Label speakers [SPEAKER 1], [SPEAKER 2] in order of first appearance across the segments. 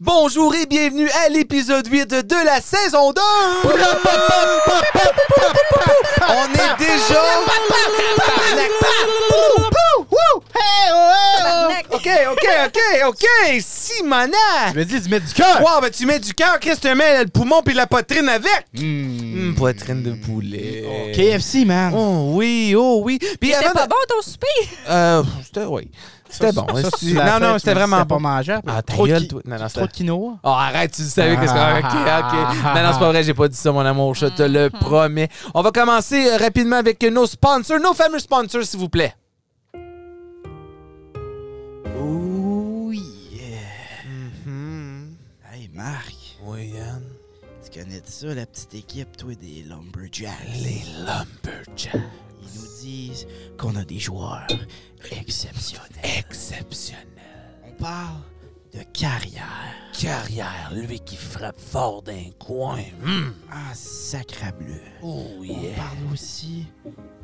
[SPEAKER 1] Bonjour et bienvenue à l'épisode 8 de la saison 2! On est déjà... OK, OK, OK, OK! Simona!
[SPEAKER 2] Tu me dis, tu mets du cœur!
[SPEAKER 1] Wow, ben tu mets du cœur, Chris, tu mets le poumon puis la poitrine avec!
[SPEAKER 2] Hmm.
[SPEAKER 1] Hum, poitrine de poulet.
[SPEAKER 2] KFC, man!
[SPEAKER 1] Oh oui, oh oui. Puis
[SPEAKER 3] C'était
[SPEAKER 1] avant
[SPEAKER 3] pas
[SPEAKER 1] de-
[SPEAKER 3] bon ton souper?
[SPEAKER 1] Euh, c'était oui. C'était bon.
[SPEAKER 2] Ça,
[SPEAKER 1] Tu-
[SPEAKER 2] tu l'as
[SPEAKER 1] non,
[SPEAKER 2] fait,
[SPEAKER 1] non,
[SPEAKER 2] tu
[SPEAKER 1] c'était
[SPEAKER 2] me dis,
[SPEAKER 1] vraiment
[SPEAKER 2] c'est
[SPEAKER 1] bon.
[SPEAKER 2] pas mangeable.
[SPEAKER 1] Ah, ta
[SPEAKER 2] Trop de
[SPEAKER 1] gueule,
[SPEAKER 2] qui-
[SPEAKER 1] toi. Non, non,
[SPEAKER 2] trop de
[SPEAKER 1] c'était-
[SPEAKER 2] quinoa.
[SPEAKER 1] Oh, arrête, tu savais qu'est-ce qu'on OK, OK. Non, non, c'est pas vrai, j'ai pas dit ça, mon amour, je te le promets. On va commencer euh, rapidement avec nos sponsors, nos fameux sponsors, s'il vous plaît.
[SPEAKER 2] Oh yeah! Hey, Marc,
[SPEAKER 1] Oui, Yann.
[SPEAKER 2] tu connais ça, la petite équipe, toi, des Lumberjacks?
[SPEAKER 1] Les Lumberjacks.
[SPEAKER 2] Ils nous disent qu'on a des joueurs exceptionnels.
[SPEAKER 1] Exceptionnel.
[SPEAKER 2] On parle de carrière.
[SPEAKER 1] Carrière, lui qui frappe fort d'un coin. Hmm.
[SPEAKER 2] Ah, sacrableu.
[SPEAKER 1] Oh,
[SPEAKER 2] On parle aussi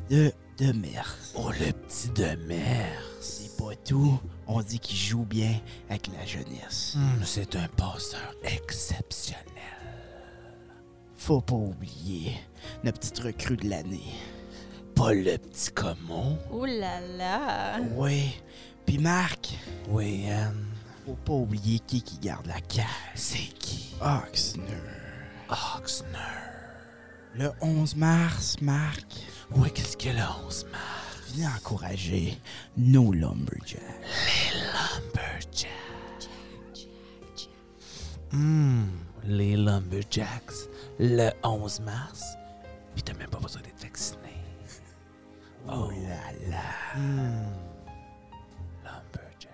[SPEAKER 2] de de merde.
[SPEAKER 1] Oh, le petit de mers.
[SPEAKER 2] C'est pas tout. On dit qu'ils jouent bien avec la jeunesse.
[SPEAKER 1] Hmm, C'est un passeur exceptionnel.
[SPEAKER 2] Faut pas oublier notre petite recrue de l'année.
[SPEAKER 1] Pas le petit comment.
[SPEAKER 3] Ouh là là.
[SPEAKER 2] Ouais. Puis Marc,
[SPEAKER 1] Oui, Yann.
[SPEAKER 2] faut pas oublier qui qui garde la cage.
[SPEAKER 1] C'est qui?
[SPEAKER 2] Oxner.
[SPEAKER 1] Oxner.
[SPEAKER 2] Le 11 mars, Marc,
[SPEAKER 1] Oui, qu'est-ce que le 11 mars?
[SPEAKER 2] viens encourager nos Lumberjacks.
[SPEAKER 1] Lumberjacks. Hmm, les Lumberjacks, le 11 mars. Puis t'as même pas besoin d'être vacciné.
[SPEAKER 2] Oh là là.
[SPEAKER 4] Hmm.
[SPEAKER 1] Lumberjack.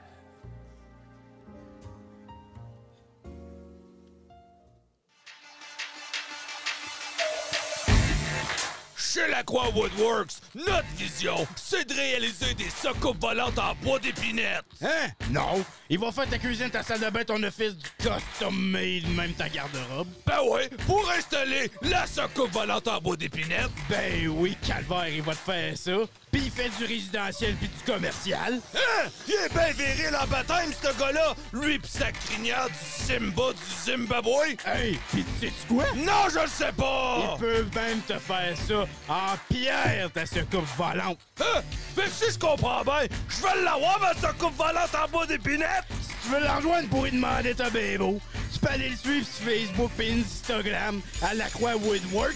[SPEAKER 4] Chez La Croix Woodworks, notre vision, c'est de réaliser des soucoupes volantes en bois d'épinette.
[SPEAKER 5] Hein? Non. Ils vont faire ta cuisine, ta salle de bain, ton office, du custom made, même ta garde-robe.
[SPEAKER 4] Ben ouais, pour installer la soucoupe volante en bois d'épinette,
[SPEAKER 5] Ben oui, Calvaire, il va te faire ça. Puis il fait du résidentiel puis du commercial.
[SPEAKER 4] hein? Il est ben viril en baptême, ce gars-là! Lui pis sa crinière du Simba du Zimbabwe!
[SPEAKER 5] Hey, pis tu sais quoi?
[SPEAKER 4] Non, je le sais pas!
[SPEAKER 5] Ils peuvent même te faire ça en pierre, ta secoupe volante.
[SPEAKER 4] Hein? Fait que si je comprends bien, je vais l'avoir, ma soucoupe volante en bois d'épinette!
[SPEAKER 5] Si tu veux la rejoindre pour lui demander ta bébo, tu peux aller le suivre sur Facebook et Instagram à La Croix Woodworks.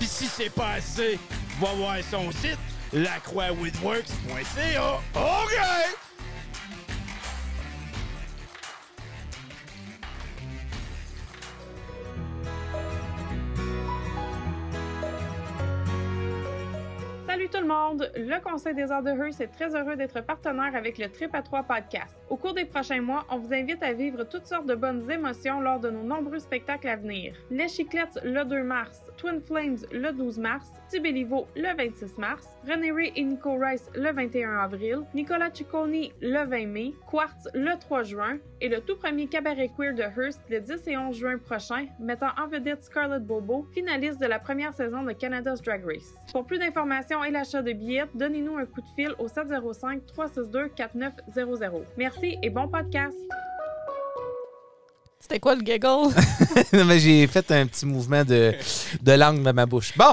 [SPEAKER 5] Puis si c'est pas assez, va voir son site, lacroixwoodworks.ca.
[SPEAKER 4] OK!
[SPEAKER 6] Salut tout le monde! Le Conseil des arts de Hearst est très heureux d'être partenaire avec le Trip à 3 podcast. Au cours des prochains mois, on vous invite à vivre toutes sortes de bonnes émotions lors de nos nombreux spectacles à venir. Les Chiclettes le 2 mars, Twin Flames le 12 mars, Tibéliveau le 26 mars, René Ray et Nico Rice le 21 avril, Nicolas Ciccone le 20 mai, Quartz le 3 juin et le tout premier cabaret queer de Hearst le 10 et 11 juin prochain, mettant en vedette Scarlett Bobo, finaliste de la première saison de Canada's Drag Race. Pour plus d'informations et l'achat de billets, donnez-nous un coup de fil au 705 362 4900. Merci et bon podcast!
[SPEAKER 3] C'était quoi le giggle?
[SPEAKER 1] non, mais j'ai fait un petit mouvement de, de langue dans ma bouche. Bon.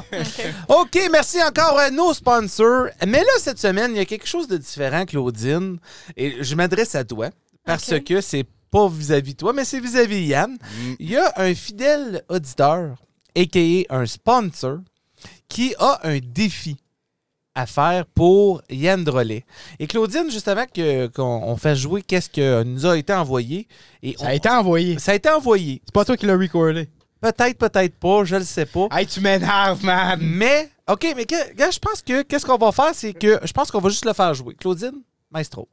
[SPEAKER 1] OK, merci encore à nos sponsors. Mais là, cette semaine, il y a quelque chose de différent, Claudine. Et je m'adresse à toi parce
[SPEAKER 3] OK.
[SPEAKER 1] que c'est pas vis-à-vis de toi, mais c'est vis-à-vis Yann. Il y a un fidèle auditeur, a.k.a. un sponsor, qui a un défi à faire pour Yann Drolet. Et Claudine, juste avant que- qu'on on fasse jouer qu'est-ce que nous a été envoyé. Et on-
[SPEAKER 2] envoyé.
[SPEAKER 1] ça a été envoyé.
[SPEAKER 2] C'est pas toi qui l'as recordé.
[SPEAKER 1] Peut-être, peut-être pas, je le sais pas.
[SPEAKER 2] Hey, tu m'énerves, man!
[SPEAKER 1] Mais, OK, mais que, gars, je pense que qu'est-ce qu'on va faire, c'est que je pense qu'on va juste le faire jouer. Claudine, maestro.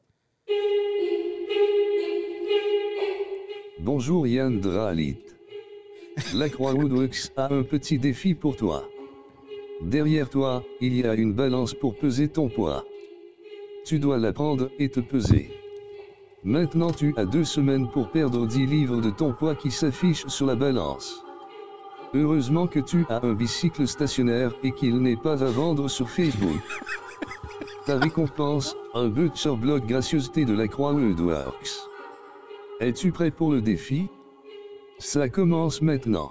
[SPEAKER 7] Bonjour Yann Dralit. La Croix-Woodworks a un petit défi pour toi. Derrière toi, il y a une balance pour peser ton poids. Tu dois la prendre et te peser. Maintenant tu as deux semaines pour perdre 10 livres de ton poids qui s'affiche sur la balance. Heureusement que tu as un bicycle stationnaire et qu'il n'est pas à vendre sur Facebook. Ta récompense, un butcher blog gracieuseté de la Croix-Woodworks. Es-tu prêt pour le défi Ça commence maintenant.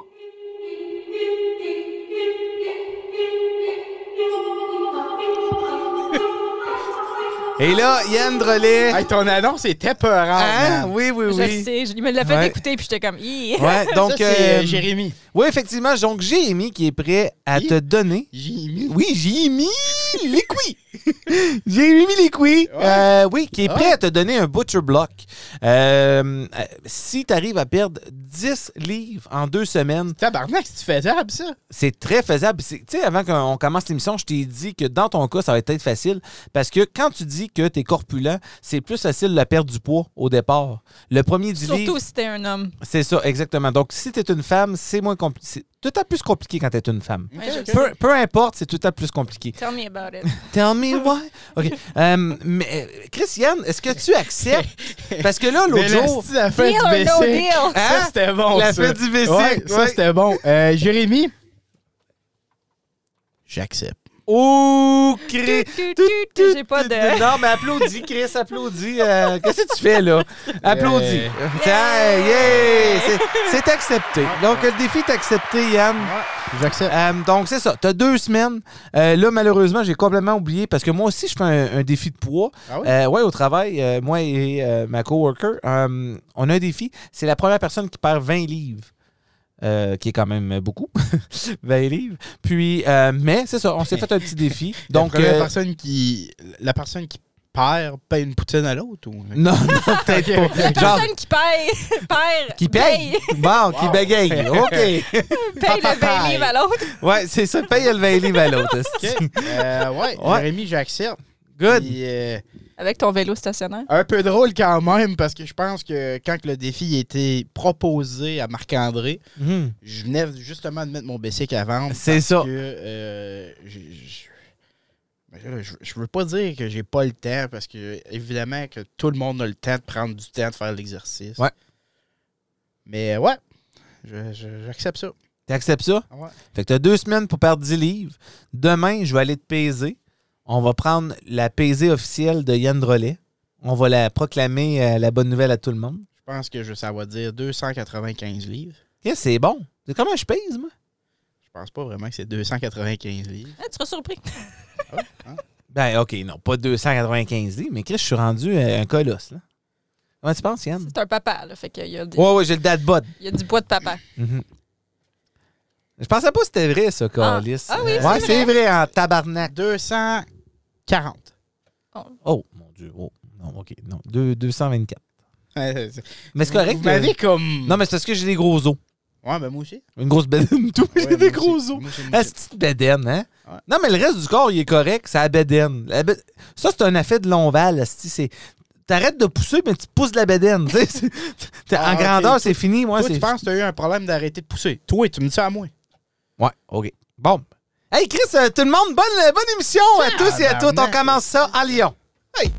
[SPEAKER 1] Et là, Yann Drolet.
[SPEAKER 2] Hey, ton annonce était peurante.
[SPEAKER 1] Hein?
[SPEAKER 2] man.
[SPEAKER 1] Oui, oui,
[SPEAKER 3] Je
[SPEAKER 1] oui.
[SPEAKER 3] le sais, je lui me l'ai fait
[SPEAKER 1] Ouais.
[SPEAKER 3] écouter, puis j'étais comme, Ih!
[SPEAKER 1] Ouais, donc.
[SPEAKER 2] Ça, c'est, euh,
[SPEAKER 1] euh,
[SPEAKER 2] Jérémy.
[SPEAKER 1] oui, effectivement. Donc, Jérémy qui est prêt à
[SPEAKER 2] Oui.
[SPEAKER 1] te donner.
[SPEAKER 2] Jérémy.
[SPEAKER 1] Oui, Jérémy Lécoui. Jérémy Lécoui. euh, oui, qui est prêt à te donner un butcher block. Euh, euh, si tu arrives à perdre 10 livres en deux semaines,
[SPEAKER 2] Tabarnak, c'est faisable, ça.
[SPEAKER 1] c'est très faisable. C'est- Tu sais, avant qu'on commence l'émission, je t'ai dit que dans ton cas, ça va être facile parce que quand tu dis que t'es corpulent, c'est plus facile de perdre du poids au départ. Le premier du livre,
[SPEAKER 3] Surtout si t'es un homme.
[SPEAKER 1] c'est ça, exactement. Donc, si t'es une femme, c'est moins compliqué. Tout à plus compliqué quand t'es une femme.
[SPEAKER 3] Ouais, je
[SPEAKER 1] Peu,
[SPEAKER 3] sais.
[SPEAKER 1] peu importe, c'est tout à plus compliqué.
[SPEAKER 3] Tell me about it.
[SPEAKER 1] Tell me why. OK. Euh, mais, euh, Christiane, est-ce que tu acceptes? Parce que là, l'autre
[SPEAKER 2] Mais la
[SPEAKER 1] jour,
[SPEAKER 2] petite affaire
[SPEAKER 3] Deal
[SPEAKER 2] du
[SPEAKER 3] or no
[SPEAKER 2] BC,
[SPEAKER 3] deal?
[SPEAKER 1] Hein?
[SPEAKER 2] Ça, c'était bon.
[SPEAKER 1] La
[SPEAKER 2] ça.
[SPEAKER 1] fête du BC,
[SPEAKER 2] Ouais, Ça,
[SPEAKER 1] ouais.
[SPEAKER 2] c'était bon. Euh, Jérémy. J'accepte.
[SPEAKER 1] Oh, Chris!
[SPEAKER 3] Tu, tu, tu, tu, J'ai pas de.
[SPEAKER 1] Non, mais applaudis, Chris, applaudis. Euh, Qu'est-ce que tu fais, là? Applaudis.
[SPEAKER 2] Yeah.
[SPEAKER 1] Tiens, yeah! C'est- C'est accepté. Donc, le défi est accepté, Yann.
[SPEAKER 2] J'accepte.
[SPEAKER 1] Euh, donc, c'est ça. Tu as deux semaines. Euh, là, malheureusement, j'ai complètement oublié parce que moi aussi, je fais un, un défi de poids.
[SPEAKER 2] Ah oui?
[SPEAKER 1] Euh, ouais, au travail, euh, moi et euh, ma coworker, euh, on a un défi. C'est la première personne qui perd 20 livres. euh, qui est quand même beaucoup, 20 livres. Puis, euh, mais c'est ça, on s'est fait un petit défi. Donc,
[SPEAKER 2] Donc, la, première
[SPEAKER 1] euh,
[SPEAKER 2] personne qui, la personne qui perd paye une poutine à l'autre ou.
[SPEAKER 1] non, non, peut-être
[SPEAKER 2] Ok.
[SPEAKER 1] pas.
[SPEAKER 3] La
[SPEAKER 1] Genre,
[SPEAKER 3] personne qui paye, perd,
[SPEAKER 1] qui paye. Bon, qui bagaye. OK.
[SPEAKER 3] paye
[SPEAKER 2] Papa
[SPEAKER 3] le 20
[SPEAKER 2] paye.
[SPEAKER 3] livres à l'autre.
[SPEAKER 1] Ouais, c'est ça, paye le 20 livres à l'autre.
[SPEAKER 2] Ok. Euh, ouais,
[SPEAKER 1] Ouais.
[SPEAKER 2] Jérémy, j'accepte.
[SPEAKER 1] Good.
[SPEAKER 2] Puis, euh,
[SPEAKER 3] Avec ton vélo stationnaire.
[SPEAKER 2] un peu drôle quand même, parce que je pense que quand le défi était proposé à Marc-André,
[SPEAKER 1] Mhm.
[SPEAKER 2] je venais justement de mettre mon Bessic à vendre.
[SPEAKER 1] C'est
[SPEAKER 2] parce
[SPEAKER 1] ça.
[SPEAKER 2] Que, euh, je, je- mais là, je- je veux pas dire que j'ai pas le temps parce que évidemment que tout le monde a le temps de prendre du temps de faire l'exercice.
[SPEAKER 1] Ouais.
[SPEAKER 2] Mais euh, ouais, je- je- j'accepte ça. Ah
[SPEAKER 1] T'acceptes ça?
[SPEAKER 2] Ouais.
[SPEAKER 1] Fait que t'as deux semaines pour perdre 10 livres. Demain, je vais aller te peser. On va prendre la pesée officielle de Yann Drolet. On va la proclamer euh, la bonne nouvelle à tout le monde.
[SPEAKER 2] Je pense que je- ça va dire 295 livres.
[SPEAKER 1] Yes, c'est bon. C'est comment je pèse, moi?
[SPEAKER 2] Je pense pas vraiment que c'est 295 livres.
[SPEAKER 3] Ah, tu seras surpris.
[SPEAKER 1] Ah Ben, OK, non, pas 295 livres, mais Chris, je suis rendu euh, un colosse, là. Comment tu penses, Yann?
[SPEAKER 3] C'est un papa, là. Fait qu'il y, a du-
[SPEAKER 1] Ouais, ouais, j'ai le dad bod.
[SPEAKER 3] il y a du poids de papa.
[SPEAKER 1] Je pensais pas que c'était vrai, ça, Calis.
[SPEAKER 3] Ah oui, c'est
[SPEAKER 1] ouais,
[SPEAKER 3] vrai.
[SPEAKER 1] c'est vrai, en tabarnak.
[SPEAKER 2] 240.
[SPEAKER 1] Oh, mon Dieu. Oh, non, OK, non. Deux- 224.
[SPEAKER 2] Ouais, c'est-
[SPEAKER 1] Mais c'est correct.
[SPEAKER 2] Vous
[SPEAKER 1] là.
[SPEAKER 2] m'avez comme.
[SPEAKER 1] Non, mais c'est parce que j'ai des gros os.
[SPEAKER 2] Ouais, ben moi aussi.
[SPEAKER 1] Une grosse bedaine, tout.
[SPEAKER 2] Ouais,
[SPEAKER 1] J'ai des
[SPEAKER 2] moi
[SPEAKER 1] gros
[SPEAKER 2] aussi.
[SPEAKER 1] os.
[SPEAKER 2] Moi aussi, moi
[SPEAKER 1] La
[SPEAKER 2] aussi.
[SPEAKER 1] petite bedaine, hein?
[SPEAKER 2] Ouais.
[SPEAKER 1] Non, mais le reste du corps, il est correct. C'est la bedaine. La bed- Ça, c'est un effet de l'onval. esti. C'est... T'arrêtes de pousser, mais tu pousses la bedaine. tu sais. C'est- t'es-
[SPEAKER 2] Ah,
[SPEAKER 1] en
[SPEAKER 2] ok.
[SPEAKER 1] grandeur, c'est fini. Moi,
[SPEAKER 2] Toi,
[SPEAKER 1] c'est...
[SPEAKER 2] tu penses que tu as eu un problème d'arrêter de pousser. Toi, tu me dis ça à moi.
[SPEAKER 1] Ouais, OK. Bon. Hey, Chris, euh, tout le monde, bonne, bonne émission à tous et à toutes. On
[SPEAKER 2] tabarnak.
[SPEAKER 1] commence ça à Lyon. Hey!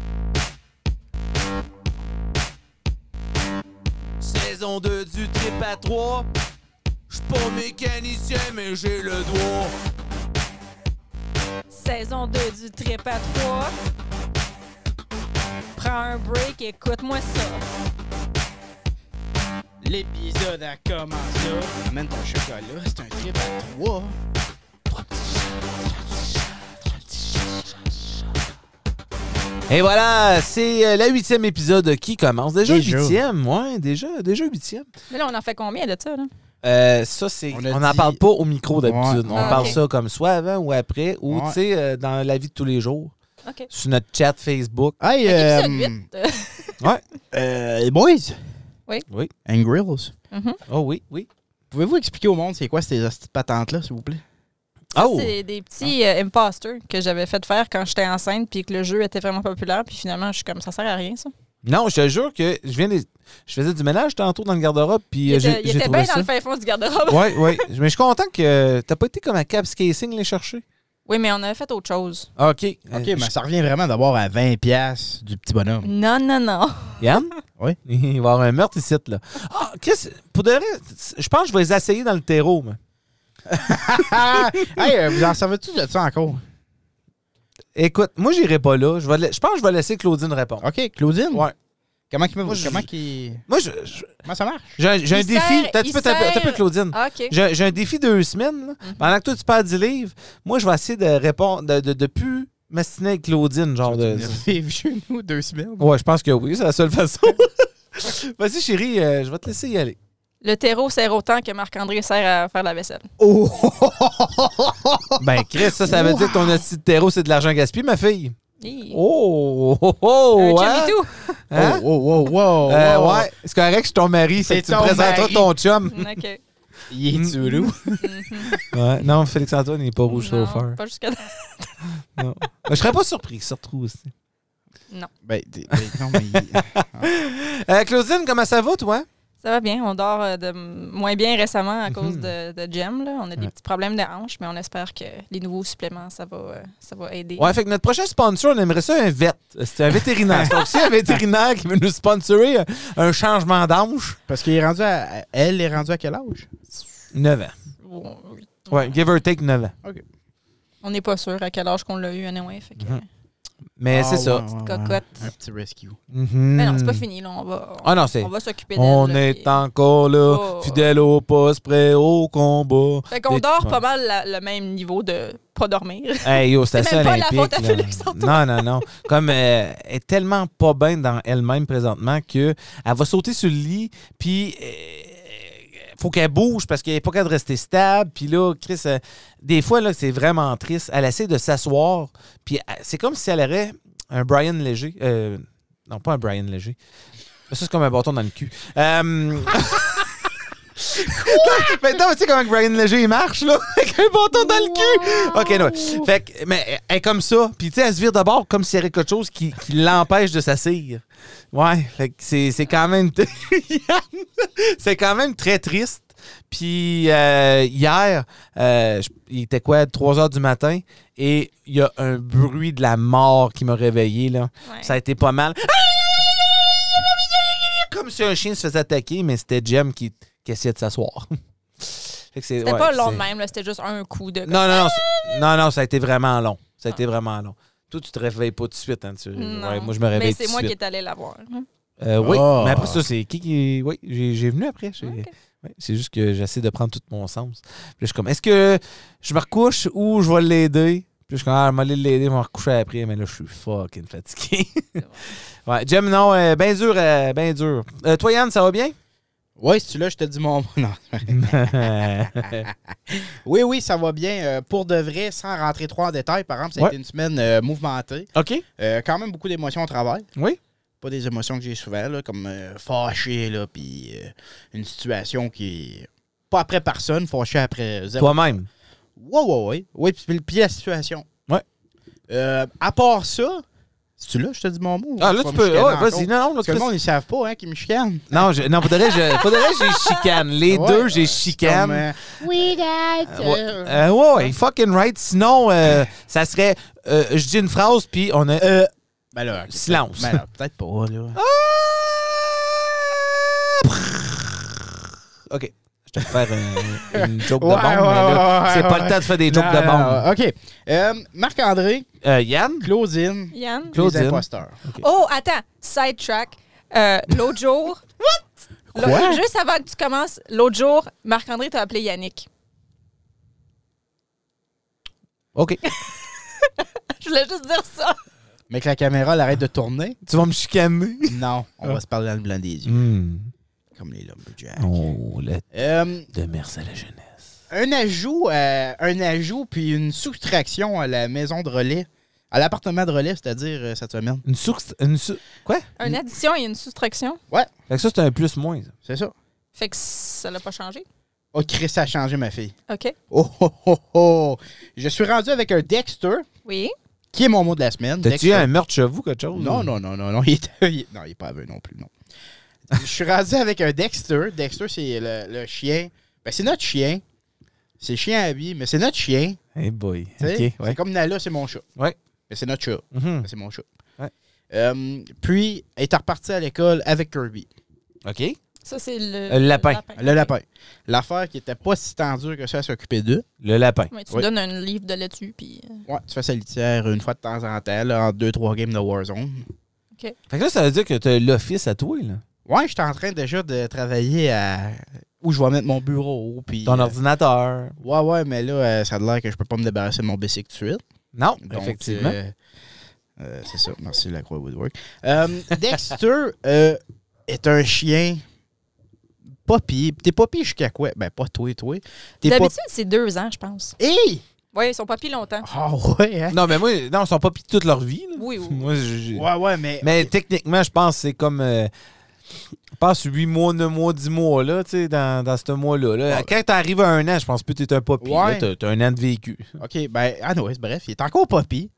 [SPEAKER 4] Saison 2 du trip à 3. J'suis pas mécanicien, mais j'ai le doigt.
[SPEAKER 3] Saison 2 du Trip à 3. Prends un break, écoute-moi ça.
[SPEAKER 2] L'épisode a commencé. Amène ton chocolat, c'est un trip à trois.
[SPEAKER 1] Et voilà, c'est euh, le huitième épisode qui commence. Déjà
[SPEAKER 2] Déjà.
[SPEAKER 1] huitième, ouais, déjà, déjà huitième.
[SPEAKER 3] Mais là, on en fait combien de ça, là?
[SPEAKER 1] Euh, ça, c'est.
[SPEAKER 2] On a
[SPEAKER 1] On n'en
[SPEAKER 2] dit-
[SPEAKER 1] parle pas au micro d'habitude.
[SPEAKER 2] Ouais.
[SPEAKER 1] On
[SPEAKER 3] Ah,
[SPEAKER 1] parle
[SPEAKER 3] ok.
[SPEAKER 1] ça comme soit avant ou après, ou
[SPEAKER 2] Ouais.
[SPEAKER 1] tu sais, euh, dans la vie de tous les jours,
[SPEAKER 3] OK.
[SPEAKER 1] sur notre chat Facebook.
[SPEAKER 2] Hey,
[SPEAKER 3] Épisode
[SPEAKER 2] euh,
[SPEAKER 3] 8.
[SPEAKER 2] euh, les boys.
[SPEAKER 3] Oui.
[SPEAKER 1] Oui.
[SPEAKER 2] And Grills.
[SPEAKER 1] Oh oui, oui.
[SPEAKER 2] Pouvez-vous expliquer au monde c'est quoi ces hosties de patentes-là, s'il vous plaît?
[SPEAKER 1] oh!
[SPEAKER 3] C'est des petits euh, imposters que j'avais fait faire quand j'étais enceinte puis que le jeu était vraiment populaire. Puis finalement, je suis comme, ça sert à rien, ça.
[SPEAKER 1] Non, je te jure que je viens de- Je faisais du ménage tantôt dans le garde-robe, puis
[SPEAKER 3] Il
[SPEAKER 1] euh,
[SPEAKER 3] était,
[SPEAKER 1] j'ai
[SPEAKER 3] il
[SPEAKER 1] j'ai
[SPEAKER 3] était
[SPEAKER 1] trouvé
[SPEAKER 3] bien dans
[SPEAKER 1] ça.
[SPEAKER 3] le fin fond du garde-robe.
[SPEAKER 1] Oui, oui. Mais je suis content que euh, t'as pas été comme à Caps Casing les chercher.
[SPEAKER 3] Oui, mais on avait fait autre chose.
[SPEAKER 1] Ah, OK. Euh,
[SPEAKER 2] OK,
[SPEAKER 1] je-
[SPEAKER 2] mais ça revient vraiment d'abord à 20$ piastres du petit bonhomme.
[SPEAKER 3] Non, non, non.
[SPEAKER 1] Yann?
[SPEAKER 2] Oui.
[SPEAKER 1] Il va y avoir un meurtre ici, là. Ah, Chris, pour de vrai, je pense que je vais les essayer dans le terreau, moi.
[SPEAKER 2] Ah! hey, euh, vous en savez-tu de ça encore?
[SPEAKER 1] Écoute, moi, j'irai pas là. Je, vais la- je pense que je vais laisser Claudine répondre.
[SPEAKER 2] OK, Claudine.
[SPEAKER 1] Ouais.
[SPEAKER 2] Comment, qu'il me-
[SPEAKER 1] Moi, je-
[SPEAKER 2] comment, qu'il-
[SPEAKER 1] Moi, je- je-
[SPEAKER 2] comment ça marche?
[SPEAKER 1] j'ai un, j'ai un
[SPEAKER 3] Il
[SPEAKER 1] défi.
[SPEAKER 3] sert-
[SPEAKER 1] T'as un
[SPEAKER 3] il
[SPEAKER 1] petit peu, t'as un peu- t'as un peu,
[SPEAKER 3] sert-
[SPEAKER 1] Claudine.
[SPEAKER 3] Ah, Mhm. OK.
[SPEAKER 1] J'ai j'ai un défi de deux semaines. là. Pendant que toi, tu perds du livre, moi, je vais essayer de répondre, de, de, de plus m'astiner avec Claudine. Genre de...
[SPEAKER 2] Vive chez nous deux semaines.
[SPEAKER 1] Ouais, je pense que oui, c'est la seule façon. Vas-y, chérie, euh, je vais te laisser y aller.
[SPEAKER 3] Le terreau sert autant que Marc-André sert à faire la vaisselle.
[SPEAKER 2] Oh!
[SPEAKER 1] Ben, Chris, ça, ça veut dire que ton assis de terreau, c'est de l'argent gaspillé, ma fille.
[SPEAKER 3] Hi.
[SPEAKER 1] Oh, oh, oh,
[SPEAKER 3] Un
[SPEAKER 1] hein?
[SPEAKER 3] chummy tout.
[SPEAKER 1] Hein?
[SPEAKER 2] wow, wow, Oh,
[SPEAKER 3] Oh,
[SPEAKER 2] wow!
[SPEAKER 1] Euh, ouais, c'est correct, je suis ton mari, c'est
[SPEAKER 2] C'est
[SPEAKER 1] que tu me
[SPEAKER 2] ton
[SPEAKER 1] présenteras
[SPEAKER 2] mari.
[SPEAKER 1] ton chum.
[SPEAKER 3] OK. Mhm.
[SPEAKER 2] Il est du loup.
[SPEAKER 1] Ouais, non, Félix-Antoine, il n'est pas rouge
[SPEAKER 3] Non,
[SPEAKER 1] sur feu.
[SPEAKER 3] Pas jusqu'à
[SPEAKER 1] Non. Je serais pas surpris qu'il se retrouve aussi.
[SPEAKER 2] Ben, t'es- ben, non, mais. il-
[SPEAKER 1] Euh, Claudine, comment ça va, toi?
[SPEAKER 3] Ça va bien. On dort euh, de m- moins bien récemment à cause
[SPEAKER 1] Mhm.
[SPEAKER 3] de, de Jem. là. On a des
[SPEAKER 1] Ouais.
[SPEAKER 3] petits problèmes de hanches, mais on espère que les nouveaux suppléments, ça va, euh, ça va aider.
[SPEAKER 1] Ouais, fait que notre prochain sponsor, on aimerait ça un vet. C'est un vétérinaire. Donc, si un vétérinaire qui veut nous sponsorer euh, un changement d'anche,
[SPEAKER 2] Parce qu'il est rendu à. Elle est rendue à quel âge?
[SPEAKER 1] 9 ans.
[SPEAKER 3] Bon, oui.
[SPEAKER 1] Ouais, give or take 9 ans.
[SPEAKER 3] On n'est pas sûr à quel âge qu'on l'a eu, anyway. Fait que,
[SPEAKER 1] Mhm. Mais
[SPEAKER 2] Ah,
[SPEAKER 1] c'est ça.
[SPEAKER 2] ouais, ouais, ouais.
[SPEAKER 3] Cocotte.
[SPEAKER 2] Un petit rescue.
[SPEAKER 1] Mhm.
[SPEAKER 3] Mais non, c'est pas fini. Là. On va, on,
[SPEAKER 1] Ah non, c'est.
[SPEAKER 3] on va s'occuper d'elle.
[SPEAKER 1] On
[SPEAKER 3] là,
[SPEAKER 1] est
[SPEAKER 3] puis-
[SPEAKER 1] encore là,
[SPEAKER 3] Oh.
[SPEAKER 1] fidèle au poste, prêt au combat.
[SPEAKER 3] Fait qu'on
[SPEAKER 1] Et-
[SPEAKER 3] dort
[SPEAKER 1] Ouais.
[SPEAKER 3] pas mal la- le même niveau de pas dormir.
[SPEAKER 1] Hey yo, c'est
[SPEAKER 3] C'est
[SPEAKER 1] assez
[SPEAKER 3] même pas la
[SPEAKER 1] olympique.
[SPEAKER 3] faute à
[SPEAKER 1] là.
[SPEAKER 3] Félix-Antoine.
[SPEAKER 1] Non, non, non. Comme euh, elle est tellement pas bien dans elle-même présentement que elle va sauter sur le lit, puis euh, faut qu'elle bouge parce qu'elle n'est pas capable de rester stable. Puis là, Chris, euh, des fois, là, c'est vraiment triste. Elle essaie de s'asseoir, puis euh, c'est comme si elle aurait un Brian Léger. Euh, non, pas un Brian Léger. Ça, c'est comme un bâton dans le cul. Euh, Maintenant, tu sais comment que Brian Léger il marche, là? Avec un bâton dans le cul! OK, non. Fait que, mais elle- elle est comme ça. Puis, tu sais, elle se vire d'abord comme s'il y avait quelque chose qui, qui l'empêche de s'assire. Ouais, fait que c'est c'est quand même. c'est quand même très triste. Puis, euh, hier, euh, je- il était quoi, 3 h du matin, et il y a un bruit de la mort qui m'a réveillé, là.
[SPEAKER 3] Ouais.
[SPEAKER 1] Ça a été pas mal. Comme si un chien se faisait attaquer, mais c'était Jem qui, qui essayait de s'asseoir. C'était
[SPEAKER 3] C'était pas long de même. là, C'était juste un coup de.
[SPEAKER 1] Non, non, non, c'est- non, non, ça a été vraiment long. Ça a été vraiment long. Toi, tu te réveilles pas tout de suite. Hein, tu-
[SPEAKER 3] Non.
[SPEAKER 1] ouais, moi, je me réveille
[SPEAKER 3] Mais
[SPEAKER 1] tout de
[SPEAKER 3] c'est moi qui
[SPEAKER 1] suite.
[SPEAKER 3] est allé la voir.
[SPEAKER 1] Euh, oui,
[SPEAKER 2] Ah.
[SPEAKER 1] mais après ça, c'est qui qui. Oui, j'ai j'ai venu après. j'ai-
[SPEAKER 3] Ok.
[SPEAKER 1] ouais, c'est juste que j'essaie de prendre tout mon sens. Puis là, je suis comme, est-ce que je me recouche ou je vais l'aider? Puis je suis comme, ah, je vais aller l'aider, je vais me recoucher après. Mais là, je suis fucking fatigué. ouais, Jem, non, euh, ben dur, euh, ben dur. Euh, toi, Yann, ça va bien?
[SPEAKER 2] Ouais, si tu là, je te dis mon. Non. Oui, oui, ça va bien. Euh, pour de vrai, sans rentrer trop en détail, par exemple, ça a
[SPEAKER 1] Ouais.
[SPEAKER 2] été une semaine euh, mouvementée.
[SPEAKER 1] OK.
[SPEAKER 2] Euh, quand même beaucoup d'émotions au travail.
[SPEAKER 1] Oui.
[SPEAKER 2] Pas des émotions que j'ai souvent, là, comme euh, fâché, là, puis euh, une situation qui est pas après personne, fâché après zéro.
[SPEAKER 1] Toi-même.
[SPEAKER 2] Ouais, ouais, ouais. Oui, puis, puis la situation.
[SPEAKER 1] Ouais.
[SPEAKER 2] Euh, à part ça, c'est là, je te dis mon mot.
[SPEAKER 1] Ah, là,
[SPEAKER 2] vas
[SPEAKER 1] tu
[SPEAKER 2] me
[SPEAKER 1] peux.
[SPEAKER 2] chicaner
[SPEAKER 1] ouais,
[SPEAKER 2] encore.
[SPEAKER 1] vas-y. Non, non, là,
[SPEAKER 2] Parce que
[SPEAKER 1] tu
[SPEAKER 2] le
[SPEAKER 1] fais-
[SPEAKER 2] monde, ils savent pas, hein, qu'ils me chicanent.
[SPEAKER 1] Non, je, non, faudrait que je, faudrait que je chicane. Les
[SPEAKER 2] Ouais,
[SPEAKER 1] deux, j'ai
[SPEAKER 2] Comme,
[SPEAKER 1] chicane.
[SPEAKER 2] euh, oui, dad.
[SPEAKER 1] ouais, Euh, ouais, ouais, fucking right. Sinon, euh, ça serait, euh, je dis une phrase, puis on a euh,
[SPEAKER 2] Ben là, ok,
[SPEAKER 1] Silence.
[SPEAKER 2] Ben là, peut-être pas, là.
[SPEAKER 1] OK. Je vais te faire un- une, joke
[SPEAKER 2] Ouais,
[SPEAKER 1] de bombe, mais
[SPEAKER 2] ouais,
[SPEAKER 1] là,
[SPEAKER 2] ouais,
[SPEAKER 1] c'est
[SPEAKER 2] ouais,
[SPEAKER 1] pas
[SPEAKER 2] ouais.
[SPEAKER 1] le temps de faire des jokes
[SPEAKER 2] Non,
[SPEAKER 1] de
[SPEAKER 2] non,
[SPEAKER 1] bombe.
[SPEAKER 2] non. OK. Euh, Marc-André,
[SPEAKER 1] Euh, Yann?
[SPEAKER 2] Claudine,
[SPEAKER 3] Yann?
[SPEAKER 1] Claudine.
[SPEAKER 2] les imposteurs.
[SPEAKER 3] Oh, attends, sidetrack. Euh, l'autre jour. What?
[SPEAKER 2] Quoi?
[SPEAKER 3] Juste avant que tu commences, l'autre jour, Marc-André t'a appelé Yannick.
[SPEAKER 1] OK.
[SPEAKER 3] Je voulais juste dire ça.
[SPEAKER 2] Mais que la caméra, elle arrête de tourner.
[SPEAKER 1] Tu vas me chicaner?
[SPEAKER 2] Non, on
[SPEAKER 1] Ah.
[SPEAKER 2] va se parler dans le blanc des yeux,
[SPEAKER 1] Hmm.
[SPEAKER 2] comme les Lumberjacks.
[SPEAKER 1] Oh, le
[SPEAKER 2] Euh,
[SPEAKER 1] demeure à la jeunesse.
[SPEAKER 2] un ajout, euh, un ajout, puis une soustraction à la maison de relais, à l'appartement de relais, c'est-à-dire euh, cette semaine.
[SPEAKER 1] Une source... Une sou- Quoi?
[SPEAKER 3] Une addition et une soustraction.
[SPEAKER 1] Fait que ça, c'est un plus-moins. ça.
[SPEAKER 2] C'est ça.
[SPEAKER 3] Fait que ça l'a pas changé.
[SPEAKER 2] Oh, Chris, ça a changé ma fille.
[SPEAKER 3] OK.
[SPEAKER 2] Oh, oh, oh, oh. Je suis rendu avec un Dexter,
[SPEAKER 3] Oui.
[SPEAKER 2] qui est mon mot de la semaine.
[SPEAKER 1] T'as-tu eu
[SPEAKER 2] Dexter.
[SPEAKER 1] un meurtre chez vous, quelque chose?
[SPEAKER 2] Non, non, non, non, non. Il est, il est- non, il est pas aveugle non plus, non. Je suis rendu avec un Dexter. Dexter, c'est le, le chien. Ben, c'est notre chien. C'est le chien à habit, mais c'est notre chien.
[SPEAKER 1] Eh boy.
[SPEAKER 2] tu sais.
[SPEAKER 1] OK,
[SPEAKER 2] C'est
[SPEAKER 1] ouais.
[SPEAKER 2] comme Nala, c'est mon chat.
[SPEAKER 1] Ouais.
[SPEAKER 2] Mais c'est notre chat.
[SPEAKER 1] Mhm.
[SPEAKER 2] Ben, c'est mon chat.
[SPEAKER 1] Ouais.
[SPEAKER 2] Euh, puis, elle est repartie à l'école avec Kirby,
[SPEAKER 1] OK.
[SPEAKER 3] Ça, c'est le,
[SPEAKER 1] Euh, le lapin.
[SPEAKER 2] le lapin. L'affaire qui était pas si tendue que ça à s'occuper d'eux.
[SPEAKER 1] Le lapin.
[SPEAKER 3] Ouais, tu
[SPEAKER 2] Oui.
[SPEAKER 3] donnes un livre de là-dessus, puis. euh,
[SPEAKER 2] Ouais, tu fais sa litière une fois de temps en temps, là, en deux, trois games de Warzone.
[SPEAKER 3] OK.
[SPEAKER 1] Fait que là, ça veut dire que t'as l'office à toi, là.
[SPEAKER 2] Ouais, j'étais en train déjà de travailler à où je vais mettre mon bureau. Puis,
[SPEAKER 1] Ton
[SPEAKER 2] euh,
[SPEAKER 1] ordinateur.
[SPEAKER 2] Ouais, ouais, mais là, euh, ça a l'air que je peux pas me débarrasser de mon bicycle tout de suite.
[SPEAKER 1] Non,
[SPEAKER 2] Donc,
[SPEAKER 1] effectivement.
[SPEAKER 2] euh, euh, c'est ça. Merci, la Croix Woodwork. Euh, Dexter euh, est un chien pas pire. T'es pas pire jusqu'à quoi? Ben, pas toi, toi. T'es pas...
[SPEAKER 3] D'habitude, c'est deux ans, je pense.
[SPEAKER 2] Hey!
[SPEAKER 3] Oui, ils sont pas pris longtemps.
[SPEAKER 2] Ah ouais, hein?
[SPEAKER 1] Non, mais moi, non, ils sont pas pis toute leur vie. là.
[SPEAKER 3] Oui, oui.
[SPEAKER 1] Moi, je- je-
[SPEAKER 2] Ouais, ouais, mais...
[SPEAKER 1] Mais techniquement, je pense que c'est comme. euh, je pense 8 mois, 9 mois, 10 mois, là, tu sais, dans, dans ce mois-là. là.
[SPEAKER 2] Ouais.
[SPEAKER 1] Quand t'arrives à un an, je pense plus que t'es un papy.
[SPEAKER 2] Ouais.
[SPEAKER 1] là. T'as- T'as un an de vécu.
[SPEAKER 2] OK, ben, ah non, bref, il est encore pas pire.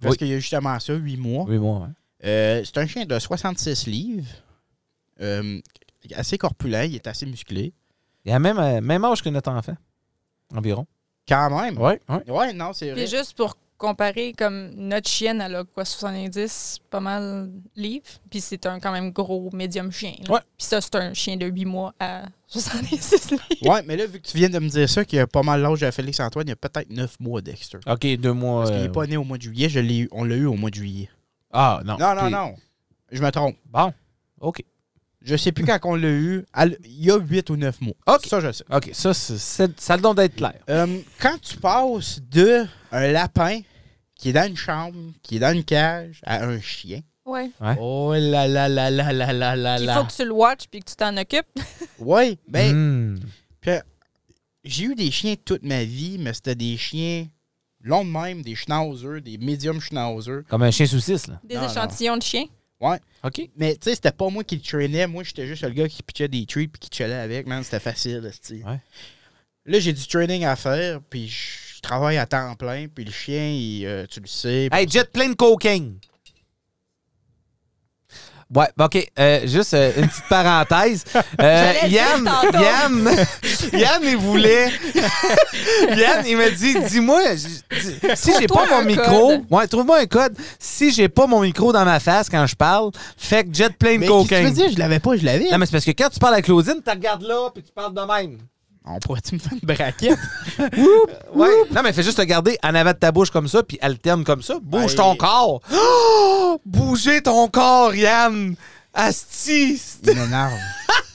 [SPEAKER 2] Parce
[SPEAKER 1] Oui.
[SPEAKER 2] qu'il y a justement ça, 8 mois.
[SPEAKER 1] Oui, moi, ouais.
[SPEAKER 2] Euh, c'est un chien de 66 livres. Euh, assez corpulent, il est assez musclé.
[SPEAKER 1] Il a même, euh, même âge que notre enfant. Environ.
[SPEAKER 2] Quand même.
[SPEAKER 1] Oui, oui.
[SPEAKER 2] Ouais, non, c'est vrai.
[SPEAKER 3] Puis juste pour comparer, comme notre chienne, elle a quoi, 70, pas mal livres. Puis c'est un quand même gros médium chien. là.
[SPEAKER 1] Ouais.
[SPEAKER 3] Puis ça, c'est un chien de 8 mois à 76 livres.
[SPEAKER 2] Ouais, mais là, vu que tu viens de me dire ça, qu'il y a pas mal l'âge de Félix-Antoine, il y a peut-être 9 mois, Dexter.
[SPEAKER 1] OK, deux mois.
[SPEAKER 2] Parce qu'il
[SPEAKER 1] euh,
[SPEAKER 2] n'est pas né au mois de juillet, je l'ai eu- on l'a eu au mois de juillet.
[SPEAKER 1] Ah, non.
[SPEAKER 2] Non, non,
[SPEAKER 1] OK.
[SPEAKER 2] non. Je me trompe.
[SPEAKER 1] Bon. OK.
[SPEAKER 2] Je sais plus quand on l'a eu. À l- Il y a 8 ou 9 mois.
[SPEAKER 1] Ok.
[SPEAKER 2] Ça, je sais.
[SPEAKER 1] OK, ça, c'est- c'est- ça a le don d'être clair.
[SPEAKER 2] Euh, quand tu passes de un lapin qui est dans une chambre, qui est dans une cage, à un chien.
[SPEAKER 3] Ouais.
[SPEAKER 1] Ouais.
[SPEAKER 2] Oh là là là là là là là
[SPEAKER 3] Il faut que tu le watches puis que tu t'en occupes.
[SPEAKER 2] Oui, ben, euh,
[SPEAKER 1] Hmm.
[SPEAKER 2] j'ai eu des chiens toute ma vie, mais c'était des chiens longs de même, des schnauzers, des médiums schnauzers.
[SPEAKER 1] Comme un chien saucisse, là.
[SPEAKER 3] Des
[SPEAKER 2] Non, non.
[SPEAKER 3] échantillons de chiens.
[SPEAKER 1] OK.
[SPEAKER 2] Mais tu sais, c'était pas moi qui le traînais. Moi, j'étais juste le gars qui pitchait des treats puis qui chillait avec. Man, c'était facile. esti.
[SPEAKER 1] Ouais.
[SPEAKER 2] Là, j'ai du training à faire, puis je travaille à temps plein, puis le chien, il, euh, tu le sais.
[SPEAKER 1] Hey, jet plein de cocaine. Ouais, bah, OK. euh, juste euh, une petite parenthèse. Euh,
[SPEAKER 3] J'allais le dire
[SPEAKER 1] Yann,
[SPEAKER 3] tantôt.
[SPEAKER 1] Yann, Yann, il voulait. Yann, il m'a dit dis-moi, je- dis- si j'ai pas
[SPEAKER 3] Trouve-toi
[SPEAKER 1] mon
[SPEAKER 3] un
[SPEAKER 1] micro,
[SPEAKER 3] code.
[SPEAKER 1] ouais, trouve-moi un code. Si j'ai pas mon micro dans ma face quand je parle, fait que jet plein de
[SPEAKER 2] mais qu'est-ce que tu veux
[SPEAKER 1] cocaine.
[SPEAKER 2] dire? Je l'avais pas, je l'avais.
[SPEAKER 1] Non, mais c'est parce que quand tu parles à Claudine, tu regardes là puis tu parles de même.
[SPEAKER 2] On pourrait-tu me faire une braquette?
[SPEAKER 1] Ouais. Non, mais fais juste regarder en avant de ta bouche comme ça, puis alterne comme ça. Bouge
[SPEAKER 2] Aïe.
[SPEAKER 1] ton corps. Oh! Bougez ton corps, Yann. Asti. c'est-
[SPEAKER 2] il m'énerve.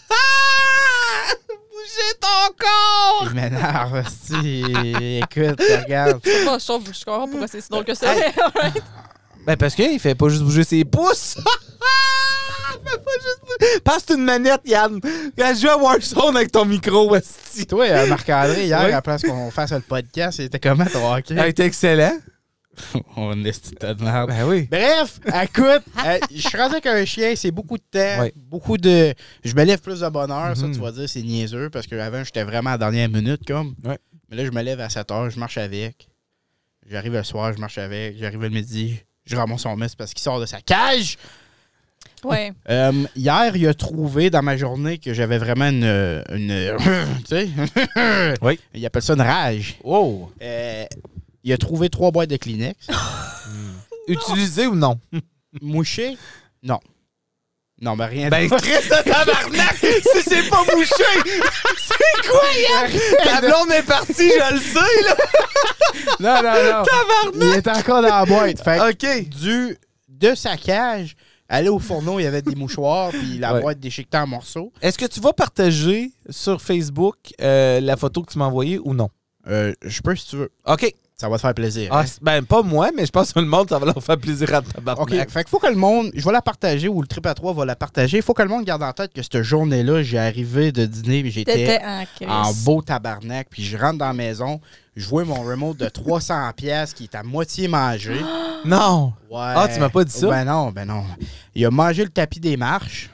[SPEAKER 1] Ah! Bougez ton corps.
[SPEAKER 2] Il m'énerve, esti. Écoute, regarde.
[SPEAKER 3] Je sais pas, je trouve- je comprends pas pourquoi c'est si drôle que ça.
[SPEAKER 1] Ben, parce qu'il fait pas juste bouger ses pouces. Il fait pas juste bouger- Passe une manette, Yann. Je joue à Warzone avec ton micro, Asti.
[SPEAKER 2] Toi, euh, Marc-André, hier,
[SPEAKER 1] Oui.
[SPEAKER 2] à la place qu'on fasse le podcast, il était comment, ton hockey?
[SPEAKER 1] Ça a été excellent.
[SPEAKER 2] On est de merde.
[SPEAKER 1] Ben oui.
[SPEAKER 2] Bref, écoute, euh, je suis rendu avec un chien, c'est beaucoup de temps,
[SPEAKER 1] Ouais.
[SPEAKER 2] beaucoup de. Je me lève plus de bonheur, ça,
[SPEAKER 1] Mhm.
[SPEAKER 2] tu vas dire, c'est niaiseux, parce qu'avant, j'étais vraiment à la dernière minute, comme.
[SPEAKER 1] Ouais.
[SPEAKER 2] Mais là, je me lève à 7 heures, je marche avec. J'arrive le soir, je marche avec. J'arrive le midi, je ramasse son mess parce qu'il sort de sa cage.
[SPEAKER 3] ouais.
[SPEAKER 2] Euh, hier, il a trouvé dans ma journée que j'avais vraiment une. une tu sais?
[SPEAKER 1] Oui.
[SPEAKER 2] Il appelle ça une rage.
[SPEAKER 1] Oh.
[SPEAKER 2] Euh, il a trouvé trois boîtes de Kleenex.
[SPEAKER 1] Utilisé ou non?
[SPEAKER 2] Mouché? Non. Non, mais rien
[SPEAKER 1] Ben, Christ de tabarnak! si c'est pas bouché! C'est quoi, Yann? Ta blonde est partie, je le sais, là!
[SPEAKER 2] Non, non, non. Il est encore dans la boîte. Fait que
[SPEAKER 1] OK.
[SPEAKER 2] du, de sa cage, aller au fourneau, il y avait des mouchoirs, puis la
[SPEAKER 1] Ouais.
[SPEAKER 2] boîte déchiquetée en morceaux.
[SPEAKER 1] Est-ce que tu vas partager sur Facebook euh, la photo que tu m'as envoyée ou non?
[SPEAKER 2] Euh, je peux si tu veux.
[SPEAKER 1] OK.
[SPEAKER 2] Ça va te faire plaisir.
[SPEAKER 1] Ah,
[SPEAKER 2] hein.
[SPEAKER 1] c'est- ben, pas moi, mais je pense que le monde, ça va leur faire plaisir à
[SPEAKER 2] OK.
[SPEAKER 1] tabarnak.
[SPEAKER 2] Fait que faut que le monde. Je vais la partager ou le trip à 3 va la partager. Faut que le monde garde en tête que cette journée-là, j'ai arrivé de dîner, puis j'étais
[SPEAKER 3] T'étais en crise.
[SPEAKER 2] en beau tabarnak, puis je rentre dans la maison, je vois mon remote de 300$ piastres qui est à moitié mangé.
[SPEAKER 1] Non!
[SPEAKER 2] Ouais.
[SPEAKER 1] Ah, tu m'as pas dit ça?
[SPEAKER 2] Ben non, ben non. Il a mangé le tapis des marches.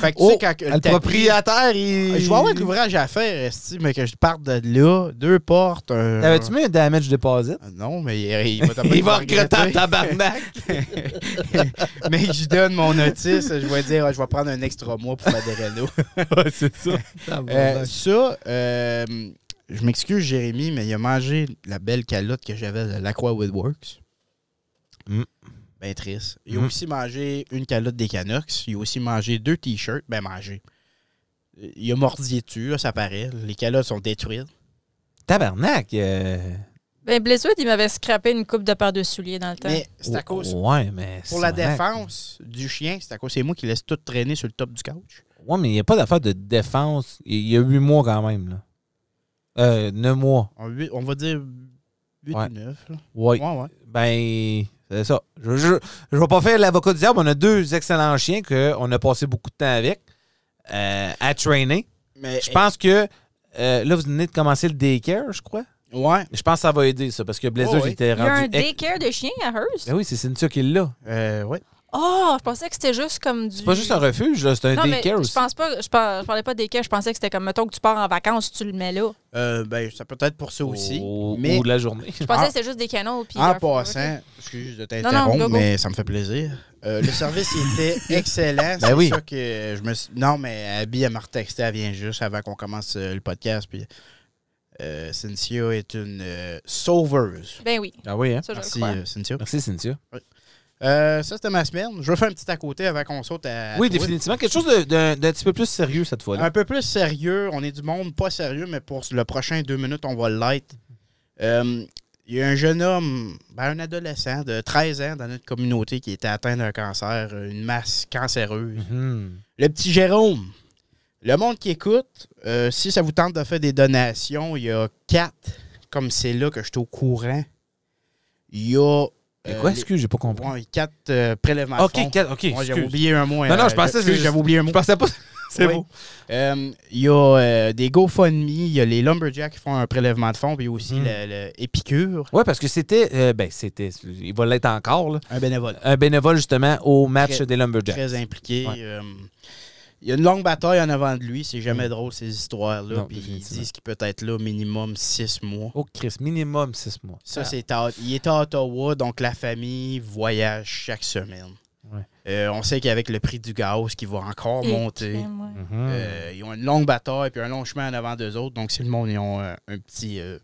[SPEAKER 2] fait que tu
[SPEAKER 1] Oh,
[SPEAKER 2] sais, quand
[SPEAKER 1] le,
[SPEAKER 2] le, tapis-
[SPEAKER 1] propriétaire,
[SPEAKER 2] Je
[SPEAKER 1] il.
[SPEAKER 2] vais avoir de l'ouvrage à faire, esti, mais que je parte de là, deux portes. un- Ah
[SPEAKER 1] T'avais-tu mis un damage deposit?
[SPEAKER 2] Non, mais il, il va
[SPEAKER 1] Il va regretter en tabarnak!
[SPEAKER 2] Mais je donne mon notice, je vais dire, ah, je vais prendre un extra mois pour faire des rénaux.
[SPEAKER 1] ouais, c'est ça.
[SPEAKER 2] Euh, ça, euh, je m'excuse, Jérémy, mais il a mangé la belle calotte que j'avais de l'Aqua Woodworks.
[SPEAKER 1] Mm.
[SPEAKER 2] Ben triste. Il a
[SPEAKER 1] Mm.
[SPEAKER 2] aussi mangé une calotte des Canucks. Il a aussi mangé deux T-shirts. Ben mangé. Il a mordi dessus, là, ça paraît. Les calottes sont détruites.
[SPEAKER 1] Tabarnak! euh,
[SPEAKER 3] Ben, Blizzard, il m'avait scrappé une coupe de paires de souliers dans le temps.
[SPEAKER 2] Mais c'est
[SPEAKER 1] Oh,
[SPEAKER 2] à cause.
[SPEAKER 1] Ouais, mais.
[SPEAKER 2] Pour la
[SPEAKER 1] sac.
[SPEAKER 2] défense du chien, c'est à cause. C'est moi qui laisse tout traîner sur le top du couch.
[SPEAKER 1] Ouais, mais il n'y a pas d'affaire de défense. Il y a huit mois quand même, là. Euh, neuf mois.
[SPEAKER 2] En huit- on va dire 8
[SPEAKER 1] Ouais.
[SPEAKER 2] ou 9.
[SPEAKER 1] Ouais.
[SPEAKER 2] Ouais, ouais.
[SPEAKER 1] Ben, c'est ça. Je je, je vais pas faire l'avocat du diable. On a deux excellents chiens qu'on a passé beaucoup de temps avec euh, à traîner.
[SPEAKER 2] Mais
[SPEAKER 1] Je pense que euh, là, vous venez de commencer le daycare, je crois.
[SPEAKER 2] eh, Ouais.
[SPEAKER 1] Je pense que ça va aider, ça, parce que Blazer,
[SPEAKER 2] Ouais, ouais.
[SPEAKER 1] j'étais
[SPEAKER 3] Il y a un
[SPEAKER 1] rendu. ex-
[SPEAKER 3] daycare de chiens à Hearst?
[SPEAKER 1] Ben oui, c'est Cynthia qui l'a.
[SPEAKER 2] Euh, ouais.
[SPEAKER 3] Oh, je pensais que c'était juste comme du.
[SPEAKER 2] Mm.
[SPEAKER 1] C'est pas juste un refuge, là, c'est un
[SPEAKER 3] non, mais
[SPEAKER 1] daycare
[SPEAKER 3] je
[SPEAKER 1] aussi.
[SPEAKER 3] pense pas. Je, par- je parlais pas de daycare, je pensais que c'était comme mettons que tu pars en vacances, tu le mets là.
[SPEAKER 2] Euh, ben, ça peut être pour ça aussi.
[SPEAKER 1] Ou,
[SPEAKER 2] mais
[SPEAKER 1] ou de la journée.
[SPEAKER 3] Je pensais
[SPEAKER 2] Ah.
[SPEAKER 3] que c'était juste des canaux. Puis
[SPEAKER 2] en
[SPEAKER 3] leur-
[SPEAKER 2] passant, excuse de
[SPEAKER 3] Non, non,
[SPEAKER 2] t'interrompre,
[SPEAKER 3] go, go.
[SPEAKER 2] mais ça me fait plaisir. Euh, le service était excellent. C'est
[SPEAKER 1] Ben oui.
[SPEAKER 2] ça que je me suis- Non, mais Abby, elle m'a retexté, elle vient juste avant qu'on commence euh, le podcast. Puis, euh, Cynthia est une euh, sauveuse.
[SPEAKER 3] Ben oui,
[SPEAKER 1] Ah oui, hein?
[SPEAKER 3] ça je le
[SPEAKER 2] Merci,
[SPEAKER 3] crois.
[SPEAKER 2] euh, Cynthia.
[SPEAKER 1] Merci, Cynthia.
[SPEAKER 2] Euh, ça, c'était ma semaine. Je vais faire un petit à côté avant qu'on saute à. à
[SPEAKER 1] oui,
[SPEAKER 2] toi.
[SPEAKER 1] définitivement. Quelque chose de- de- d'un petit peu plus sérieux cette fois-là.
[SPEAKER 2] Un peu plus sérieux. On est du monde pas sérieux, mais pour le prochain deux minutes, on va l'être. Euh, Il y a un jeune homme, ben, un adolescent de 13 ans dans notre communauté qui était atteint d'un cancer, euh, une masse cancéreuse.
[SPEAKER 1] Mhm.
[SPEAKER 2] Le petit Jérôme. Le monde qui écoute, euh, si ça vous tente de faire des donations, il y a quatre, comme c'est là que je suis au courant. Il y a.
[SPEAKER 1] Et
[SPEAKER 2] euh,
[SPEAKER 1] quoi?
[SPEAKER 2] les-
[SPEAKER 1] Excuse, j'ai pas compris.
[SPEAKER 2] ouais, quatre euh, prélèvements à
[SPEAKER 1] ok,
[SPEAKER 2] fonds.
[SPEAKER 1] quatre- ok.
[SPEAKER 2] Moi, j'avais
[SPEAKER 1] excuse.
[SPEAKER 2] oublié un mot.
[SPEAKER 1] Non, non,
[SPEAKER 2] euh,
[SPEAKER 1] je pensais que-
[SPEAKER 2] j'avais oublié un
[SPEAKER 1] Je
[SPEAKER 2] mot.
[SPEAKER 1] pensais pas. C'est
[SPEAKER 2] Oui.
[SPEAKER 1] beau.
[SPEAKER 2] Euh, Il y a euh, des GoFundMe, il y a les Lumberjacks qui font un prélèvement de fonds, puis il y a aussi
[SPEAKER 1] Mhm.
[SPEAKER 2] le, le Épicure,
[SPEAKER 1] Oui, parce que c'était. euh, ben, c'était. Il va l'être encore, là.
[SPEAKER 2] un bénévole
[SPEAKER 1] Un bénévole, justement, au match
[SPEAKER 2] Très-
[SPEAKER 1] des Lumberjacks.
[SPEAKER 2] très impliqué.
[SPEAKER 1] Ouais.
[SPEAKER 2] euh, il y a une longue bataille en avant de lui, c'est jamais drôle ces histoires-là,
[SPEAKER 1] Hmm. Non,
[SPEAKER 2] puis ils
[SPEAKER 1] définitivement.
[SPEAKER 2] disent qu'il peut être là minimum six mois.
[SPEAKER 1] Oh, Chris, minimum six mois.
[SPEAKER 2] Ça, c'est à- il est à Ottawa, donc la famille voyage chaque semaine.
[SPEAKER 1] Ouais.
[SPEAKER 2] Euh, on sait qu'avec le prix du gaz qui va encore
[SPEAKER 3] Et
[SPEAKER 2] monter,
[SPEAKER 3] crème, ouais.
[SPEAKER 1] Mhm.
[SPEAKER 2] Euh, ils ont une longue bataille puis un long chemin en avant d'eux autres. Donc, si le monde, ils ont euh, un petit euh,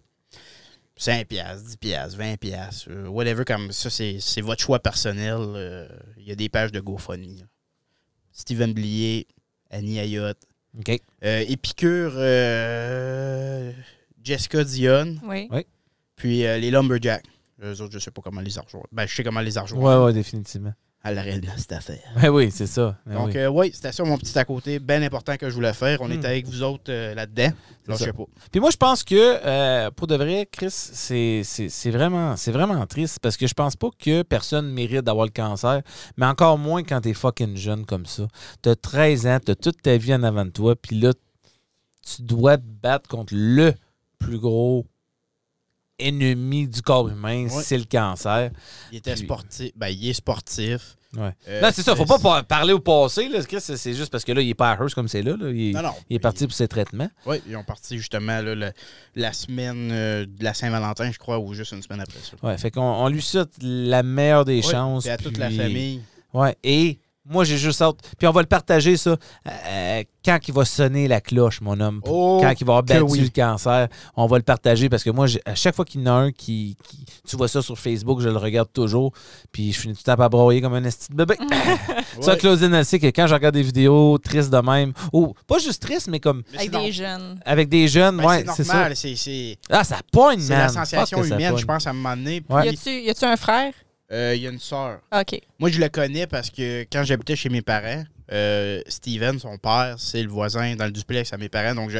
[SPEAKER 2] 5 piastres, 10 piastres, 20 piastres, euh, whatever, comme ça, c'est c'est votre choix personnel. euh, Il y a des pages de GoFundMe. là. Steven Blier, Annie Ayotte,
[SPEAKER 1] Ah, OK.
[SPEAKER 2] euh, Épicure, euh, Jessica Dion,
[SPEAKER 3] Oui.
[SPEAKER 2] puis euh, les Lumberjacks. Eux autres, je sais pas comment les argent. Ben, je sais comment les argent.
[SPEAKER 1] Ouais, ouais, définitivement.
[SPEAKER 2] À la réelle, cette affaire.
[SPEAKER 1] Ben oui, c'est ça. Ben
[SPEAKER 2] Donc,
[SPEAKER 1] oui.
[SPEAKER 2] euh, oui, c'était ça mon petit à côté, bien important que je voulais faire. On
[SPEAKER 1] Hmm.
[SPEAKER 2] était avec vous autres euh, là-dedans. Là, je
[SPEAKER 1] ça.
[SPEAKER 2] sais pas.
[SPEAKER 1] Puis moi, je pense que, euh, pour de vrai, Chris, c'est c'est- c'est vraiment, c'est vraiment triste parce que je pense pas que personne mérite d'avoir le cancer, mais encore moins quand t'es fucking jeune comme ça. T'as 13 ans, t'as toute ta vie en avant de toi, puis là, tu dois te battre contre le plus gros ennemi du corps humain,
[SPEAKER 2] Ouais.
[SPEAKER 1] c'est le cancer.
[SPEAKER 2] Il était
[SPEAKER 1] Puis-
[SPEAKER 2] sportif. Ben, il est sportif.
[SPEAKER 1] Ouais.
[SPEAKER 2] Euh,
[SPEAKER 1] non, c'est ça, faut pas par- parler au passé, là, Chris, c'est c'est juste parce que là, il est pas à Hearst comme c'est là, là, Il,
[SPEAKER 2] Non, non.
[SPEAKER 1] il est parti pour ses traitements.
[SPEAKER 2] Oui, ils ont parti justement là, le- la semaine euh, de la Saint-Valentin, je crois, ou juste une semaine après ça.
[SPEAKER 1] Ouais, fait qu'on on lui souhaite la meilleure des
[SPEAKER 2] Ouais,
[SPEAKER 1] chances.
[SPEAKER 2] puis à toute la
[SPEAKER 1] puis-
[SPEAKER 2] famille.
[SPEAKER 1] Ouais, et moi, j'ai juste hâte. Puis on va le partager, ça, euh, quand il va sonner la cloche, mon homme. pour-
[SPEAKER 2] Oh,
[SPEAKER 1] quand il va avoir
[SPEAKER 2] que
[SPEAKER 1] battu
[SPEAKER 2] oui.
[SPEAKER 1] le cancer, on va le partager parce que moi, j'ai- à chaque fois qu'il y en a un qui, qui- Tu vois ça sur Facebook, je le regarde toujours. Puis je finis tout le temps à broyer comme un esti de bébé. Ça,
[SPEAKER 2] Ouais.
[SPEAKER 1] Claudine, elle sait que quand je regarde des vidéos tristes de même, ou pas juste tristes, mais comme
[SPEAKER 2] Mais
[SPEAKER 3] Avec
[SPEAKER 2] sinon,
[SPEAKER 3] des jeunes.
[SPEAKER 1] avec des jeunes,
[SPEAKER 2] ben,
[SPEAKER 1] ouais, c'est
[SPEAKER 2] c'est
[SPEAKER 1] ça.
[SPEAKER 2] normal. C'est, c'est,
[SPEAKER 1] Ah, ça poigne,
[SPEAKER 2] c'est
[SPEAKER 1] man.
[SPEAKER 2] la
[SPEAKER 1] Fuck
[SPEAKER 2] sensation
[SPEAKER 1] que ça
[SPEAKER 2] humaine,
[SPEAKER 1] poigne.
[SPEAKER 2] je pense, à un moment donné. Puis,
[SPEAKER 1] Ouais.
[SPEAKER 3] Y a-tu y a-tu un frère?
[SPEAKER 2] euh, il y a une sœur.
[SPEAKER 3] OK.
[SPEAKER 2] Moi, je le connais parce que quand j'habitais chez mes parents, euh, Steven, son père, c'est le voisin dans le duplex à mes parents. Donc, je,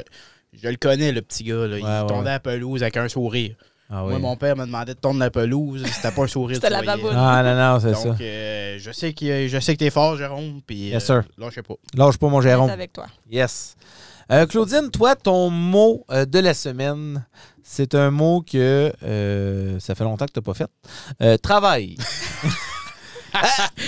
[SPEAKER 2] je le connais, le petit gars. là. il
[SPEAKER 1] Ouais, ouais,
[SPEAKER 2] tombait à pelouse avec un sourire.
[SPEAKER 1] Ah,
[SPEAKER 2] Moi,
[SPEAKER 1] oui.
[SPEAKER 2] mon père me demandait de tomber la pelouse. C'était pas un sourire.
[SPEAKER 3] C'était
[SPEAKER 2] tu
[SPEAKER 3] la
[SPEAKER 2] voyais.
[SPEAKER 3] baboune.
[SPEAKER 1] Ah, non, non, c'est ça.
[SPEAKER 2] Donc, euh, je sais que je sais que t'es fort, Jérôme. Puis,
[SPEAKER 1] Yes,
[SPEAKER 2] euh,
[SPEAKER 1] sir.
[SPEAKER 2] lâchez pas.
[SPEAKER 1] Lâche pas mon Jérôme.
[SPEAKER 3] C'est avec toi.
[SPEAKER 1] Yes. Euh, Claudine, toi, ton mot euh, de la semaine, c'est un mot que euh, ça fait longtemps que tu n'as pas fait. Euh, travail.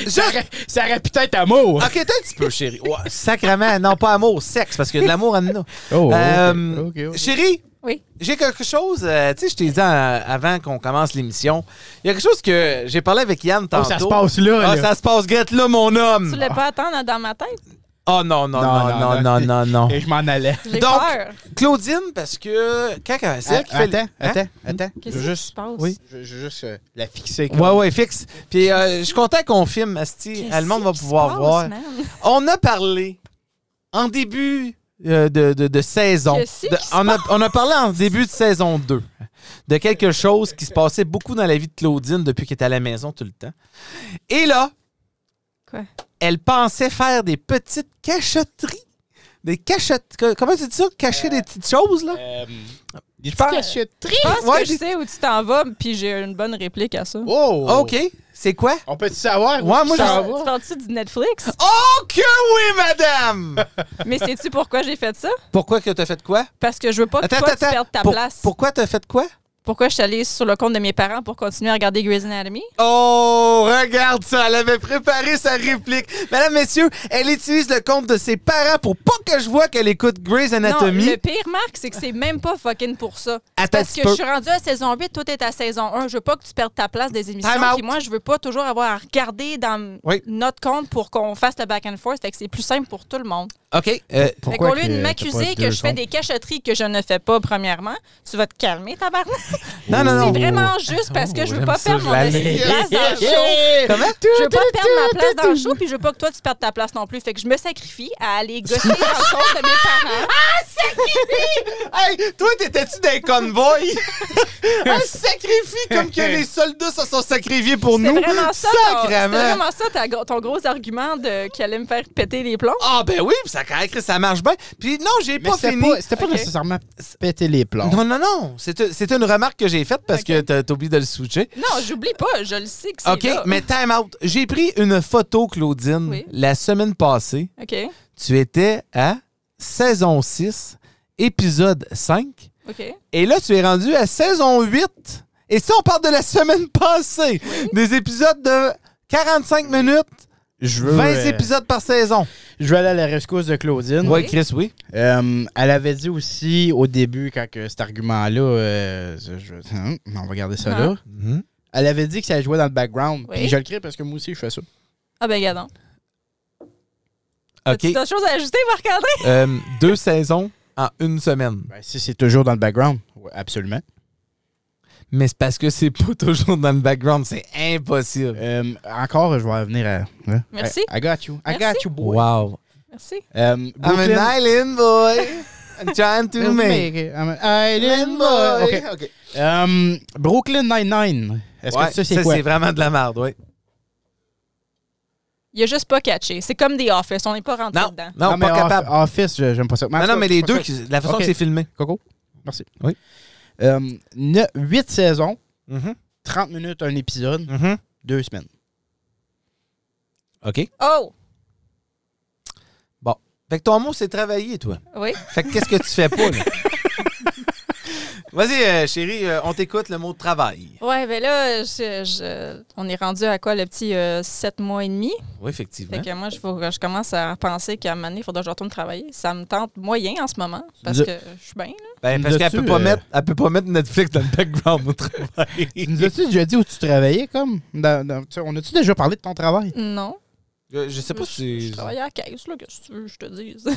[SPEAKER 2] Ça aurait, pu être amour.
[SPEAKER 1] ok, t'es un petit peu, chérie. Ouais, sacrement, non, pas amour, sexe, parce que de l'amour, elle en a.
[SPEAKER 2] Oh,
[SPEAKER 1] Euh,
[SPEAKER 2] ok, ok, ok.
[SPEAKER 1] Chérie,
[SPEAKER 3] Oui.
[SPEAKER 1] j'ai quelque chose, euh, tu sais, je t'ai dit euh, avant qu'on commence l'émission, il y a quelque chose que j'ai parlé avec Yann
[SPEAKER 2] Oh,
[SPEAKER 1] tantôt.
[SPEAKER 2] ça se passe là.
[SPEAKER 1] Ah,
[SPEAKER 2] là.
[SPEAKER 1] ça se passe, Grette, là, mon
[SPEAKER 3] Tu
[SPEAKER 1] homme.
[SPEAKER 3] l'as pas attendre dans ma tête?
[SPEAKER 1] Oh non, non,
[SPEAKER 2] Non,
[SPEAKER 1] non, non,
[SPEAKER 2] non,
[SPEAKER 1] non,
[SPEAKER 2] non.
[SPEAKER 1] non, non.
[SPEAKER 2] Et je m'en allais.
[SPEAKER 3] J'ai
[SPEAKER 1] Donc,
[SPEAKER 3] peur.
[SPEAKER 1] Claudine, parce que quand elle- c'est elle qui
[SPEAKER 2] Ah,
[SPEAKER 1] fait le-
[SPEAKER 2] attends,
[SPEAKER 1] Hein?
[SPEAKER 2] attends, attends. Je
[SPEAKER 3] Qu'est-ce
[SPEAKER 2] veux
[SPEAKER 3] qui se
[SPEAKER 2] juste,
[SPEAKER 3] passe?
[SPEAKER 1] Oui.
[SPEAKER 2] je veux juste euh, la fixer. comme-
[SPEAKER 1] Ouais, ouais, fixe. Puis euh, je suis content qu'on filme, Asti. Ah,
[SPEAKER 3] Qu'est-ce
[SPEAKER 1] Le monde va
[SPEAKER 3] qui se
[SPEAKER 1] pouvoir
[SPEAKER 3] passe,
[SPEAKER 1] voir.
[SPEAKER 3] man?
[SPEAKER 1] On a parlé en début euh, de, de- de saison.
[SPEAKER 3] Qu'est-ce
[SPEAKER 1] De-
[SPEAKER 3] qui se
[SPEAKER 1] on, a, on a parlé en début de saison 2. de quelque chose qui se passait beaucoup dans la vie de Claudine depuis qu'elle était à la maison tout le temps. Et là,
[SPEAKER 3] Quoi?
[SPEAKER 1] elle pensait faire des petites cachotteries. Des cachettes. Comment tu dis ça? Cacher des petites choses, là?
[SPEAKER 2] Euh, Des
[SPEAKER 1] pense-
[SPEAKER 2] cachotteries.
[SPEAKER 3] Je pense
[SPEAKER 1] Ouais,
[SPEAKER 3] que je
[SPEAKER 1] j'ai-
[SPEAKER 3] sais où tu t'en vas, puis j'ai une bonne réplique à ça.
[SPEAKER 2] Oh!
[SPEAKER 1] OK. C'est quoi?
[SPEAKER 2] On peut-tu savoir? où
[SPEAKER 1] Ouais,
[SPEAKER 2] tu
[SPEAKER 1] moi, je-
[SPEAKER 2] t'en
[SPEAKER 3] Tu
[SPEAKER 2] vas?
[SPEAKER 3] parles-tu du Netflix?
[SPEAKER 1] Oh que oui, madame!
[SPEAKER 3] Mais sais-tu pourquoi j'ai fait ça?
[SPEAKER 1] Pourquoi que t'as fait quoi?
[SPEAKER 3] Parce que je veux pas que toi, tu perdes ta
[SPEAKER 1] Pour-
[SPEAKER 3] place.
[SPEAKER 1] Pourquoi t'as fait quoi?
[SPEAKER 3] Pourquoi je suis allée sur le compte de mes parents pour continuer à regarder Grey's Anatomy?
[SPEAKER 1] Oh, regarde ça, elle avait préparé sa réplique. Madame, messieurs, elle utilise le compte de ses parents pour pas que je vois qu'elle écoute Grey's Anatomy.
[SPEAKER 3] Non, le pire, Marc, c'est que c'est même pas fucking pour ça. C'est
[SPEAKER 1] Attends un
[SPEAKER 3] parce
[SPEAKER 1] petit
[SPEAKER 3] que je
[SPEAKER 1] peu.
[SPEAKER 3] suis rendue à saison 8, toi, t'es à saison 1. Je veux pas que tu perdes ta place des émissions.
[SPEAKER 1] Time out.
[SPEAKER 3] Puis moi, je veux pas toujours avoir à regarder dans
[SPEAKER 1] Oui.
[SPEAKER 3] notre compte pour qu'on fasse le back and forth. Fait que c'est plus simple pour tout le monde.
[SPEAKER 1] OK. euh,
[SPEAKER 3] Fait
[SPEAKER 2] Pourquoi
[SPEAKER 3] qu'au lieu
[SPEAKER 2] que
[SPEAKER 3] de
[SPEAKER 2] t'as
[SPEAKER 3] m'accuser
[SPEAKER 2] pas
[SPEAKER 3] que
[SPEAKER 2] deux
[SPEAKER 3] je fais
[SPEAKER 2] comptes?
[SPEAKER 3] des cacheteries que je ne fais pas, premièrement, tu vas te calmer, tabarnak.
[SPEAKER 1] non, non, non.
[SPEAKER 3] C'est vraiment juste parce
[SPEAKER 1] Oh,
[SPEAKER 3] que je veux
[SPEAKER 1] j'aime
[SPEAKER 3] pas
[SPEAKER 1] ça,
[SPEAKER 3] perdre
[SPEAKER 1] je
[SPEAKER 3] mon
[SPEAKER 1] la
[SPEAKER 3] esti de place dans le show.
[SPEAKER 1] Comment?
[SPEAKER 3] Je veux pas perdre ma place dans le show, puis je veux pas que toi, tu perdes ta place non plus. Fait que je me sacrifie à aller gosser dans le compte de mes parents.
[SPEAKER 1] Hey, toi, t'étais-tu d'un convoi? Elle se sacrifie comme que les soldats se sont sacrifiés pour
[SPEAKER 3] C'était
[SPEAKER 1] nous.
[SPEAKER 3] vraiment ça, ton, c'était
[SPEAKER 1] Sacrément.
[SPEAKER 3] vraiment ça ta gro- ton gros argument de qu'il allait me faire péter les plombs.
[SPEAKER 1] Ah, ben oui, pis ça, craque, ça marche bien. Puis non, j'ai
[SPEAKER 2] Mais
[SPEAKER 1] pas
[SPEAKER 2] c'était
[SPEAKER 1] fini.
[SPEAKER 2] pas, c'était pas
[SPEAKER 3] Ok.
[SPEAKER 2] nécessairement péter les plombs.
[SPEAKER 1] Non, non, non. C'est c'est une remarque que j'ai faite parce
[SPEAKER 3] Ah.
[SPEAKER 1] que
[SPEAKER 3] Ok.
[SPEAKER 1] t'as- t'as oublié de le switcher.
[SPEAKER 3] Non, j'oublie pas, je le sais que c'est
[SPEAKER 1] OK,
[SPEAKER 3] là.
[SPEAKER 1] mais time out. J'ai pris une photo, Claudine,
[SPEAKER 3] Oui.
[SPEAKER 1] la semaine passée.
[SPEAKER 3] OK,
[SPEAKER 1] Tu étais à saison 6, épisode 5.
[SPEAKER 3] OK.
[SPEAKER 1] Et là, tu es rendu à saison 8. Et ça, on parle de la semaine passée. Des épisodes de 45 minutes,
[SPEAKER 2] Je veux,
[SPEAKER 1] 20
[SPEAKER 2] euh,
[SPEAKER 1] épisodes par saison.
[SPEAKER 2] Je veux aller à la rescousse de Claudine.
[SPEAKER 1] Oui, Chris, oui.
[SPEAKER 2] Euh, elle avait dit aussi au début, quand que cet argument-là, euh, je- hein, on va garder ça là.
[SPEAKER 1] Mhm.
[SPEAKER 2] Elle avait dit que ça jouait dans le background.
[SPEAKER 3] Oui.
[SPEAKER 2] Puis je le crée parce que moi aussi, je fais ça.
[SPEAKER 3] Ah ben, gadon.
[SPEAKER 1] OK.
[SPEAKER 3] As-tu d'autres choses à ajouter, Marc-André?
[SPEAKER 1] Euh, deux saisons en une semaine.
[SPEAKER 2] Ben, si c'est toujours dans le background, ouais, absolument.
[SPEAKER 1] Mais c'est parce que c'est pas toujours dans le background. C'est impossible.
[SPEAKER 2] Euh, encore, je vais revenir à. hein?
[SPEAKER 3] Merci.
[SPEAKER 2] I, I got you. I
[SPEAKER 3] Merci.
[SPEAKER 2] got you, boy.
[SPEAKER 1] Wow.
[SPEAKER 3] Merci.
[SPEAKER 2] Euh,
[SPEAKER 1] I'm an
[SPEAKER 2] Brooklyn-
[SPEAKER 1] island boy. I'm trying to make
[SPEAKER 2] I'm an island
[SPEAKER 1] island
[SPEAKER 2] boy.
[SPEAKER 1] boy.
[SPEAKER 2] Ok. Euh, Brooklyn Nine-Nine. Est-ce
[SPEAKER 1] Ouais,
[SPEAKER 2] que ça, c'est quoi?
[SPEAKER 1] c'est vraiment de la merde, oui.
[SPEAKER 3] Il a juste pas catché. C'est comme des Office, on n'est pas rentré
[SPEAKER 1] Non,
[SPEAKER 3] dedans.
[SPEAKER 1] non,
[SPEAKER 2] mais
[SPEAKER 1] pas
[SPEAKER 2] Off-
[SPEAKER 1] capable.
[SPEAKER 2] Office, je- j'aime pas ça. en
[SPEAKER 1] Non,
[SPEAKER 2] tout
[SPEAKER 1] non,
[SPEAKER 2] cas,
[SPEAKER 1] mais
[SPEAKER 2] c'est
[SPEAKER 1] les
[SPEAKER 2] pas
[SPEAKER 1] deux,
[SPEAKER 2] ça.
[SPEAKER 1] qui- la façon
[SPEAKER 2] Ok.
[SPEAKER 1] que c'est filmé.
[SPEAKER 2] Coco, merci.
[SPEAKER 1] Oui.
[SPEAKER 2] 8 saisons,
[SPEAKER 1] Mhm,
[SPEAKER 2] 30 minutes un épisode,
[SPEAKER 1] mhm.
[SPEAKER 2] deux semaines.
[SPEAKER 1] OK.
[SPEAKER 3] Oh!
[SPEAKER 1] Fait que ton mot, c'est travailler, toi.
[SPEAKER 3] Oui.
[SPEAKER 1] Fait que qu'est-ce que tu fais pas, là? Vas-y, euh, chérie, euh, on t'écoute le mot de travail.
[SPEAKER 3] Ouais, ben là, je- je- on est rendu à quoi, le petit 7 mois et demi?
[SPEAKER 1] Oui,
[SPEAKER 3] Fait
[SPEAKER 1] effectivement.
[SPEAKER 3] que moi, je, faut que je commence à penser qu'à un moment donné, il faudra que je retourne travailler. Ça me tente moyen en ce moment, parce
[SPEAKER 2] De-
[SPEAKER 3] que je suis bien. là.
[SPEAKER 1] Ben, parce
[SPEAKER 2] Nous
[SPEAKER 1] qu'elle
[SPEAKER 2] as-tu,
[SPEAKER 1] peut, pas
[SPEAKER 2] euh,
[SPEAKER 1] mettre, elle peut pas mettre Netflix dans le background au travail.
[SPEAKER 2] Tu nous as-tu déjà dit où tu travaillais, comme? Dans- dans- tu sais, on a-tu déjà parlé de ton travail?
[SPEAKER 3] Non.
[SPEAKER 1] Euh, Je sais pas
[SPEAKER 3] Je
[SPEAKER 1] si...
[SPEAKER 3] travaille à la caisse, là, qu'est-ce que tu veux que je te dise?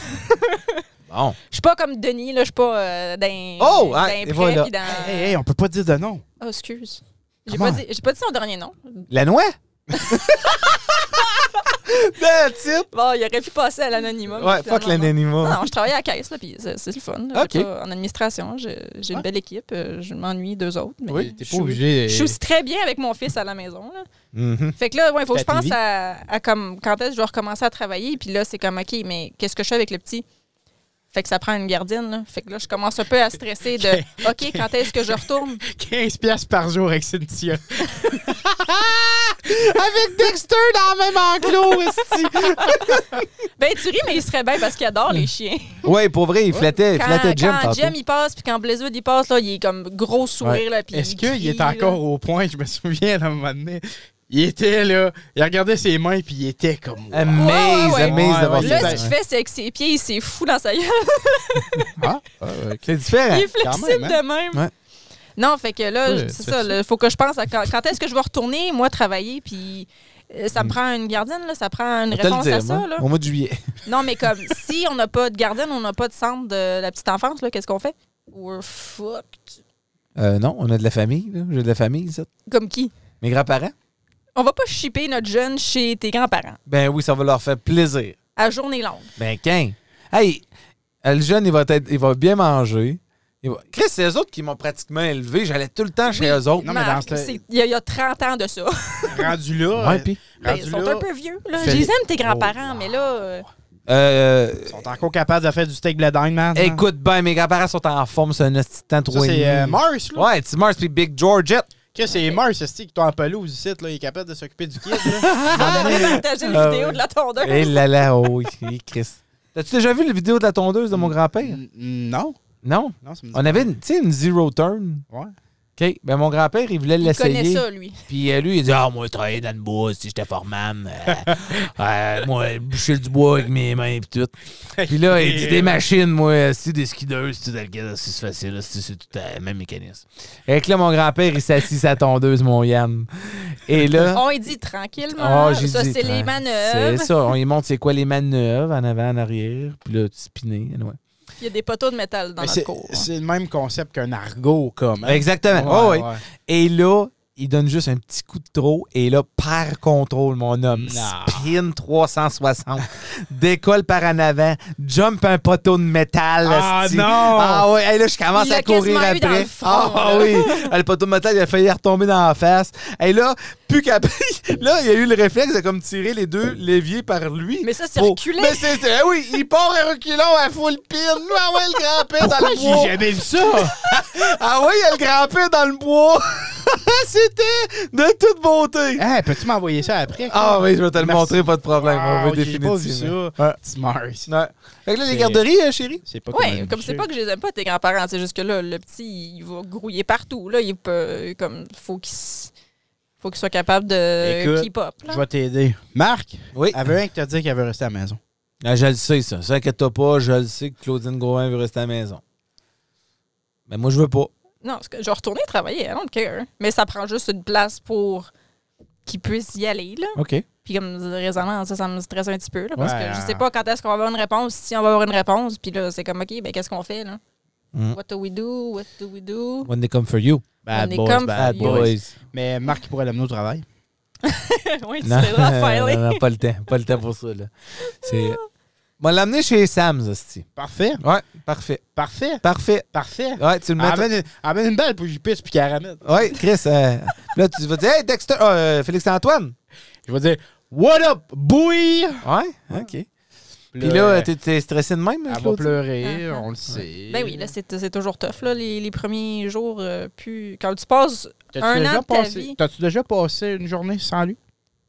[SPEAKER 1] Bon.
[SPEAKER 3] Je suis pas comme Denis, là, je suis pas euh, d'un.
[SPEAKER 1] Oh,
[SPEAKER 3] d'un
[SPEAKER 1] ah,
[SPEAKER 3] prêt,
[SPEAKER 1] et voilà.
[SPEAKER 3] puis dans-
[SPEAKER 2] Hey, hey, on peut pas dire de nom.
[SPEAKER 3] Oh, excuse. J'ai
[SPEAKER 2] Comment?
[SPEAKER 3] pas, dit, j'ai pas dit son dernier nom.
[SPEAKER 1] La noix? That's it!
[SPEAKER 3] Bon, Oh, il aurait pu passer à l'anonymat. mais
[SPEAKER 1] Ouais, fuck
[SPEAKER 3] finalement, non. Non,
[SPEAKER 1] l'anonymat.
[SPEAKER 3] non, je travaille à la caisse, là, puis c'est, c'est le fun. là. J'ai
[SPEAKER 1] Ok.
[SPEAKER 3] pas- en administration, j'ai, j'ai une belle équipe. euh, Je m'ennuie d'eux autres. Mais
[SPEAKER 1] Oui,
[SPEAKER 2] T'es
[SPEAKER 3] je
[SPEAKER 2] pas
[SPEAKER 3] suis-
[SPEAKER 2] obligé.
[SPEAKER 3] Je suis aussi très bien avec mon fils à la maison. là.
[SPEAKER 1] Mhm.
[SPEAKER 3] Fait que là, il faut que je
[SPEAKER 2] Ta
[SPEAKER 3] pense
[SPEAKER 2] TV.
[SPEAKER 3] à, à comme quand est-ce que je vais recommencer à travailler. Puis là, c'est comme, OK, mais qu'est-ce que je fais avec le petit? Fait que ça prend une gardienne. là. Fait que là, je commence un peu à stresser de OK, quand est-ce que je retourne?
[SPEAKER 2] 15 piastres par jour avec Cynthia.
[SPEAKER 1] Avec Dexter dans le même enclos, esti.
[SPEAKER 3] Ben, tu ris, mais il serait bien parce qu'il adore les chiens.
[SPEAKER 1] Ouais, pour vrai, il flattait, il
[SPEAKER 3] Quand,
[SPEAKER 1] flattait Jim
[SPEAKER 3] quand
[SPEAKER 1] tantôt.
[SPEAKER 3] Jim, il passe, puis quand Blizzard, il passe, là, il est comme gros sourire. là, puis
[SPEAKER 2] Est-ce
[SPEAKER 3] crie,
[SPEAKER 2] qu'il est
[SPEAKER 3] là.
[SPEAKER 2] encore au point? Je me souviens, à un moment donné, il était là, il regardait ses mains, puis il était comme...
[SPEAKER 1] Euh,
[SPEAKER 2] wow.
[SPEAKER 1] Amaze,
[SPEAKER 3] Ouais, ouais,
[SPEAKER 1] amaze
[SPEAKER 2] ouais.
[SPEAKER 1] d'avoir
[SPEAKER 2] Ouais,
[SPEAKER 1] ça.
[SPEAKER 3] Là, ce qu'il fait, c'est avec ses pieds, il s'est fou dans sa gueule.
[SPEAKER 2] Ah, ah, ok.
[SPEAKER 1] C'est différent.
[SPEAKER 3] il est
[SPEAKER 2] quand
[SPEAKER 3] flexible
[SPEAKER 2] même, hein?
[SPEAKER 3] de même.
[SPEAKER 1] Ouais.
[SPEAKER 3] Non, fait que là,
[SPEAKER 2] Ouais,
[SPEAKER 3] je-
[SPEAKER 2] tu
[SPEAKER 3] c'est
[SPEAKER 2] fais
[SPEAKER 3] ça.
[SPEAKER 2] ça.
[SPEAKER 3] Il faut que je pense à quand, quand est-ce que je vais retourner, moi, travailler, puis euh, ça
[SPEAKER 2] Mm.
[SPEAKER 3] me prend une gardienne, là, ça prend une
[SPEAKER 1] On va te le
[SPEAKER 3] réponse à
[SPEAKER 1] dire,
[SPEAKER 3] ça.
[SPEAKER 2] hein.
[SPEAKER 1] moi,
[SPEAKER 3] Là.
[SPEAKER 1] Au mois de juillet.
[SPEAKER 3] Non, mais comme si on n'a pas de gardienne, on n'a pas de centre de la petite enfance, là, qu'est-ce qu'on fait? We're fucked.
[SPEAKER 1] Euh, non, on a de la famille, là. J'ai de la famille, ça.
[SPEAKER 3] Comme qui?
[SPEAKER 1] Mes grands-parents?
[SPEAKER 3] On va pas shipper notre jeune chez tes grands-parents
[SPEAKER 1] Ben oui, ça va leur faire plaisir.
[SPEAKER 3] à journée longue.
[SPEAKER 1] Ben, quand? Hey, euh, le jeune, il va, être, il va bien manger. Et voilà. Chris, c'est eux autres qui m'ont pratiquement élevé. J'allais tout le temps chez eux autres.
[SPEAKER 2] Non, mais
[SPEAKER 3] Marc,
[SPEAKER 2] dans ce-
[SPEAKER 3] c'est- Il y, a- il y a 30 ans de ça.
[SPEAKER 2] Rendu là,
[SPEAKER 1] Ouais,
[SPEAKER 2] euh,
[SPEAKER 1] puis,
[SPEAKER 3] Ben,
[SPEAKER 2] rendu
[SPEAKER 3] ils sont
[SPEAKER 2] là, Oh,
[SPEAKER 3] un peu vieux. Là. Je
[SPEAKER 2] Fais-
[SPEAKER 3] les aime, tes grands-parents, mais là, euh,
[SPEAKER 1] euh,
[SPEAKER 2] ils sont encore capables de faire du steak bledine, man. hein?
[SPEAKER 1] écoute ben, mes grands-parents sont en forme, c'est un petit temps
[SPEAKER 2] ça,
[SPEAKER 1] trop
[SPEAKER 2] c'est euh, Mars, là.
[SPEAKER 1] Ouais, Tim Mars puis Big Georgette.
[SPEAKER 2] Que c'est Mars, c'est qui est en pelouse ici, là. Il est capable de s'occuper du kid, là.
[SPEAKER 3] ah, j'ai partagé une
[SPEAKER 1] Ah,
[SPEAKER 3] vidéo
[SPEAKER 1] ouais.
[SPEAKER 3] de la tondeuse.
[SPEAKER 1] Et là là, oh, oui, Chris. T'as-tu déjà vu la vidéo de la tondeuse de mon grand-père?
[SPEAKER 2] N- Non.
[SPEAKER 1] Non.
[SPEAKER 2] Non, ça me dit
[SPEAKER 1] On avait, une- tu sais, une zero turn.
[SPEAKER 2] Ouais.
[SPEAKER 1] OK. Ben, mon grand-père, il voulait
[SPEAKER 3] Il connaît
[SPEAKER 1] l'essayer.
[SPEAKER 3] ça, lui.
[SPEAKER 1] Puis euh, lui, il dit Ah, moi, je travaillais dans le bois, si j'étais foreman. Euh, euh, moi, je bouchais du bois avec mes mains et tout. Puis là, il dit Des machines, moi, si des skideuses, tout dans le cas, c'est facile, là, c'est c'est tout euh, le même mécanisme. Et que là, mon grand-père, il s'assit sa tondeuse, mon Yann. Et là.
[SPEAKER 3] On y Oh, dit tranquillement.
[SPEAKER 1] Ah, j'ai
[SPEAKER 3] ça,
[SPEAKER 1] dit,
[SPEAKER 3] c'est les
[SPEAKER 1] hein,
[SPEAKER 3] manœuvres.
[SPEAKER 1] C'est ça. On lui montre c'est quoi les manœuvres en avant, en arrière, puis là, tu spinner. anyway.
[SPEAKER 3] Il y a des poteaux de métal dans
[SPEAKER 2] Mais
[SPEAKER 3] notre hein.
[SPEAKER 2] c'est
[SPEAKER 3] cour.
[SPEAKER 2] c'est le même concept qu'un argot, comme. hein.
[SPEAKER 1] Exactement. Oh,
[SPEAKER 2] Ouais,
[SPEAKER 1] oui.
[SPEAKER 2] ouais.
[SPEAKER 1] Et là, il donne juste un petit coup de trop. Et là, par contrôle, mon homme.
[SPEAKER 2] Non.
[SPEAKER 1] Spin 360. décolle par en avant. Jump un poteau de métal.
[SPEAKER 2] Ah,
[SPEAKER 1] esti.
[SPEAKER 2] non!
[SPEAKER 1] Ah oui, Hey, là, je commence
[SPEAKER 3] Il l'a
[SPEAKER 1] à courir
[SPEAKER 3] quasiment eu dans
[SPEAKER 1] après.
[SPEAKER 3] le front,
[SPEAKER 1] ah
[SPEAKER 3] là.
[SPEAKER 1] oui! Ah, Le poteau de métal, il a failli retomber dans la face. Et là, plus qu'à. là, il y a eu le réflexe de comme tirer les deux leviers par lui.
[SPEAKER 3] Mais ça, c'est
[SPEAKER 1] Pour-
[SPEAKER 3] reculé.
[SPEAKER 1] Mais c'est. eh oui, il part à reculons à full pin. Ah ouais, le grand-père dans le bois.
[SPEAKER 2] J'ai jamais vu ça.
[SPEAKER 1] Ah oui, elle grimpait dans le bois. C'était de toute beauté.
[SPEAKER 2] Hey, peux-tu m'envoyer ça après?
[SPEAKER 1] Ah oui, je vais te le
[SPEAKER 2] Merci.
[SPEAKER 1] montrer, pas de problème. on
[SPEAKER 2] Wow,
[SPEAKER 1] veut
[SPEAKER 2] j'ai pas vu
[SPEAKER 1] définitivement.
[SPEAKER 2] ça.
[SPEAKER 1] Ouais.
[SPEAKER 2] Petit Mars.
[SPEAKER 1] Ouais. Fait que là, les
[SPEAKER 2] C'est-
[SPEAKER 1] garderies, euh, chérie.
[SPEAKER 2] C'est pas
[SPEAKER 3] Oui,
[SPEAKER 2] un
[SPEAKER 3] comme c'est
[SPEAKER 2] monsieur.
[SPEAKER 3] pas que je les aime pas, tes grands-parents. C'est juste que là, le petit, il va grouiller partout. Là, il peut, comme, faut qu'il s- faut qu'il soit capable de
[SPEAKER 2] Écoute,
[SPEAKER 3] keep-up.
[SPEAKER 2] Je vais t'aider. Marc,
[SPEAKER 1] Oui. Ah,
[SPEAKER 2] elle veut rien que te dire qu'elle veut rester à la maison.
[SPEAKER 1] je le sais, ça. Ça inquiète pas, je le sais que Claudine Gauvin veut rester à la maison. Mais moi, je veux pas.
[SPEAKER 3] Non, parce que je vais retourner travailler, I don't care. Mais ça prend juste une place pour qu'il puisse y aller, là.
[SPEAKER 1] OK.
[SPEAKER 3] Puis comme récemment, ça, ça me stresse un petit peu, là, parce
[SPEAKER 2] Ouais,
[SPEAKER 3] que je
[SPEAKER 2] euh,
[SPEAKER 3] sais pas quand est-ce qu'on va avoir une réponse, si on va avoir une réponse. Puis là, c'est comme, OK, ben qu'est-ce qu'on fait, là?
[SPEAKER 1] Mm.
[SPEAKER 3] What do we do? What do we do?
[SPEAKER 1] When they come for you.
[SPEAKER 3] On est comme
[SPEAKER 1] Bad
[SPEAKER 3] Yo.
[SPEAKER 1] boys.
[SPEAKER 2] Ben, Mais Marc, il pourrait l'amener au travail.
[SPEAKER 3] oui, tu
[SPEAKER 1] Non.
[SPEAKER 3] fais la filer.
[SPEAKER 1] non, non, pas le temps. Pas le temps pour ça, là. C'est... Bon, l'amener chez Sam's, aussi.
[SPEAKER 2] Parfait.
[SPEAKER 1] Ouais, parfait.
[SPEAKER 2] Parfait.
[SPEAKER 1] Parfait. Ah,
[SPEAKER 2] Parfait.
[SPEAKER 1] Ouais, tu le mets...
[SPEAKER 2] Amène, amène une balle pour que j'y pisse puis qu'elle ramène.
[SPEAKER 1] Ouais, Chris, euh, là, tu vas dire, hey, Dexter, euh, Félix-Antoine.
[SPEAKER 2] Je vais dire What up, bouille Euh,
[SPEAKER 1] Ouais, OK. Puis là, euh, t'es- t'es stressé de même,
[SPEAKER 2] elle va
[SPEAKER 1] Claude?
[SPEAKER 2] pleurer,
[SPEAKER 3] Ah, ah.
[SPEAKER 2] on le sait.
[SPEAKER 3] Ben oui, là, c'est c'est toujours tough, là, les, les premiers jours. euh, plus... Quand tu passes,
[SPEAKER 2] T'as-tu
[SPEAKER 3] un
[SPEAKER 2] déjà
[SPEAKER 3] an de ta
[SPEAKER 2] passé-
[SPEAKER 3] vie.
[SPEAKER 2] T'as-tu déjà passé une journée sans lui?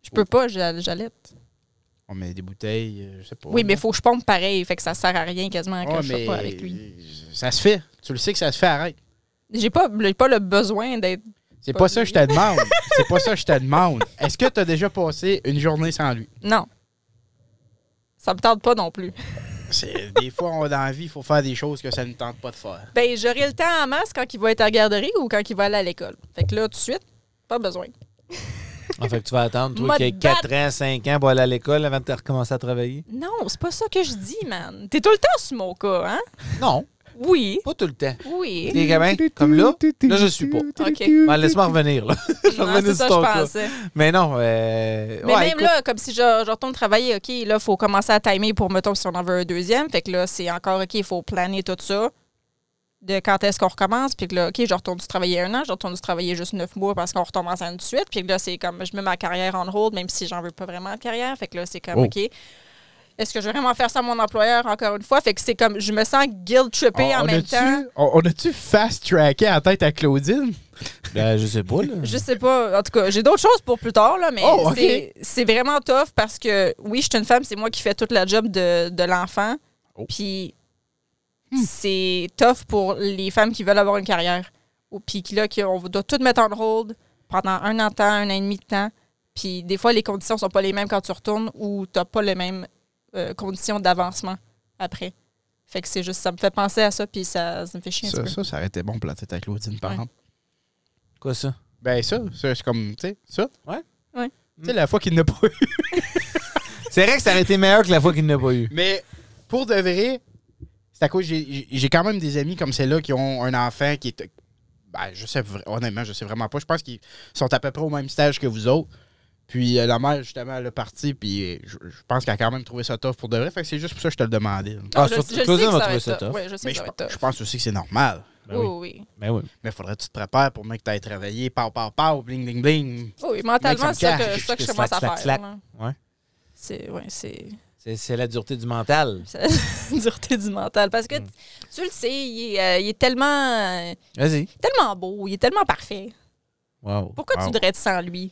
[SPEAKER 3] je peux pas, j'al- j'allaite.
[SPEAKER 2] On met Ah, des bouteilles, euh, je sais pas.
[SPEAKER 3] Oui, mais faut que je pompe pareil, fait que ça sert à rien quasiment quand
[SPEAKER 2] Ouais,
[SPEAKER 3] je sois
[SPEAKER 2] mais
[SPEAKER 3] pas avec lui.
[SPEAKER 2] Ça se fait. Tu le sais que ça se fait, arrête.
[SPEAKER 3] J'ai pas, j'ai pas le besoin d'être.
[SPEAKER 2] C'est pas,
[SPEAKER 3] Pas
[SPEAKER 2] ça que
[SPEAKER 3] lui.
[SPEAKER 2] je te demande. C'est pas ça que je te demande. Est-ce que t'as déjà passé une journée sans lui?
[SPEAKER 3] Non. Ça me tente pas non plus.
[SPEAKER 2] C'est- Des fois, on a dans la vie, il faut faire des choses que ça ne tente pas de faire.
[SPEAKER 3] Ben, j'aurai le temps en masse quand il va être à la garderie ou quand il va aller à l'école. Fait que là, tout de suite, pas besoin.
[SPEAKER 1] Ah, fait que tu vas attendre, toi,
[SPEAKER 3] M'a
[SPEAKER 1] qu'il y ait 4 ans, 5 ans pour aller à l'école avant de te recommencer à travailler?
[SPEAKER 3] Non, c'est pas ça que je dis, man. T'es tout le temps sur mon cas, hein?
[SPEAKER 1] Non,
[SPEAKER 3] Oui.
[SPEAKER 1] pas tout le temps.
[SPEAKER 3] Oui.
[SPEAKER 1] Les gamins, comme là, là, je suis pas.
[SPEAKER 3] OK.
[SPEAKER 1] Ben, laisse-moi revenir, là.
[SPEAKER 3] Non,
[SPEAKER 1] revenir sur
[SPEAKER 3] c'est ça que
[SPEAKER 1] ton cas.
[SPEAKER 3] je pensais.
[SPEAKER 1] Mais non, euh,
[SPEAKER 3] Mais
[SPEAKER 1] ouais,
[SPEAKER 3] même
[SPEAKER 1] écoute,
[SPEAKER 3] là, comme si je, je retourne travailler, OK, là, il faut commencer à timer pour, mettons, si on en veut un deuxième. Fait que là, c'est encore, OK, il faut planer tout ça. De quand est-ce qu'on recommence. Puis que là, OK, je retourne du travailler un an, je retourne du travailler juste neuf mois parce qu'on retombe ensemble tout de suite. Puis que là, c'est comme, je mets ma carrière en hold, même si j'en veux pas vraiment de carrière. Fait que là, c'est comme,
[SPEAKER 2] Oh.
[SPEAKER 3] OK. Est-ce que je vais vraiment faire ça à mon employeur encore une fois? Fait que c'est comme, je me sens guilt-trippée en même
[SPEAKER 2] a-tu-
[SPEAKER 3] temps.
[SPEAKER 2] Ah, on, on a-tu fast-tracké la tête à Claudine?
[SPEAKER 1] ben, je sais pas, là.
[SPEAKER 3] Je sais pas. En tout cas, j'ai d'autres choses pour plus tard, là, mais
[SPEAKER 2] Oh, ok.
[SPEAKER 3] c'est- c'est vraiment tough parce que, oui, je suis une femme, c'est moi qui fais toute la job de, de l'enfant.
[SPEAKER 2] Oh.
[SPEAKER 3] Puis c'est tough pour les femmes qui veulent avoir une carrière. Ou- Puis qui, là, qui- on doit tout mettre en hold pendant un an de temps, un an et demi de temps. Puis des fois, les conditions sont pas les mêmes quand tu retournes ou t'as pas les mêmes euh, conditions d'avancement après. Fait que c'est juste, ça me fait penser à ça, puis ça, ça me fait chier un
[SPEAKER 2] Ça,
[SPEAKER 3] petit peu.
[SPEAKER 2] ça, ça aurait été bon pour la tête à Claudine, par
[SPEAKER 3] Ouais.
[SPEAKER 2] exemple.
[SPEAKER 1] Quoi, ça?
[SPEAKER 2] Ben ça, ça c'est comme, tu sais, ça.
[SPEAKER 1] Ouais.
[SPEAKER 3] Ouais.
[SPEAKER 2] Tu sais, la fois qu'il n'a pas eu.
[SPEAKER 1] C'est vrai que ça aurait été meilleur que la fois qu'il n'a pas eu.
[SPEAKER 2] Mais pour de vrai, c'est à cause, j'ai- j'ai j'ai quand même des amis comme celle-là qui ont un enfant qui est... Ben, je sais, vra- honnêtement, je sais vraiment pas. Je pense qu'ils sont à peu près au même stage que vous autres. Puis euh, la mère, justement, elle est partie, puis euh, je, je pense qu'elle a quand même trouvé ça tough pour de vrai. Fait que c'est juste pour ça que je te le demandais. là.
[SPEAKER 1] Ah,
[SPEAKER 3] Je-
[SPEAKER 1] surtout
[SPEAKER 3] je sais
[SPEAKER 1] Claudine va
[SPEAKER 3] que ça va
[SPEAKER 1] trouver
[SPEAKER 3] être
[SPEAKER 1] ça
[SPEAKER 3] tough.
[SPEAKER 1] tough.
[SPEAKER 3] Ouais, je sais
[SPEAKER 2] Mais
[SPEAKER 3] que
[SPEAKER 2] je,
[SPEAKER 3] ça va être tough.
[SPEAKER 2] je pense aussi que c'est normal. Ben
[SPEAKER 3] oui,
[SPEAKER 2] oui.
[SPEAKER 3] oui, oui.
[SPEAKER 1] Ben oui.
[SPEAKER 2] Mais faudrait que tu te prépares pour mec que t'ailles travailler, pow, pow, pow, bling, bling, bling.
[SPEAKER 3] Oh Oui, oui, mentalement,
[SPEAKER 2] Mec,
[SPEAKER 3] c'est
[SPEAKER 2] ça
[SPEAKER 3] ça
[SPEAKER 2] me
[SPEAKER 3] que,
[SPEAKER 2] cache.
[SPEAKER 3] ça que je
[SPEAKER 1] Slack,
[SPEAKER 3] commence à
[SPEAKER 1] slack,
[SPEAKER 3] faire.
[SPEAKER 1] slack.
[SPEAKER 3] là.
[SPEAKER 1] Ouais.
[SPEAKER 3] C'est ouais, c'est-
[SPEAKER 1] C'est, c'est la dureté du mental.
[SPEAKER 3] c'est la dureté du mental. Parce
[SPEAKER 2] Mm.
[SPEAKER 3] que tu- tu le sais, il est, euh, il est tellement, euh,
[SPEAKER 1] Vas-y.
[SPEAKER 3] tellement beau, il est tellement parfait.
[SPEAKER 1] Wow.
[SPEAKER 3] Pourquoi
[SPEAKER 2] Wow.
[SPEAKER 3] tu voudrais être sans lui?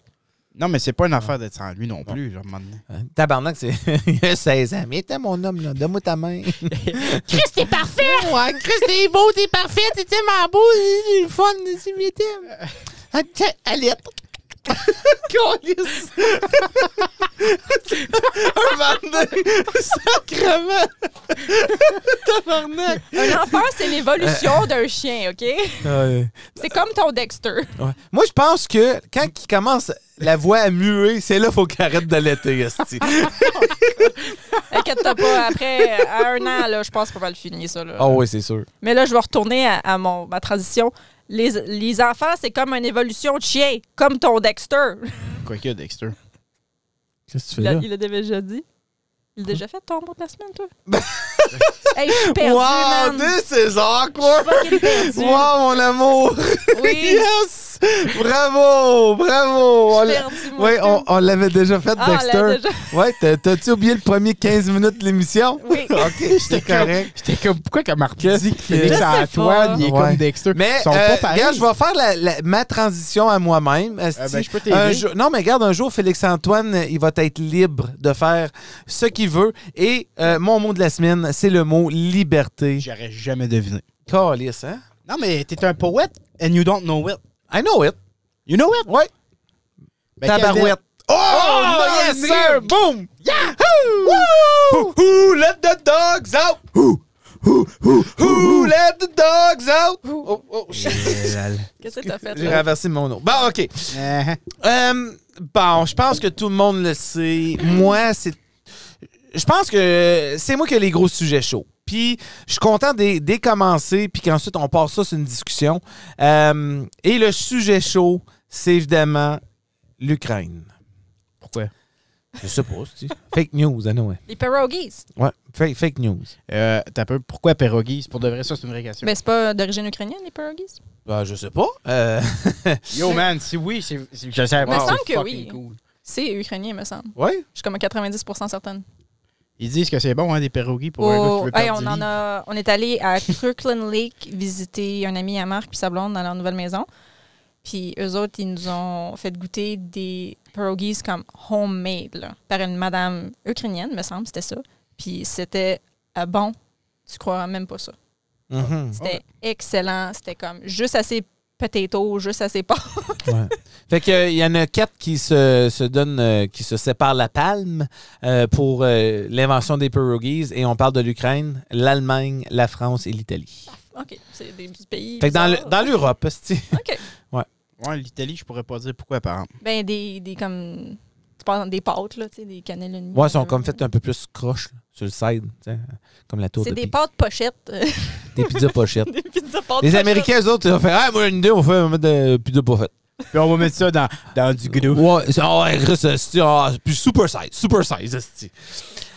[SPEAKER 2] Non, mais c'est pas une affaire d'être sans lui non plus, genre, à un moment donné.
[SPEAKER 1] Hein? Tabarnak, c'est... il a 16 ans. Mais t'es mon homme, là. Donne-moi ta main.
[SPEAKER 3] Chris, t'es parfait!
[SPEAKER 1] ouais, Ah, Chris, t'es beau, t'es parfait, t'es tellement beau, c'est le fun, c'est mieux Ah, t'aimes. Allez, Câlisse. Un vendeur, sacrement. Tabarnak.
[SPEAKER 3] Un enfant, c'est
[SPEAKER 2] Euh.
[SPEAKER 3] l'évolution d'un chien, OK? C'est comme ton Dexter.
[SPEAKER 1] Ouais. Moi, je pense que quand il commence la voix à muer, c'est là qu'il faut qu'il arrête de l'été, esti.
[SPEAKER 3] Inquiète-toi pas, après à un an, là, je pense pas mal finir ça. Là.
[SPEAKER 2] Oh.
[SPEAKER 1] Ah oui, c'est sûr.
[SPEAKER 3] Mais là, je vais retourner à, à mon, ma transition. Les, les enfants, c'est comme une évolution de chien, comme ton Dexter.
[SPEAKER 2] Quoi que, Dexter.
[SPEAKER 1] Qu'est-ce que tu
[SPEAKER 3] Il a, il a déjà dit. Il a déjà fait ton mot de la semaine, toi? hey, je suis perdue,
[SPEAKER 1] Wow,
[SPEAKER 3] man.
[SPEAKER 1] this is awkward.
[SPEAKER 3] Fucking perdue.
[SPEAKER 1] Wow, mon amour.
[SPEAKER 3] Oui,
[SPEAKER 1] Yes! Bravo! Bravo! On
[SPEAKER 3] je suis
[SPEAKER 1] l'a-
[SPEAKER 3] perdue, moi,
[SPEAKER 1] Oui,
[SPEAKER 3] tout.
[SPEAKER 1] on, on l'avait déjà fait,
[SPEAKER 3] Ah, on l'a
[SPEAKER 1] Dexter.
[SPEAKER 3] déjà-
[SPEAKER 1] Ouais, t'as- t'as-tu oublié le premier 15 minutes de l'émission?
[SPEAKER 3] Oui.
[SPEAKER 1] OK, c'était correct.
[SPEAKER 2] J'étais comme, pourquoi que
[SPEAKER 1] Qu'est-ce
[SPEAKER 2] Marquis,
[SPEAKER 1] que-
[SPEAKER 2] Félix
[SPEAKER 3] Je sais
[SPEAKER 2] Antoine, il est
[SPEAKER 1] pas. Ouais.
[SPEAKER 2] comme Dexter.
[SPEAKER 1] Mais,
[SPEAKER 2] Ils sont
[SPEAKER 1] euh,
[SPEAKER 2] pas pareils.
[SPEAKER 1] regarde, je vais faire la- la- ma transition à moi-même. esti.
[SPEAKER 2] Euh, ben, je peux t'aider.
[SPEAKER 1] un jour- non, mais regarde, un jour, Félix-Antoine, euh, il va être libre de faire ce qu'il veut. Et euh, mon mot de la semaine, c'est le mot liberté.
[SPEAKER 2] J'aurais jamais deviné.
[SPEAKER 1] Calisse, hein?
[SPEAKER 2] Non, mais t'es un poète, and you don't know it.
[SPEAKER 1] I know it.
[SPEAKER 2] You know it?
[SPEAKER 1] Ouais.
[SPEAKER 2] Ben,
[SPEAKER 1] Tabarouette. Oh,
[SPEAKER 2] non,
[SPEAKER 1] yes,
[SPEAKER 2] Nick.
[SPEAKER 1] sir! Boom! Yeah! Woo! Who let the dogs out? Who? Who? Who? Who let the dogs out? Oh, oh, shit.
[SPEAKER 3] Qu'est-ce que t'as fait,
[SPEAKER 1] J'ai
[SPEAKER 3] là?
[SPEAKER 1] renversé mon nom. Bon, OK.
[SPEAKER 2] quel-
[SPEAKER 1] Euh, bon, je pense que tout le monde le sait. Moi, c'est. Je pense que c'est moi qui ai les gros sujets chauds. Puis, je suis content de de commencer, puis qu'ensuite, on passe ça sur une discussion. Euh, et le sujet chaud, c'est évidemment l'Ukraine.
[SPEAKER 2] Pourquoi?
[SPEAKER 1] Je sais pas, c'est fake news, anyway.
[SPEAKER 3] Les pierogies.
[SPEAKER 1] Ouais, fake, fake news.
[SPEAKER 2] Euh, t'as peu, pourquoi pierogies? Pour de vrai, ça, c'est une vraie question.
[SPEAKER 3] Mais c'est pas d'origine ukrainienne, les pierogies?
[SPEAKER 1] Ben, je sais pas. Euh,
[SPEAKER 2] Yo, man, si oui, c'est, c'est- je sais
[SPEAKER 3] Mais
[SPEAKER 2] pas.
[SPEAKER 3] semble
[SPEAKER 2] c'est
[SPEAKER 3] que
[SPEAKER 2] fucking
[SPEAKER 3] oui.
[SPEAKER 2] cool.
[SPEAKER 3] C'est ukrainien, me semble.
[SPEAKER 1] ouais.
[SPEAKER 3] Je suis comme à 90 certaine.
[SPEAKER 2] Ils disent que c'est bon, hein, des pierogies pour un gars qui
[SPEAKER 3] Oh,
[SPEAKER 2] veut
[SPEAKER 3] hey,
[SPEAKER 2] perdre
[SPEAKER 3] on,
[SPEAKER 2] du
[SPEAKER 3] en
[SPEAKER 2] lit.
[SPEAKER 3] a, on est allé à Kirkland Lake visiter un ami à Marc puis sa blonde dans leur nouvelle maison. Puis eux autres, ils nous ont fait goûter des pierogies comme homemade là, par une madame ukrainienne, me semble, c'était ça. Puis c'était euh, bon. Tu crois même pas ça.
[SPEAKER 1] Mhm.
[SPEAKER 3] C'était excellent. C'était comme juste assez potato, juste assez pas.
[SPEAKER 1] Ouais. Fait que euh, il y en a quatre qui se, se donnent, euh, qui se séparent la palme euh, pour euh, l'invention des pierogies et on parle de l'Ukraine, l'Allemagne, la France et l'Italie.
[SPEAKER 3] OK, c'est des petits pays.
[SPEAKER 1] Fait que dans le-
[SPEAKER 3] bizarres.
[SPEAKER 1] dans l'Europe, c'est
[SPEAKER 3] OK.
[SPEAKER 2] Ouais, l'Italie, je pourrais pas dire pourquoi, par exemple.
[SPEAKER 3] Ben, des, des comme. Tu parles des pâtes, là, tu sais, des
[SPEAKER 1] ouais,
[SPEAKER 3] cannelloni.
[SPEAKER 1] ils sont
[SPEAKER 3] whatever.
[SPEAKER 1] comme faites un peu plus croche là, sur le side, tu sais, comme la tour de
[SPEAKER 3] C'est des
[SPEAKER 1] pi-
[SPEAKER 3] pâtes pochettes.
[SPEAKER 1] des pizzas pochettes.
[SPEAKER 3] des pizzas pâtes
[SPEAKER 1] Les
[SPEAKER 3] pochettes.
[SPEAKER 1] Américains, eux autres, ils ont fait Ah, moi, une idée, on fait un de pizza pochette.
[SPEAKER 2] Puis on va mettre ça dans, dans du gros.
[SPEAKER 1] Ouais, c'est- ah ouais, Chris, esti, ah, puis super size, super size, esti.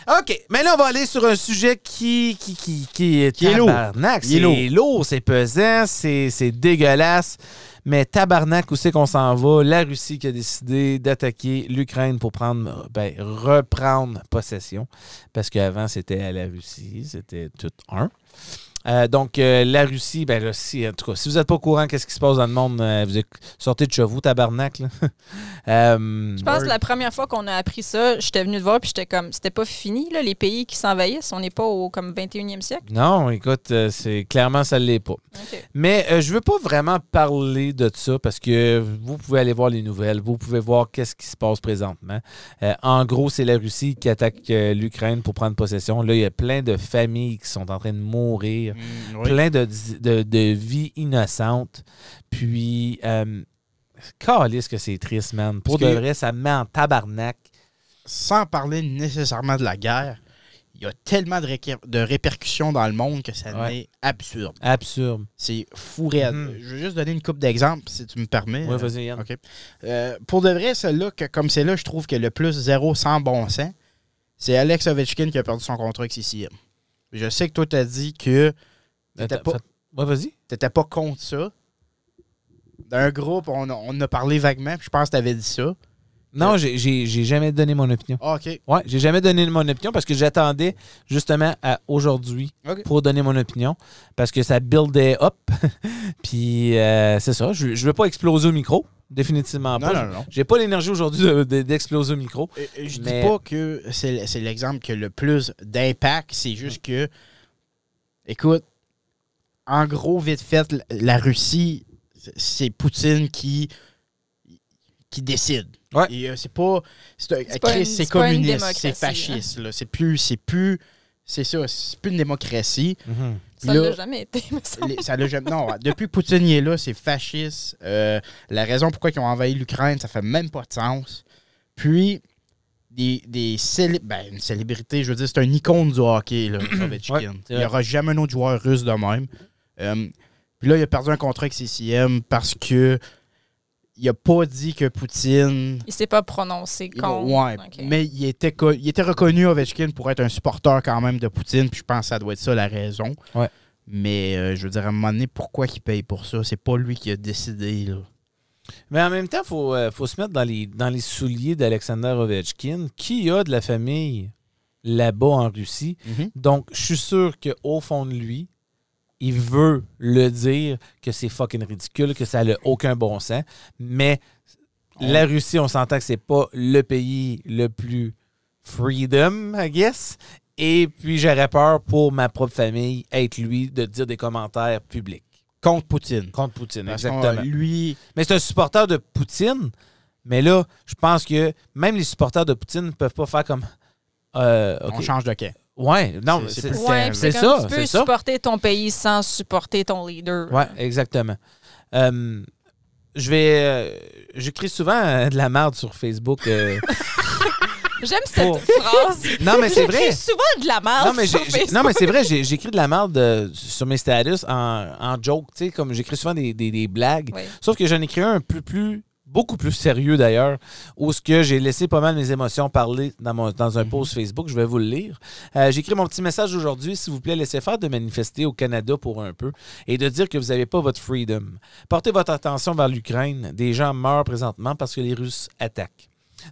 [SPEAKER 1] OK, maintenant, on va aller sur un sujet qui, qui, qui, qui est
[SPEAKER 2] Qui est lourd.
[SPEAKER 1] tabarnak.
[SPEAKER 2] Il est
[SPEAKER 1] C'est lourd. c'est pesant, c'est c'est dégueulasse. Mais tabarnak, où c'est qu'on s'en va? La Russie qui a décidé d'attaquer l'Ukraine pour prendre, ben, reprendre possession. Parce qu'avant, c'était à la Russie, c'était tout un. Euh, donc, euh, la Russie, ben là, si, en tout cas, si vous n'êtes pas au courant qu'est-ce qui se passe dans le monde, euh, vous éc- sortez de chez vous, tabarnak. là. Euh,
[SPEAKER 3] Je pense que la première fois qu'on a appris ça, j'étais venue te voir puis j'étais comme, c'était pas fini, là, les pays qui s'envahissent. On n'est pas au comme 21e siècle.
[SPEAKER 1] Non, écoute, euh, c'est clairement ça ne l'est pas.
[SPEAKER 3] OK.
[SPEAKER 1] Mais euh, je veux pas vraiment parler de ça parce que vous pouvez aller voir les nouvelles, vous pouvez voir qu'est-ce qui se passe présentement. Euh, en gros, c'est la Russie qui attaque euh, l'Ukraine pour prendre possession. Là, il y a plein de familles qui sont en train de mourir,
[SPEAKER 2] Mm, oui.
[SPEAKER 1] plein de, de, de vies innocentes. Puis, euh, calisse que c'est triste, man. Pour
[SPEAKER 2] Parce
[SPEAKER 1] de
[SPEAKER 2] que-
[SPEAKER 1] vrai, ça me met en tabarnak.
[SPEAKER 2] Sans parler nécessairement de la guerre, il y a tellement de, réquer- de répercussions dans le monde que ça
[SPEAKER 1] Ouais.
[SPEAKER 2] n'est absurde.
[SPEAKER 1] Absurde.
[SPEAKER 2] C'est fou raide.
[SPEAKER 1] Mhm.
[SPEAKER 2] Je vais juste donner une coupe d'exemples, si tu me permets.
[SPEAKER 1] Ouais,
[SPEAKER 2] Euh,
[SPEAKER 1] vas-y, Yann.
[SPEAKER 2] OK. Euh, pour de vrai, celle-là, que- comme c'est là, je trouve que le plus zéro sans bon sens, c'est Alex Ovechkin qui a perdu son contrat avec CCM. Je sais que toi, t'as dit que t'étais
[SPEAKER 1] Attends,
[SPEAKER 2] pas-
[SPEAKER 1] fais- Ouais, vas-y.
[SPEAKER 2] T'étais pas contre ça. D'un groupe, on, a- on a parlé vaguement, puis je pense que t'avais dit ça. Euh,
[SPEAKER 1] Non, j'ai- j'ai j'ai jamais donné mon opinion.
[SPEAKER 2] Ah, OK.
[SPEAKER 1] Ouais, j'ai jamais donné mon opinion parce que j'attendais justement à aujourd'hui
[SPEAKER 2] OK.
[SPEAKER 1] pour donner mon opinion parce que ça buildait up. Puis euh, c'est ça, je, je veux pas exploser au micro, définitivement
[SPEAKER 2] Non,
[SPEAKER 1] pas.
[SPEAKER 2] non, non.
[SPEAKER 1] J'ai pas l'énergie aujourd'hui de- de- d'exploser au micro.
[SPEAKER 2] Et- et Je
[SPEAKER 1] Mais-
[SPEAKER 2] dis pas que c'est l- c'est l'exemple qui a le plus d'impact, c'est juste que, écoute, en gros, vite fait, l- la Russie, c'est- c'est Poutine qui, qui décide.
[SPEAKER 1] Ouais.
[SPEAKER 2] Et, euh, c'est pas. C'est un-
[SPEAKER 3] C'est pas une-
[SPEAKER 2] Christ, c'est
[SPEAKER 3] c'est pas une
[SPEAKER 2] communiste,
[SPEAKER 3] démocratie, hein.
[SPEAKER 2] c'est fasciste, là. C'est plus. C'est plus. C'est ça, c'est plus une démocratie. Puis
[SPEAKER 3] Ça
[SPEAKER 2] là,
[SPEAKER 3] l'a jamais été, me semble.
[SPEAKER 2] les- ça l'a jamais- Non, ouais. depuis que Poutine y est là, c'est fasciste. Euh, la raison pourquoi ils ont envahi l'Ukraine, ça fait même pas de sens. Puis, des, des célé- ben, une célébrité, je veux dire, c'est un icône du hockey, là, Ovechkin.
[SPEAKER 1] Ouais, c'est
[SPEAKER 2] il
[SPEAKER 1] vrai.
[SPEAKER 2] n'y aura jamais un autre joueur russe de même. Euh, puis là, il a perdu un contrat avec CCM parce que il a pas dit que Poutine
[SPEAKER 3] Il s'est pas prononcé contre.
[SPEAKER 2] Ouais,
[SPEAKER 3] Ok.
[SPEAKER 2] mais il était, co- il était reconnu, Ovechkin, pour être un supporter quand même de Poutine, puis je pense que ça doit être ça la raison.
[SPEAKER 1] Ouais.
[SPEAKER 2] Mais euh, je veux dire, à un moment donné, pourquoi il paye pour ça? C'est pas lui qui a décidé, là.
[SPEAKER 1] Mais en même temps, il faut, euh, faut se mettre dans les, dans les souliers d'Alexander Ovechkin, qui a de la famille là-bas en Russie.
[SPEAKER 2] Mhm.
[SPEAKER 1] Donc, je suis sûr qu'au fond de lui, il veut le dire que c'est fucking ridicule, que ça n'a aucun bon sens. Mais la Russie, on s'entend que c'est pas le pays le plus freedom, I guess. Et puis, j'aurais peur pour ma propre famille, être lui, de dire des commentaires publics
[SPEAKER 2] Contre Poutine.
[SPEAKER 1] contre Poutine.
[SPEAKER 2] Parce qu'on-
[SPEAKER 1] exactement.
[SPEAKER 2] Lui,
[SPEAKER 1] Mais c'est un supporter de Poutine. Mais là, je pense que même les supporters de Poutine ne peuvent pas faire comme. Euh, ok.
[SPEAKER 2] on change de camp.
[SPEAKER 1] Ouais, non,
[SPEAKER 2] C'est-
[SPEAKER 1] c'est
[SPEAKER 2] c'est plus-
[SPEAKER 3] Ouais, puis c'est
[SPEAKER 1] c'est
[SPEAKER 3] comme
[SPEAKER 1] ça,
[SPEAKER 3] Tu
[SPEAKER 1] c'est
[SPEAKER 3] peux
[SPEAKER 1] ça.
[SPEAKER 3] supporter ton pays sans supporter ton leader.
[SPEAKER 1] Ouais, exactement. Euh, je vais. euh, J'écris souvent euh, de la merde sur Facebook. euh.
[SPEAKER 3] J'aime cette
[SPEAKER 1] Oh.
[SPEAKER 3] phrase.
[SPEAKER 1] non, mais c'est vrai.
[SPEAKER 3] J'écris souvent de la merde.
[SPEAKER 1] Non, mais,
[SPEAKER 3] sur
[SPEAKER 1] j'ai- j'ai-
[SPEAKER 3] Facebook.
[SPEAKER 1] non, mais c'est vrai, j'ai- j'écris de la merde euh, sur mes status en, en joke, tu sais, comme j'écris souvent des, des- des blagues.
[SPEAKER 3] Ouais.
[SPEAKER 1] Sauf que j'en ai écrit un plus, plus, beaucoup plus sérieux d'ailleurs, où ce que j'ai laissé pas mal mes émotions parler dans, mon- dans un post Facebook. Je vais vous le lire. Euh, j'ai écrit mon petit message aujourd'hui. S'il vous plaît, laissez faire de manifester au Canada pour un peu et de dire que vous n'avez pas votre freedom. Portez votre attention vers l'Ukraine. Des gens meurent présentement parce que les Russes attaquent.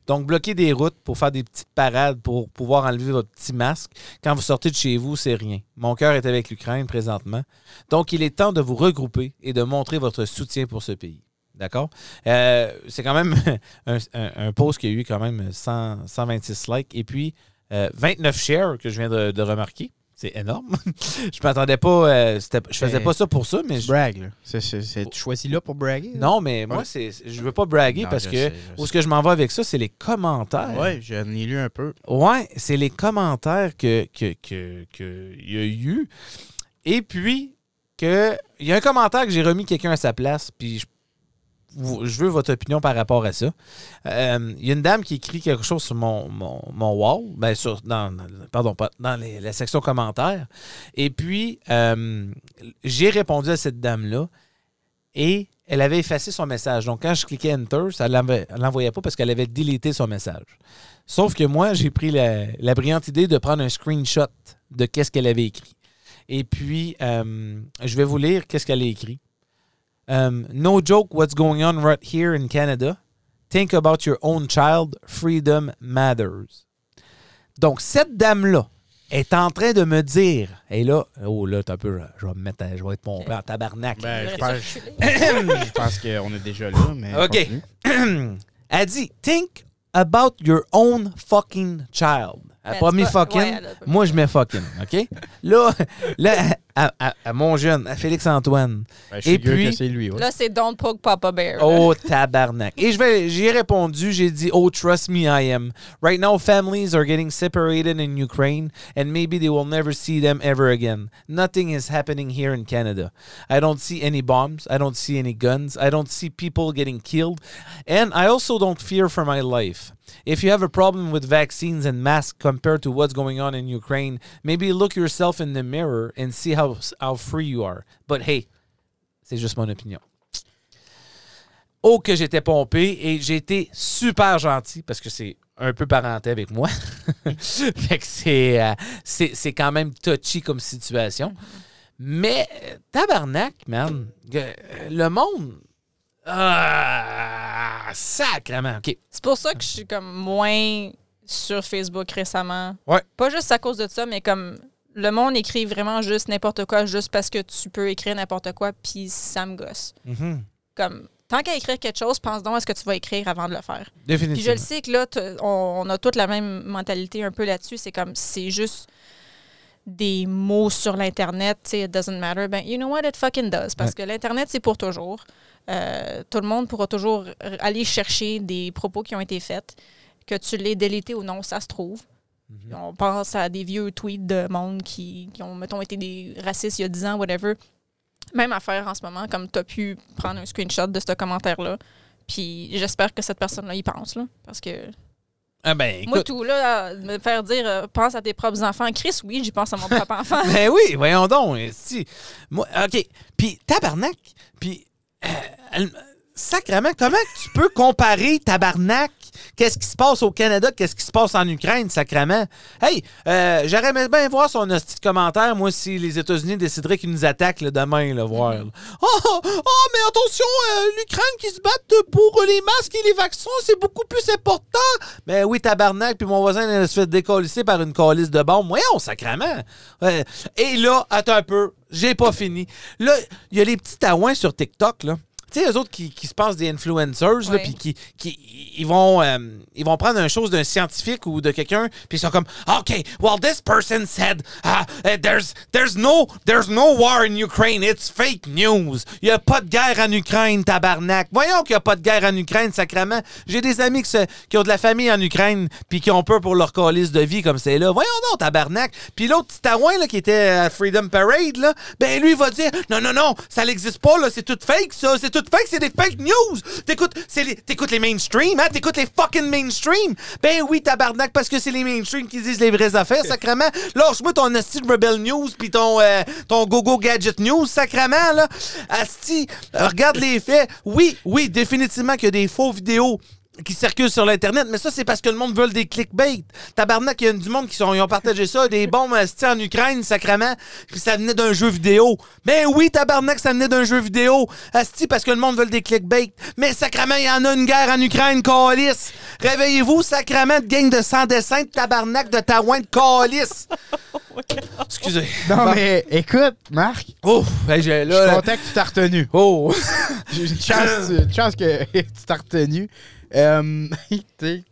[SPEAKER 1] Donc, bloquer des routes pour faire des petites parades pour pouvoir enlever votre petit masque. Quand vous sortez de chez vous, c'est rien. Mon cœur est avec l'Ukraine présentement. Donc, il est temps de vous regrouper et de montrer votre soutien pour ce pays. D'accord? Euh, c'est quand même un, un- un post qui a eu quand même 100 126 likes et puis euh, 29 shares que je viens de, de remarquer. C'est énorme. je m'attendais pas. euh, c'était- je faisais
[SPEAKER 2] Mais-
[SPEAKER 1] pas ça pour ça, mais
[SPEAKER 2] C'est
[SPEAKER 1] je-
[SPEAKER 2] brag, là. C'est- c'est- c'est- Tu choisis là pour braguer? là?
[SPEAKER 1] non, mais
[SPEAKER 2] Ouais.
[SPEAKER 1] moi, c'est, je veux pas braguer
[SPEAKER 2] Non,
[SPEAKER 1] parce
[SPEAKER 2] je
[SPEAKER 1] que
[SPEAKER 2] sais, je
[SPEAKER 1] où ce que je m'en vais avec ça, c'est les commentaires.
[SPEAKER 2] Ouais, j'en ai lu un peu.
[SPEAKER 1] Ouais, c'est les commentaires que que, que- que il y a eu. Et puis que il y a un commentaire que j'ai remis quelqu'un à sa place, puis je, vous- je veux votre opinion par rapport à ça. Euh, Il y a une dame qui écrit quelque chose sur mon, mon, mon wall, ben sur, dans, dans- pardon, pas- dans les- la section commentaires. Et puis, euh, j'ai répondu à cette dame-là et elle avait effacé son message. Donc, quand je cliquais Enter, ça ne l'envoyait pas parce qu'elle avait délité son message. Sauf que moi, j'ai pris la, la brillante idée de prendre un screenshot de qu'est-ce qu'elle avait écrit. Et puis, euh, je vais vous lire qu'est-ce qu'elle a écrit. Um, no joke, what's going on right here in Canada? Think about your own child. Freedom matters. Donc, cette dame-là est en train de me dire, et là, oh là, t'as un peu, je vais me mettre, à- je vais être mon père en tabarnak.
[SPEAKER 2] Ben, je
[SPEAKER 3] Arrête de
[SPEAKER 2] pense,
[SPEAKER 3] reculer.
[SPEAKER 2] je pense qu'on est déjà là, mais.
[SPEAKER 1] OK.
[SPEAKER 2] continue.
[SPEAKER 1] elle dit Think about your own fucking child. Elle n'a
[SPEAKER 3] Ben,
[SPEAKER 1] pas
[SPEAKER 3] c'est
[SPEAKER 1] mis
[SPEAKER 3] pas-
[SPEAKER 1] fucking.
[SPEAKER 3] ouais, elle a pas mis
[SPEAKER 1] moi, je mets fucking. OK? là, là à, à- à mon jeune, à Félix-Antoine.
[SPEAKER 2] Ben, je suis
[SPEAKER 1] Et
[SPEAKER 2] sûr que
[SPEAKER 1] puis-
[SPEAKER 2] c'est lui, ouais.
[SPEAKER 3] Là, c'est Don't Poke Papa Bear.
[SPEAKER 1] Oh, tabarnak. Et je vais- j'ai répondu, j'ai dit, oh, trust me, I am. Right now, families are getting separated in Ukraine, and maybe they will never see them ever again. Nothing is happening here in Canada. I don't see any bombs. I don't see any guns. I don't see people getting killed. And I also don't fear for my life. If you have a problem with vaccines and masks compared to what's going on in Ukraine, maybe look yourself in the mirror and see how, how free you are. But hey, c'est juste mon opinion. Oh, que j'étais pompé et j'ai été super gentil parce que c'est un peu parenté avec moi. fait que c'est, euh, c'est, c'est quand même touchy comme situation. Mais euh, tabarnak, man, euh, le monde. Ah, sacrement. OK.
[SPEAKER 3] C'est pour ça que je suis comme moins sur Facebook récemment.
[SPEAKER 1] Ouais.
[SPEAKER 3] Pas juste à cause de ça, mais comme le monde écrit vraiment juste n'importe quoi, juste parce que tu peux écrire n'importe quoi, puis ça me gosse.
[SPEAKER 1] Mhm.
[SPEAKER 3] Comme, tant qu'à écrire quelque chose, pense donc à ce que tu vas écrire avant de le faire. Puis je
[SPEAKER 1] Définitivement.
[SPEAKER 3] le sais que là, t- on, on a toute la même mentalité un peu là-dessus. C'est comme, c'est juste des mots sur l'Internet, tu sais, it doesn't matter. Ben, you know what, it fucking does. Parce que l'Internet, c'est pour toujours. Euh, tout le monde pourra toujours r- aller chercher des propos qui ont été faits. Que tu l'aies délité ou non, ça se trouve. On pense à des vieux tweets de monde qui, qui ont, mettons, été des racistes il y a 10 ans, whatever. Même affaire en ce moment, comme tu as pu prendre un screenshot de ce commentaire-là. Puis j'espère que cette personne-là y pense, là. Parce que
[SPEAKER 1] Ah, ben,
[SPEAKER 3] moi,
[SPEAKER 1] écoute.
[SPEAKER 3] tout, là, à me faire dire euh, pense à tes propres enfants. Chris, oui, j'y pense à mon propre enfant.
[SPEAKER 1] Ben oui, voyons donc. esti. Moi, OK. Puis, tabarnak. Puis, euh, elle- sacrement, comment tu peux comparer tabarnak? Qu'est-ce qui se passe au Canada? Qu'est-ce qui se passe en Ukraine, sacrement? Hey, euh, j'aurais aimé bien voir son hostie de commentaire, moi, si les États-Unis décideraient qu'ils nous attaquent le demain, le voir. là. Oh, oh, oh, mais attention, euh, l'Ukraine qui se bat pour les masques et les vaccins, c'est beaucoup plus important. Ben oui, tabarnak, puis mon voisin elle se fait décollisser par une colisse de bombe. Voyons, sacrement. Ouais. et là, attends un peu, j'ai pas fini. Là, il y a les petits taouins sur TikTok, là. Tu sais, eux autres qui, qui se passent des influencers, là,
[SPEAKER 3] Ouais.
[SPEAKER 1] puis qui, qui ils, vont, euh, ils vont prendre une chose d'un scientifique ou de quelqu'un, puis ils sont comme, OK, well, this person said, ah, eh, there's, there's, no, there's no war in Ukraine, it's fake news. Il n'y a pas de guerre en Ukraine, tabarnak. Voyons qu'il n'y a pas de guerre en Ukraine, sacrément. J'ai des amis qui, se- qui ont de la famille en Ukraine, puis qui ont peur pour leur calice de vie comme c'est là. Voyons donc, tabarnak. Puis l'autre petit tarouin, là, qui était à Freedom Parade, là, ben lui, il va dire, non, non, non, ça n'existe pas, là, c'est tout fake, ça, c'est tout fake, c'est des fake news. T'écoutes, c'est les, t'écoutes les mainstream, hein, t'écoutes les fucking mainstream. Ben oui, tabarnak, parce que c'est les mainstream qui disent les vraies affaires, sacrament. Lâche-moi ton asti de Rebel News puis ton, euh, ton GoGo Gadget News, sacrament, là. Asti, euh, regarde les faits. Oui, oui, définitivement qu'il y a des faux vidéos qui circulent sur l'Internet, mais ça, c'est parce que le monde veut des clickbait. Tabarnak, il y a du monde qui sont, ils ont partagé ça, des bombes asti, en Ukraine, sacrament, puis ça venait d'un jeu vidéo. Ben oui, tabarnak, ça venait d'un jeu vidéo. Asti, parce que le monde veut des clickbait. Mais sacrament, il y en a une guerre en Ukraine, calice. Réveillez-vous, sacrament de gang de sans dessin, de tabarnak, de taouin, de calice. Excusez.
[SPEAKER 2] Non, mais écoute, Marc,
[SPEAKER 1] Oh, ben j'ai
[SPEAKER 2] je suis
[SPEAKER 1] là...
[SPEAKER 2] content que tu t'as retenu.
[SPEAKER 1] Oh!
[SPEAKER 2] J'ai une chance, une chance que tu t'as retenu. Euh, t'es-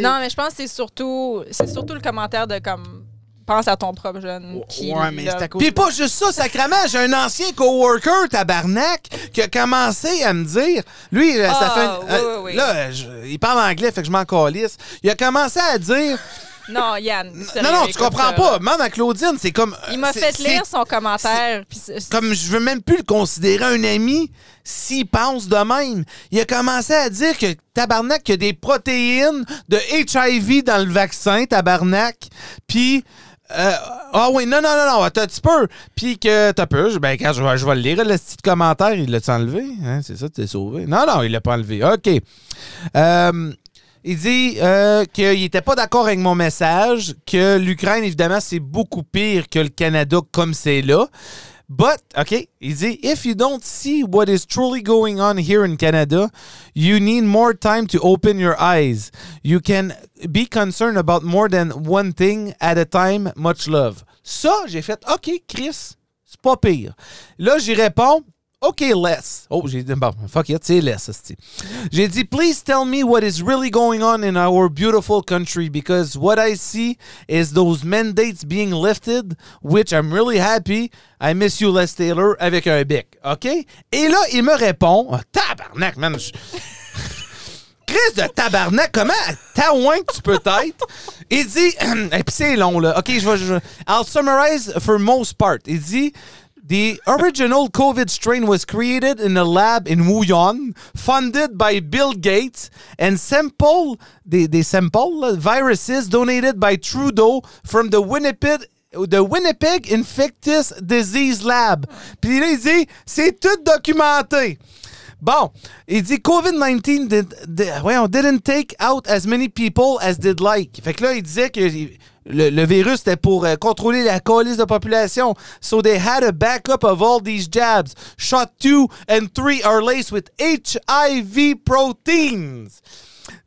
[SPEAKER 3] non, mais je pense que c'est surtout, c'est surtout le commentaire de comme pense à ton propre jeune. Qui,
[SPEAKER 2] Ouais, mais
[SPEAKER 3] là,
[SPEAKER 2] c'est à cause
[SPEAKER 1] Puis pas juste ça, sacrament, j'ai un ancien coworker tabarnak qui a commencé à me dire, lui euh, ça
[SPEAKER 3] Ah,
[SPEAKER 1] fait un-
[SPEAKER 3] oui,
[SPEAKER 1] euh,
[SPEAKER 3] oui, oui.
[SPEAKER 1] là euh, je- il parle anglais fait que je m'en calisse. Il a commencé à dire
[SPEAKER 3] Non, Yann. sérieux,
[SPEAKER 1] Non non, tu
[SPEAKER 3] écoute
[SPEAKER 1] comprends
[SPEAKER 3] ça,
[SPEAKER 1] pas,
[SPEAKER 3] là.
[SPEAKER 1] demande à Claudine, c'est comme euh,
[SPEAKER 3] Il m'a
[SPEAKER 1] c'est-
[SPEAKER 3] fait
[SPEAKER 1] c'est
[SPEAKER 3] lire son commentaire. puis c'est- c'est-
[SPEAKER 1] comme je veux même plus le considérer un ami s'il pense de même. Il a commencé à dire que tabarnak, qu'il y a des protéines de HIV dans le vaccin, tabarnak. Puis. euh, Ah oui, non, non, non, non, attends un petit peu. Puis que t'as peu, je- ben quand je vais, je vais le lire, le petit commentaire, il l'a-tu enlevé? Hein, c'est ça, tu t'es sauvé? Non, non, il l'a pas enlevé. OK. Euh, il dit euh, qu'il n'était pas d'accord avec mon message, que l'Ukraine, évidemment, c'est beaucoup pire que le Canada comme c'est là. But, OK, il dit, if you don't see what is truly going on here in Canada, you need more time to open your eyes. You can be concerned about more than one thing at a time. Much love. Ça, j'ai fait, OK, Chris, c'est pas pire. Là, j'y réponds, OK, less. Oh, j'ai dit, bon, fuck it, c'est less, esti. J'ai dit, please tell me what is really going on in our beautiful country because what I see is those mandates being lifted, which I'm really happy. I miss you, Les Taylor, avec un bic. OK? Et là, il me répond, Ah, tabarnak, man, je- Chris de tabarnak, comment taouin que tu peux être? Il dit, et puis c'est long là. Ok, je vais. je vais- I'll summarize for most part. Il dit. The original COVID strain was created in a lab in Wuhan, funded by Bill Gates, and sample the the sample là, viruses donated by Trudeau from the Winnipeg The Winnipeg Infectious Disease Lab. Puis là, il dit, c'est tout documenté. Bon, il dit COVID-19 did, did- voyons, didn't take out as many people as did like. Fait que là, il disait que Le, le virus était pour euh, contrôler la coalition de population. So they had a backup of all these jabs. Shot two and three are laced with HIV proteins.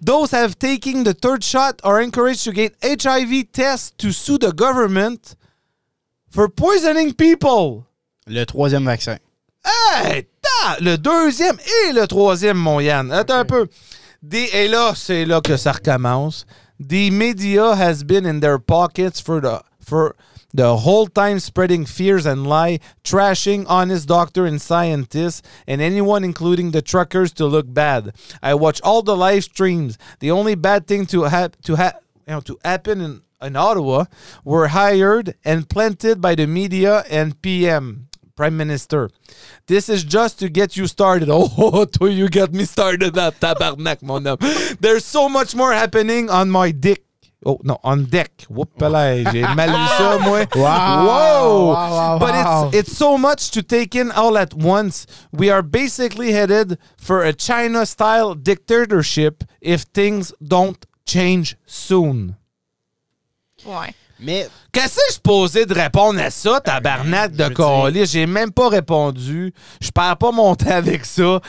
[SPEAKER 1] Those have taken the third shot are encouraged to get HIV tests to sue the government for poisoning people.
[SPEAKER 2] Le troisième vaccin.
[SPEAKER 1] Hey, ta- le deuxième et le troisième, mon Yann. Attends un peu. Des, et là, c'est là que ça recommence. The media has been in their pockets for the, for the whole time spreading fears and lie, trashing honest doctor and scientists and anyone, including the truckers, to look bad. I watch all the live streams. The only bad thing to have to have you know, to happen in, in Ottawa were hired and planted by the media and PM. Prime Minister. This is just to get you started. Oh, to you got me started that tabarnak, mon homme. There's so much more happening on my dick. Oh, no, on deck. Whoop, là, j'ai mal lu ça, moi. Wow.
[SPEAKER 2] wow,
[SPEAKER 1] But
[SPEAKER 2] wow.
[SPEAKER 1] It's, it's so much to take in all at once. We are basically headed for a China style dictatorship if things don't change soon.
[SPEAKER 3] Ouais.
[SPEAKER 2] Mais
[SPEAKER 1] Qu'est-ce que je suis posé de répondre à ça, tabarnak de colis? J'ai même pas répondu. Je perds pas mon temps avec ça.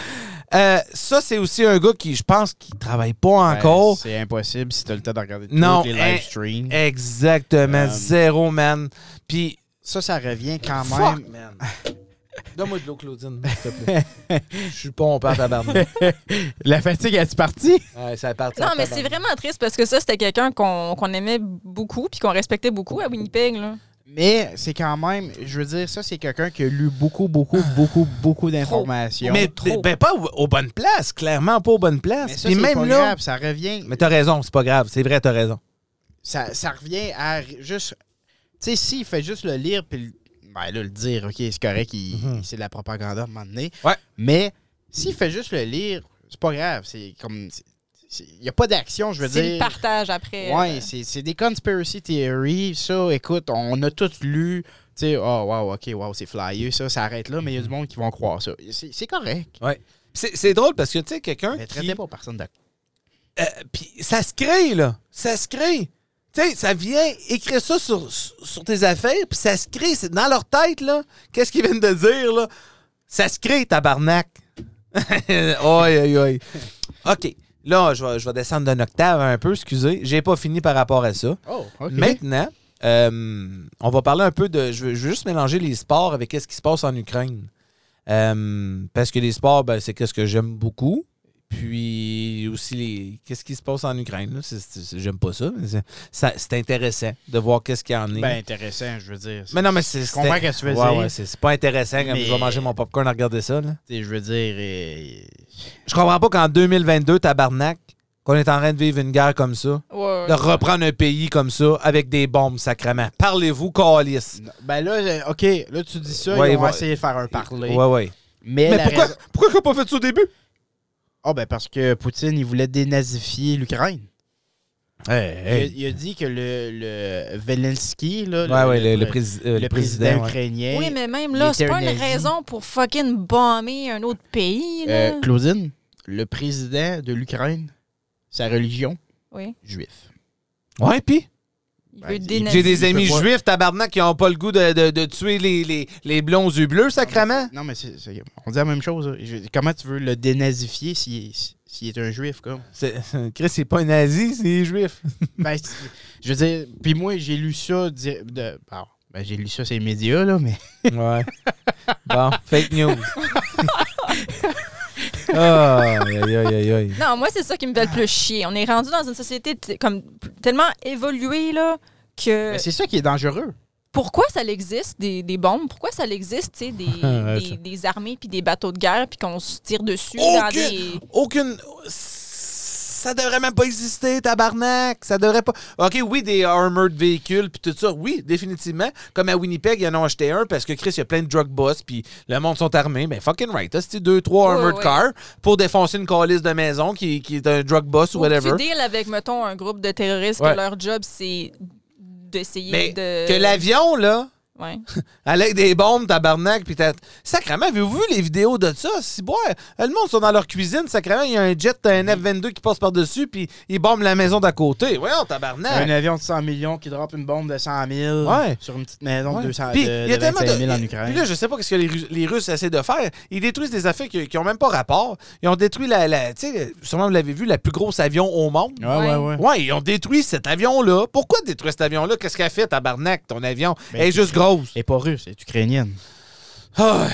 [SPEAKER 1] Euh, ça, c'est aussi un gars qui, je pense, qui travaille pas
[SPEAKER 2] ben,
[SPEAKER 1] encore.
[SPEAKER 2] c'est impossible si t'as le temps de regarder
[SPEAKER 1] non.
[SPEAKER 2] tous les
[SPEAKER 1] eh,
[SPEAKER 2] live streams.
[SPEAKER 1] Exactement.
[SPEAKER 2] Euh,
[SPEAKER 1] Zéro, man. Puis,
[SPEAKER 2] Ça, ça revient quand
[SPEAKER 1] fuck,
[SPEAKER 2] même.
[SPEAKER 1] man. Donne-moi de l'eau, Claudine, s'il te plaît. Je suis pompé à tabarnak.
[SPEAKER 2] La fatigue, est tu partie?
[SPEAKER 1] Ouais, ça part
[SPEAKER 3] Non, mais c'est vraiment triste parce que ça, c'était quelqu'un qu'on qu'on aimait beaucoup puis qu'on respectait beaucoup à Winnipeg. Là.
[SPEAKER 2] Mais c'est quand même, je veux dire, ça, c'est quelqu'un qui a lu beaucoup, beaucoup, beaucoup, beaucoup d'informations.
[SPEAKER 1] Mais
[SPEAKER 3] trop.
[SPEAKER 1] ben, pas aux aux bonnes places. Clairement pas aux bonnes places.
[SPEAKER 2] Mais ça,
[SPEAKER 1] Puis
[SPEAKER 2] c'est
[SPEAKER 1] même
[SPEAKER 2] pas
[SPEAKER 1] là.
[SPEAKER 2] grave, ça revient.
[SPEAKER 1] Mais t'as raison, c'est pas grave. C'est vrai, t'as raison.
[SPEAKER 2] ça, ça revient à ri- juste. Tu sais, s'il fait juste le lire puis le, ben là, le dire, OK, c'est correct, il- c'est de la propagande à un moment donné.
[SPEAKER 1] Mhm. Ouais.
[SPEAKER 2] Mais s'il fait juste le lire, c'est pas grave. C'est comme. Il n'y a pas d'action, je veux
[SPEAKER 3] C'est le
[SPEAKER 2] dire.
[SPEAKER 3] partage après.
[SPEAKER 2] Ouais,
[SPEAKER 3] euh,
[SPEAKER 2] c'est c'est des conspiracy theories. Ça, écoute, on a tous lu. Tu sais, oh, wow, OK, wow, c'est flyé, ça, ça arrête là, mais
[SPEAKER 1] Mhm.
[SPEAKER 2] il y a du monde qui vont croire ça. C'est c'est correct.
[SPEAKER 1] Ouais. C'est c'est drôle parce que, tu sais, quelqu'un
[SPEAKER 2] Mais
[SPEAKER 1] qui...
[SPEAKER 2] traitez pas personne de.
[SPEAKER 1] Euh, puis ça se crée, là. Ça se crée. Tu sais, ça vient écrire ça sur, sur tes affaires, puis ça se crée. C'est dans leur tête, là. Qu'est-ce qu'ils viennent de dire, là? Ça se crée, tabarnak. aïe, aïe, aïe. OK. Là, je vais, je vais descendre d'un octave un peu, excusez. J'ai pas fini par rapport à ça.
[SPEAKER 2] Oh, OK.
[SPEAKER 1] Maintenant, euh, on va parler un peu de. Je veux, je veux juste mélanger les sports avec ce qui se passe en Ukraine. Euh, parce que les sports, ben, c'est ce que j'aime beaucoup. Puis aussi, les, qu'est-ce qui se passe en Ukraine? là, c'est- c'est- c'est- j'aime pas ça. mais c'est- ça- c'est intéressant de voir qu'est-ce qu'il y en a.
[SPEAKER 2] Ben, intéressant, je veux dire.
[SPEAKER 1] mais non, mais c'est.
[SPEAKER 2] je comprends
[SPEAKER 1] c'est-
[SPEAKER 2] ce que tu veux
[SPEAKER 1] ouais,
[SPEAKER 2] dire.
[SPEAKER 1] ouais, c'est, c'est pas intéressant quand
[SPEAKER 2] Mais-
[SPEAKER 1] je vais manger mon popcorn à regarder ça. là.
[SPEAKER 2] Tu sais, Je veux dire. euh,
[SPEAKER 1] Je comprends pas qu'en 2022, tabarnak, qu'on est en train de vivre une guerre comme ça,
[SPEAKER 3] euh, ouais,
[SPEAKER 1] de reprendre un pays comme ça avec des bombes sacrément. Parlez-vous, calice.
[SPEAKER 2] Non, Ben là, euh, OK, là, tu dis ça,
[SPEAKER 1] Ouais,
[SPEAKER 2] ils vont
[SPEAKER 1] ils vont-
[SPEAKER 2] essayer de faire un parler.
[SPEAKER 1] Ouais, ouais.
[SPEAKER 2] Mais,
[SPEAKER 1] Mais
[SPEAKER 2] la
[SPEAKER 1] pourquoi,
[SPEAKER 2] raison-
[SPEAKER 1] pourquoi qu'on a pas fait ça au début?
[SPEAKER 2] Ah, ben parce que Poutine, il voulait dénazifier l'Ukraine. Il, il a dit que le, le Zelensky, là,
[SPEAKER 1] Ouais, ouais, le, le
[SPEAKER 2] le
[SPEAKER 1] prési- euh, le
[SPEAKER 2] président,
[SPEAKER 1] président. ouais.
[SPEAKER 2] ukrainien,
[SPEAKER 3] Oui, mais même là,
[SPEAKER 2] il
[SPEAKER 3] c'est pas
[SPEAKER 2] était un
[SPEAKER 3] une
[SPEAKER 2] nazi.
[SPEAKER 3] raison pour fucking bomber un autre pays. Là.
[SPEAKER 2] euh, Claudine, le président de l'Ukraine, sa religion,
[SPEAKER 3] oui.
[SPEAKER 2] juif.
[SPEAKER 1] Ouais, pis
[SPEAKER 3] Il
[SPEAKER 2] ben,
[SPEAKER 3] veut
[SPEAKER 2] j'ai
[SPEAKER 1] j'ai
[SPEAKER 3] dénazifier.
[SPEAKER 1] des
[SPEAKER 2] il
[SPEAKER 1] amis
[SPEAKER 2] peut pas-
[SPEAKER 1] juifs, tabarnak, qui ont pas le goût de, de- de tuer les, les, les blonds yeux bleus, sacrément.
[SPEAKER 2] Non, mais c'est- c'est- on dit la même chose. là. Je- comment tu veux le dénazifier s'il si, s'il est un juif, comme?
[SPEAKER 1] C'est- Chris, c'est pas un nazi, c'est juif.
[SPEAKER 2] Ben, c'est- je veux dire, puis moi, j'ai lu ça. di- De, ah, ben, j'ai lu ça, c'est les médias, là, mais.
[SPEAKER 1] Ouais. bon, fake news. Ah, aïe, aïe, aïe, aïe.
[SPEAKER 3] Non, moi, c'est ça qui me fait le plus chier. On est rendu dans une société t- comme tellement évoluée là, que.
[SPEAKER 2] Ben, c'est ça qui est dangereux.
[SPEAKER 3] pourquoi ça existe des, des bombes? Pourquoi ça existe tu sais, des,
[SPEAKER 1] Ouais,
[SPEAKER 3] des,
[SPEAKER 1] ça.
[SPEAKER 3] des armées puis des bateaux de guerre puis qu'on se tire dessus dans
[SPEAKER 1] Aucune-
[SPEAKER 3] des.
[SPEAKER 1] aucune. Ça devrait même pas exister, tabarnak. Ça devrait pas. OK, oui, des armored véhicules, puis tout ça. Oui, définitivement. Comme à Winnipeg, ils en ont acheté un parce que Chris, il y a plein de drug boss, puis le monde sont armés. Ben, fucking right. là, C'est deux, trois
[SPEAKER 3] Ouais,
[SPEAKER 1] armored
[SPEAKER 3] ouais.
[SPEAKER 1] cars pour défoncer une calice de maison qui, qui est un drug boss ou whatever.
[SPEAKER 3] Ou tu deals avec, mettons, un groupe de terroristes
[SPEAKER 1] Ouais.
[SPEAKER 3] que leur job, c'est
[SPEAKER 1] Mais
[SPEAKER 3] d'essayer de.
[SPEAKER 1] que l'avion, là,
[SPEAKER 3] Ouais.
[SPEAKER 1] Avec des bombes, tabarnak, puis t'as... Sacrement, avez-vous vu les vidéos de ça? Si bois, le monde sont dans leur cuisine, sacrement, il y a un jet, un
[SPEAKER 2] Mm-hmm.
[SPEAKER 1] F-22 qui passe par-dessus, puis il bombe la maison d'à côté. Voyons,
[SPEAKER 2] Un
[SPEAKER 1] tabarnak!
[SPEAKER 2] avion de 100 millions qui drop une bombe de 100 000
[SPEAKER 1] Ah. Ouais.
[SPEAKER 2] sur une petite maison
[SPEAKER 1] Ouais.
[SPEAKER 2] de 200
[SPEAKER 1] Puis,
[SPEAKER 2] de-
[SPEAKER 1] il y a
[SPEAKER 2] de
[SPEAKER 1] tellement
[SPEAKER 2] 25
[SPEAKER 1] de-
[SPEAKER 2] 000 en
[SPEAKER 1] Puis
[SPEAKER 2] Ukraine.
[SPEAKER 1] là, je sais pas ce que les, Ru- les Russes essaient de faire. Ils détruisent des affaires qui n'ont même pas rapport. Ils ont détruit la, la- tu sais, sûrement vous l'avez vu, la plus grosse avion au monde.
[SPEAKER 2] ouais, ouais, ouais.
[SPEAKER 1] Ouais, ils ont détruit cet avion-là. Pourquoi détruire cet avion-là? Qu'est-ce qu'elle fait, tabarnak, ton avion?
[SPEAKER 2] Ben,
[SPEAKER 1] Elle est juste grosse.
[SPEAKER 2] Elle est pas russe, elle est ukrainienne.
[SPEAKER 1] Ah,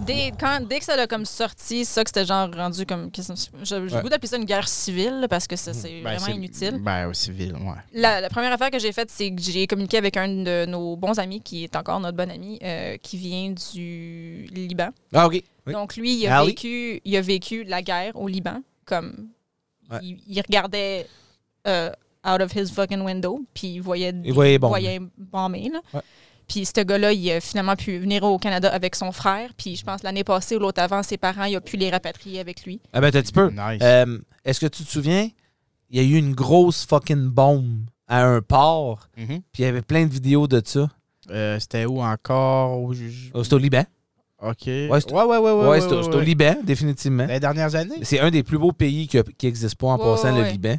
[SPEAKER 3] Dès, quand- dès que ça l'a comme sorti, c'est ça que c'était genre rendu comme. qu'est-ce que- J'ai j'ai le
[SPEAKER 1] Ouais. Mm-hmm.
[SPEAKER 3] goût d'appeler ça une guerre civile là, parce que ça, c'est
[SPEAKER 2] Ben,
[SPEAKER 3] vraiment
[SPEAKER 2] c'est-
[SPEAKER 3] inutile.
[SPEAKER 2] Ben, au civil, ouais.
[SPEAKER 3] La, la première affaire que j'ai faite, c'est que j'ai communiqué avec un de nos bons amis, qui est encore notre bon ami, euh, qui vient du Liban.
[SPEAKER 1] Ah, OK. Oui.
[SPEAKER 3] Donc lui, il a,
[SPEAKER 1] Ali.
[SPEAKER 3] vécu, il a vécu la guerre au Liban, comme
[SPEAKER 1] Ouais.
[SPEAKER 3] il, il regardait euh, out of his fucking window, puis il voyait,
[SPEAKER 1] Il voyait bon.
[SPEAKER 3] voyait bomber. Là.
[SPEAKER 1] Ouais.
[SPEAKER 3] Puis ce gars-là, il a finalement pu venir au Canada avec son frère, puis je pense l'année passée ou l'autre avant, ses parents, il a pu les rapatrier avec lui.
[SPEAKER 1] Ah ben, t'as un petit peu.
[SPEAKER 2] Nice.
[SPEAKER 1] Euh, Est-ce que tu te souviens, il y a eu une grosse fucking bombe à un port,
[SPEAKER 2] Mhm.
[SPEAKER 1] puis il y avait plein de vidéos de ça.
[SPEAKER 2] Euh, c'était où encore? Au juge-
[SPEAKER 1] Oh, c'est au Liban.
[SPEAKER 2] OK.
[SPEAKER 1] Ouais, c'est-
[SPEAKER 2] ouais, ouais, ouais,
[SPEAKER 1] Ouais,
[SPEAKER 2] ouais,
[SPEAKER 1] c'est
[SPEAKER 2] ouais,
[SPEAKER 1] au- c'est au
[SPEAKER 2] ouais.
[SPEAKER 1] Liban, définitivement.
[SPEAKER 2] Les dernières années?
[SPEAKER 1] C'est un des plus beaux pays que- qui n'existe pas en
[SPEAKER 3] Ben, Ouais,
[SPEAKER 1] passant, le
[SPEAKER 3] ouais.
[SPEAKER 1] Liban.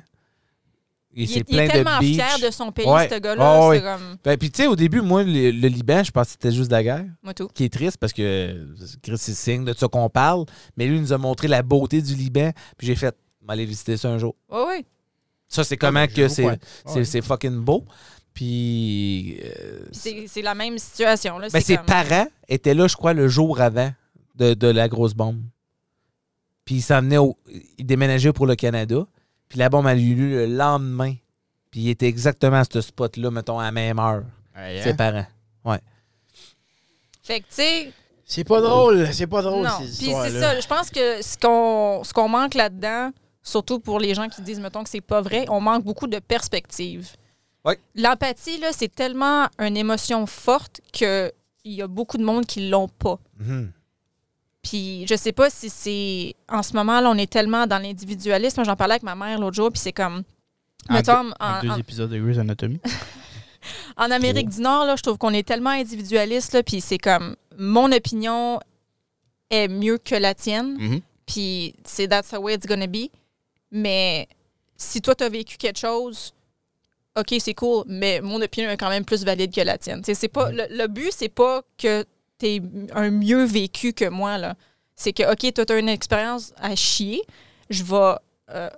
[SPEAKER 1] Et
[SPEAKER 3] Il,
[SPEAKER 1] c'est
[SPEAKER 3] est, il
[SPEAKER 1] plein
[SPEAKER 3] est tellement
[SPEAKER 1] de beach.
[SPEAKER 3] fier de son pays,
[SPEAKER 1] Ouais.
[SPEAKER 3] ce gars-là.
[SPEAKER 1] Ouais, ouais.
[SPEAKER 3] C'est comme,
[SPEAKER 1] Ben, puis tu sais, au début, moi, le, le Liban, je pensais que c'était juste de la guerre,
[SPEAKER 3] moi tout.
[SPEAKER 1] qui est triste parce que euh, Chris, c'est signe de ça qu'on parle. Mais lui, il nous a montré la beauté du Liban, puis j'ai fait, m'aller visiter ça un jour.
[SPEAKER 3] Ouais, ouais.
[SPEAKER 1] Ça, c'est comment
[SPEAKER 2] mais je
[SPEAKER 1] que c'est
[SPEAKER 2] vois.
[SPEAKER 1] c'est- c'est fucking beau. Puis. euh,
[SPEAKER 3] Puis C'est c'est la même situation. Là.
[SPEAKER 1] Ben, ses
[SPEAKER 3] c'est comme-
[SPEAKER 1] parents étaient là, je crois, le jour avant de, de la grosse bombe. Puis ils s'en venaient au- Ils déménageaient pour le Canada. Puis la bombe a eu lieu le lendemain. Puis il était exactement à ce spot-là, mettons, à la même heure,
[SPEAKER 2] Ouais,
[SPEAKER 1] ses
[SPEAKER 2] hein?
[SPEAKER 1] parents.
[SPEAKER 3] Fait que, tu sais,
[SPEAKER 2] C'est pas drôle, c'est pas drôle,
[SPEAKER 3] Non.
[SPEAKER 2] Oh, ces
[SPEAKER 3] Puis c'est
[SPEAKER 2] histoires-là.
[SPEAKER 3] ça, je pense que ce qu'on ce qu'on manque là-dedans, surtout pour les gens qui disent mettons que c'est pas vrai, on manque beaucoup de perspective.
[SPEAKER 1] Ouais.
[SPEAKER 3] L'empathie là, c'est tellement une émotion forte que il y a beaucoup de monde qui l'ont pas.
[SPEAKER 1] Mhm.
[SPEAKER 3] Puis je sais pas si c'est en ce moment là, on est tellement dans l'individualisme, j'en parlais avec ma mère l'autre jour, puis c'est comme
[SPEAKER 2] En
[SPEAKER 3] mettons
[SPEAKER 2] En
[SPEAKER 3] en-
[SPEAKER 2] Ah, deux
[SPEAKER 3] en-
[SPEAKER 2] épisodes de Grey's Anatomy.
[SPEAKER 3] en Amérique du Nord, là, je trouve qu'on est tellement individualiste, là, puis c'est comme mon opinion est mieux que la tienne,
[SPEAKER 2] Mhm.
[SPEAKER 3] puis c'est that's the way it's gonna be. Mais si toi, t'as vécu quelque chose, OK, c'est cool, mais mon opinion est quand même plus valide que la tienne. T'sais, C'est pas,
[SPEAKER 1] Mm-hmm.
[SPEAKER 3] le, le but, c'est pas que t'aies un mieux vécu que moi, là. C'est que, OK, toi, t'as une expérience à chier, je vais euh,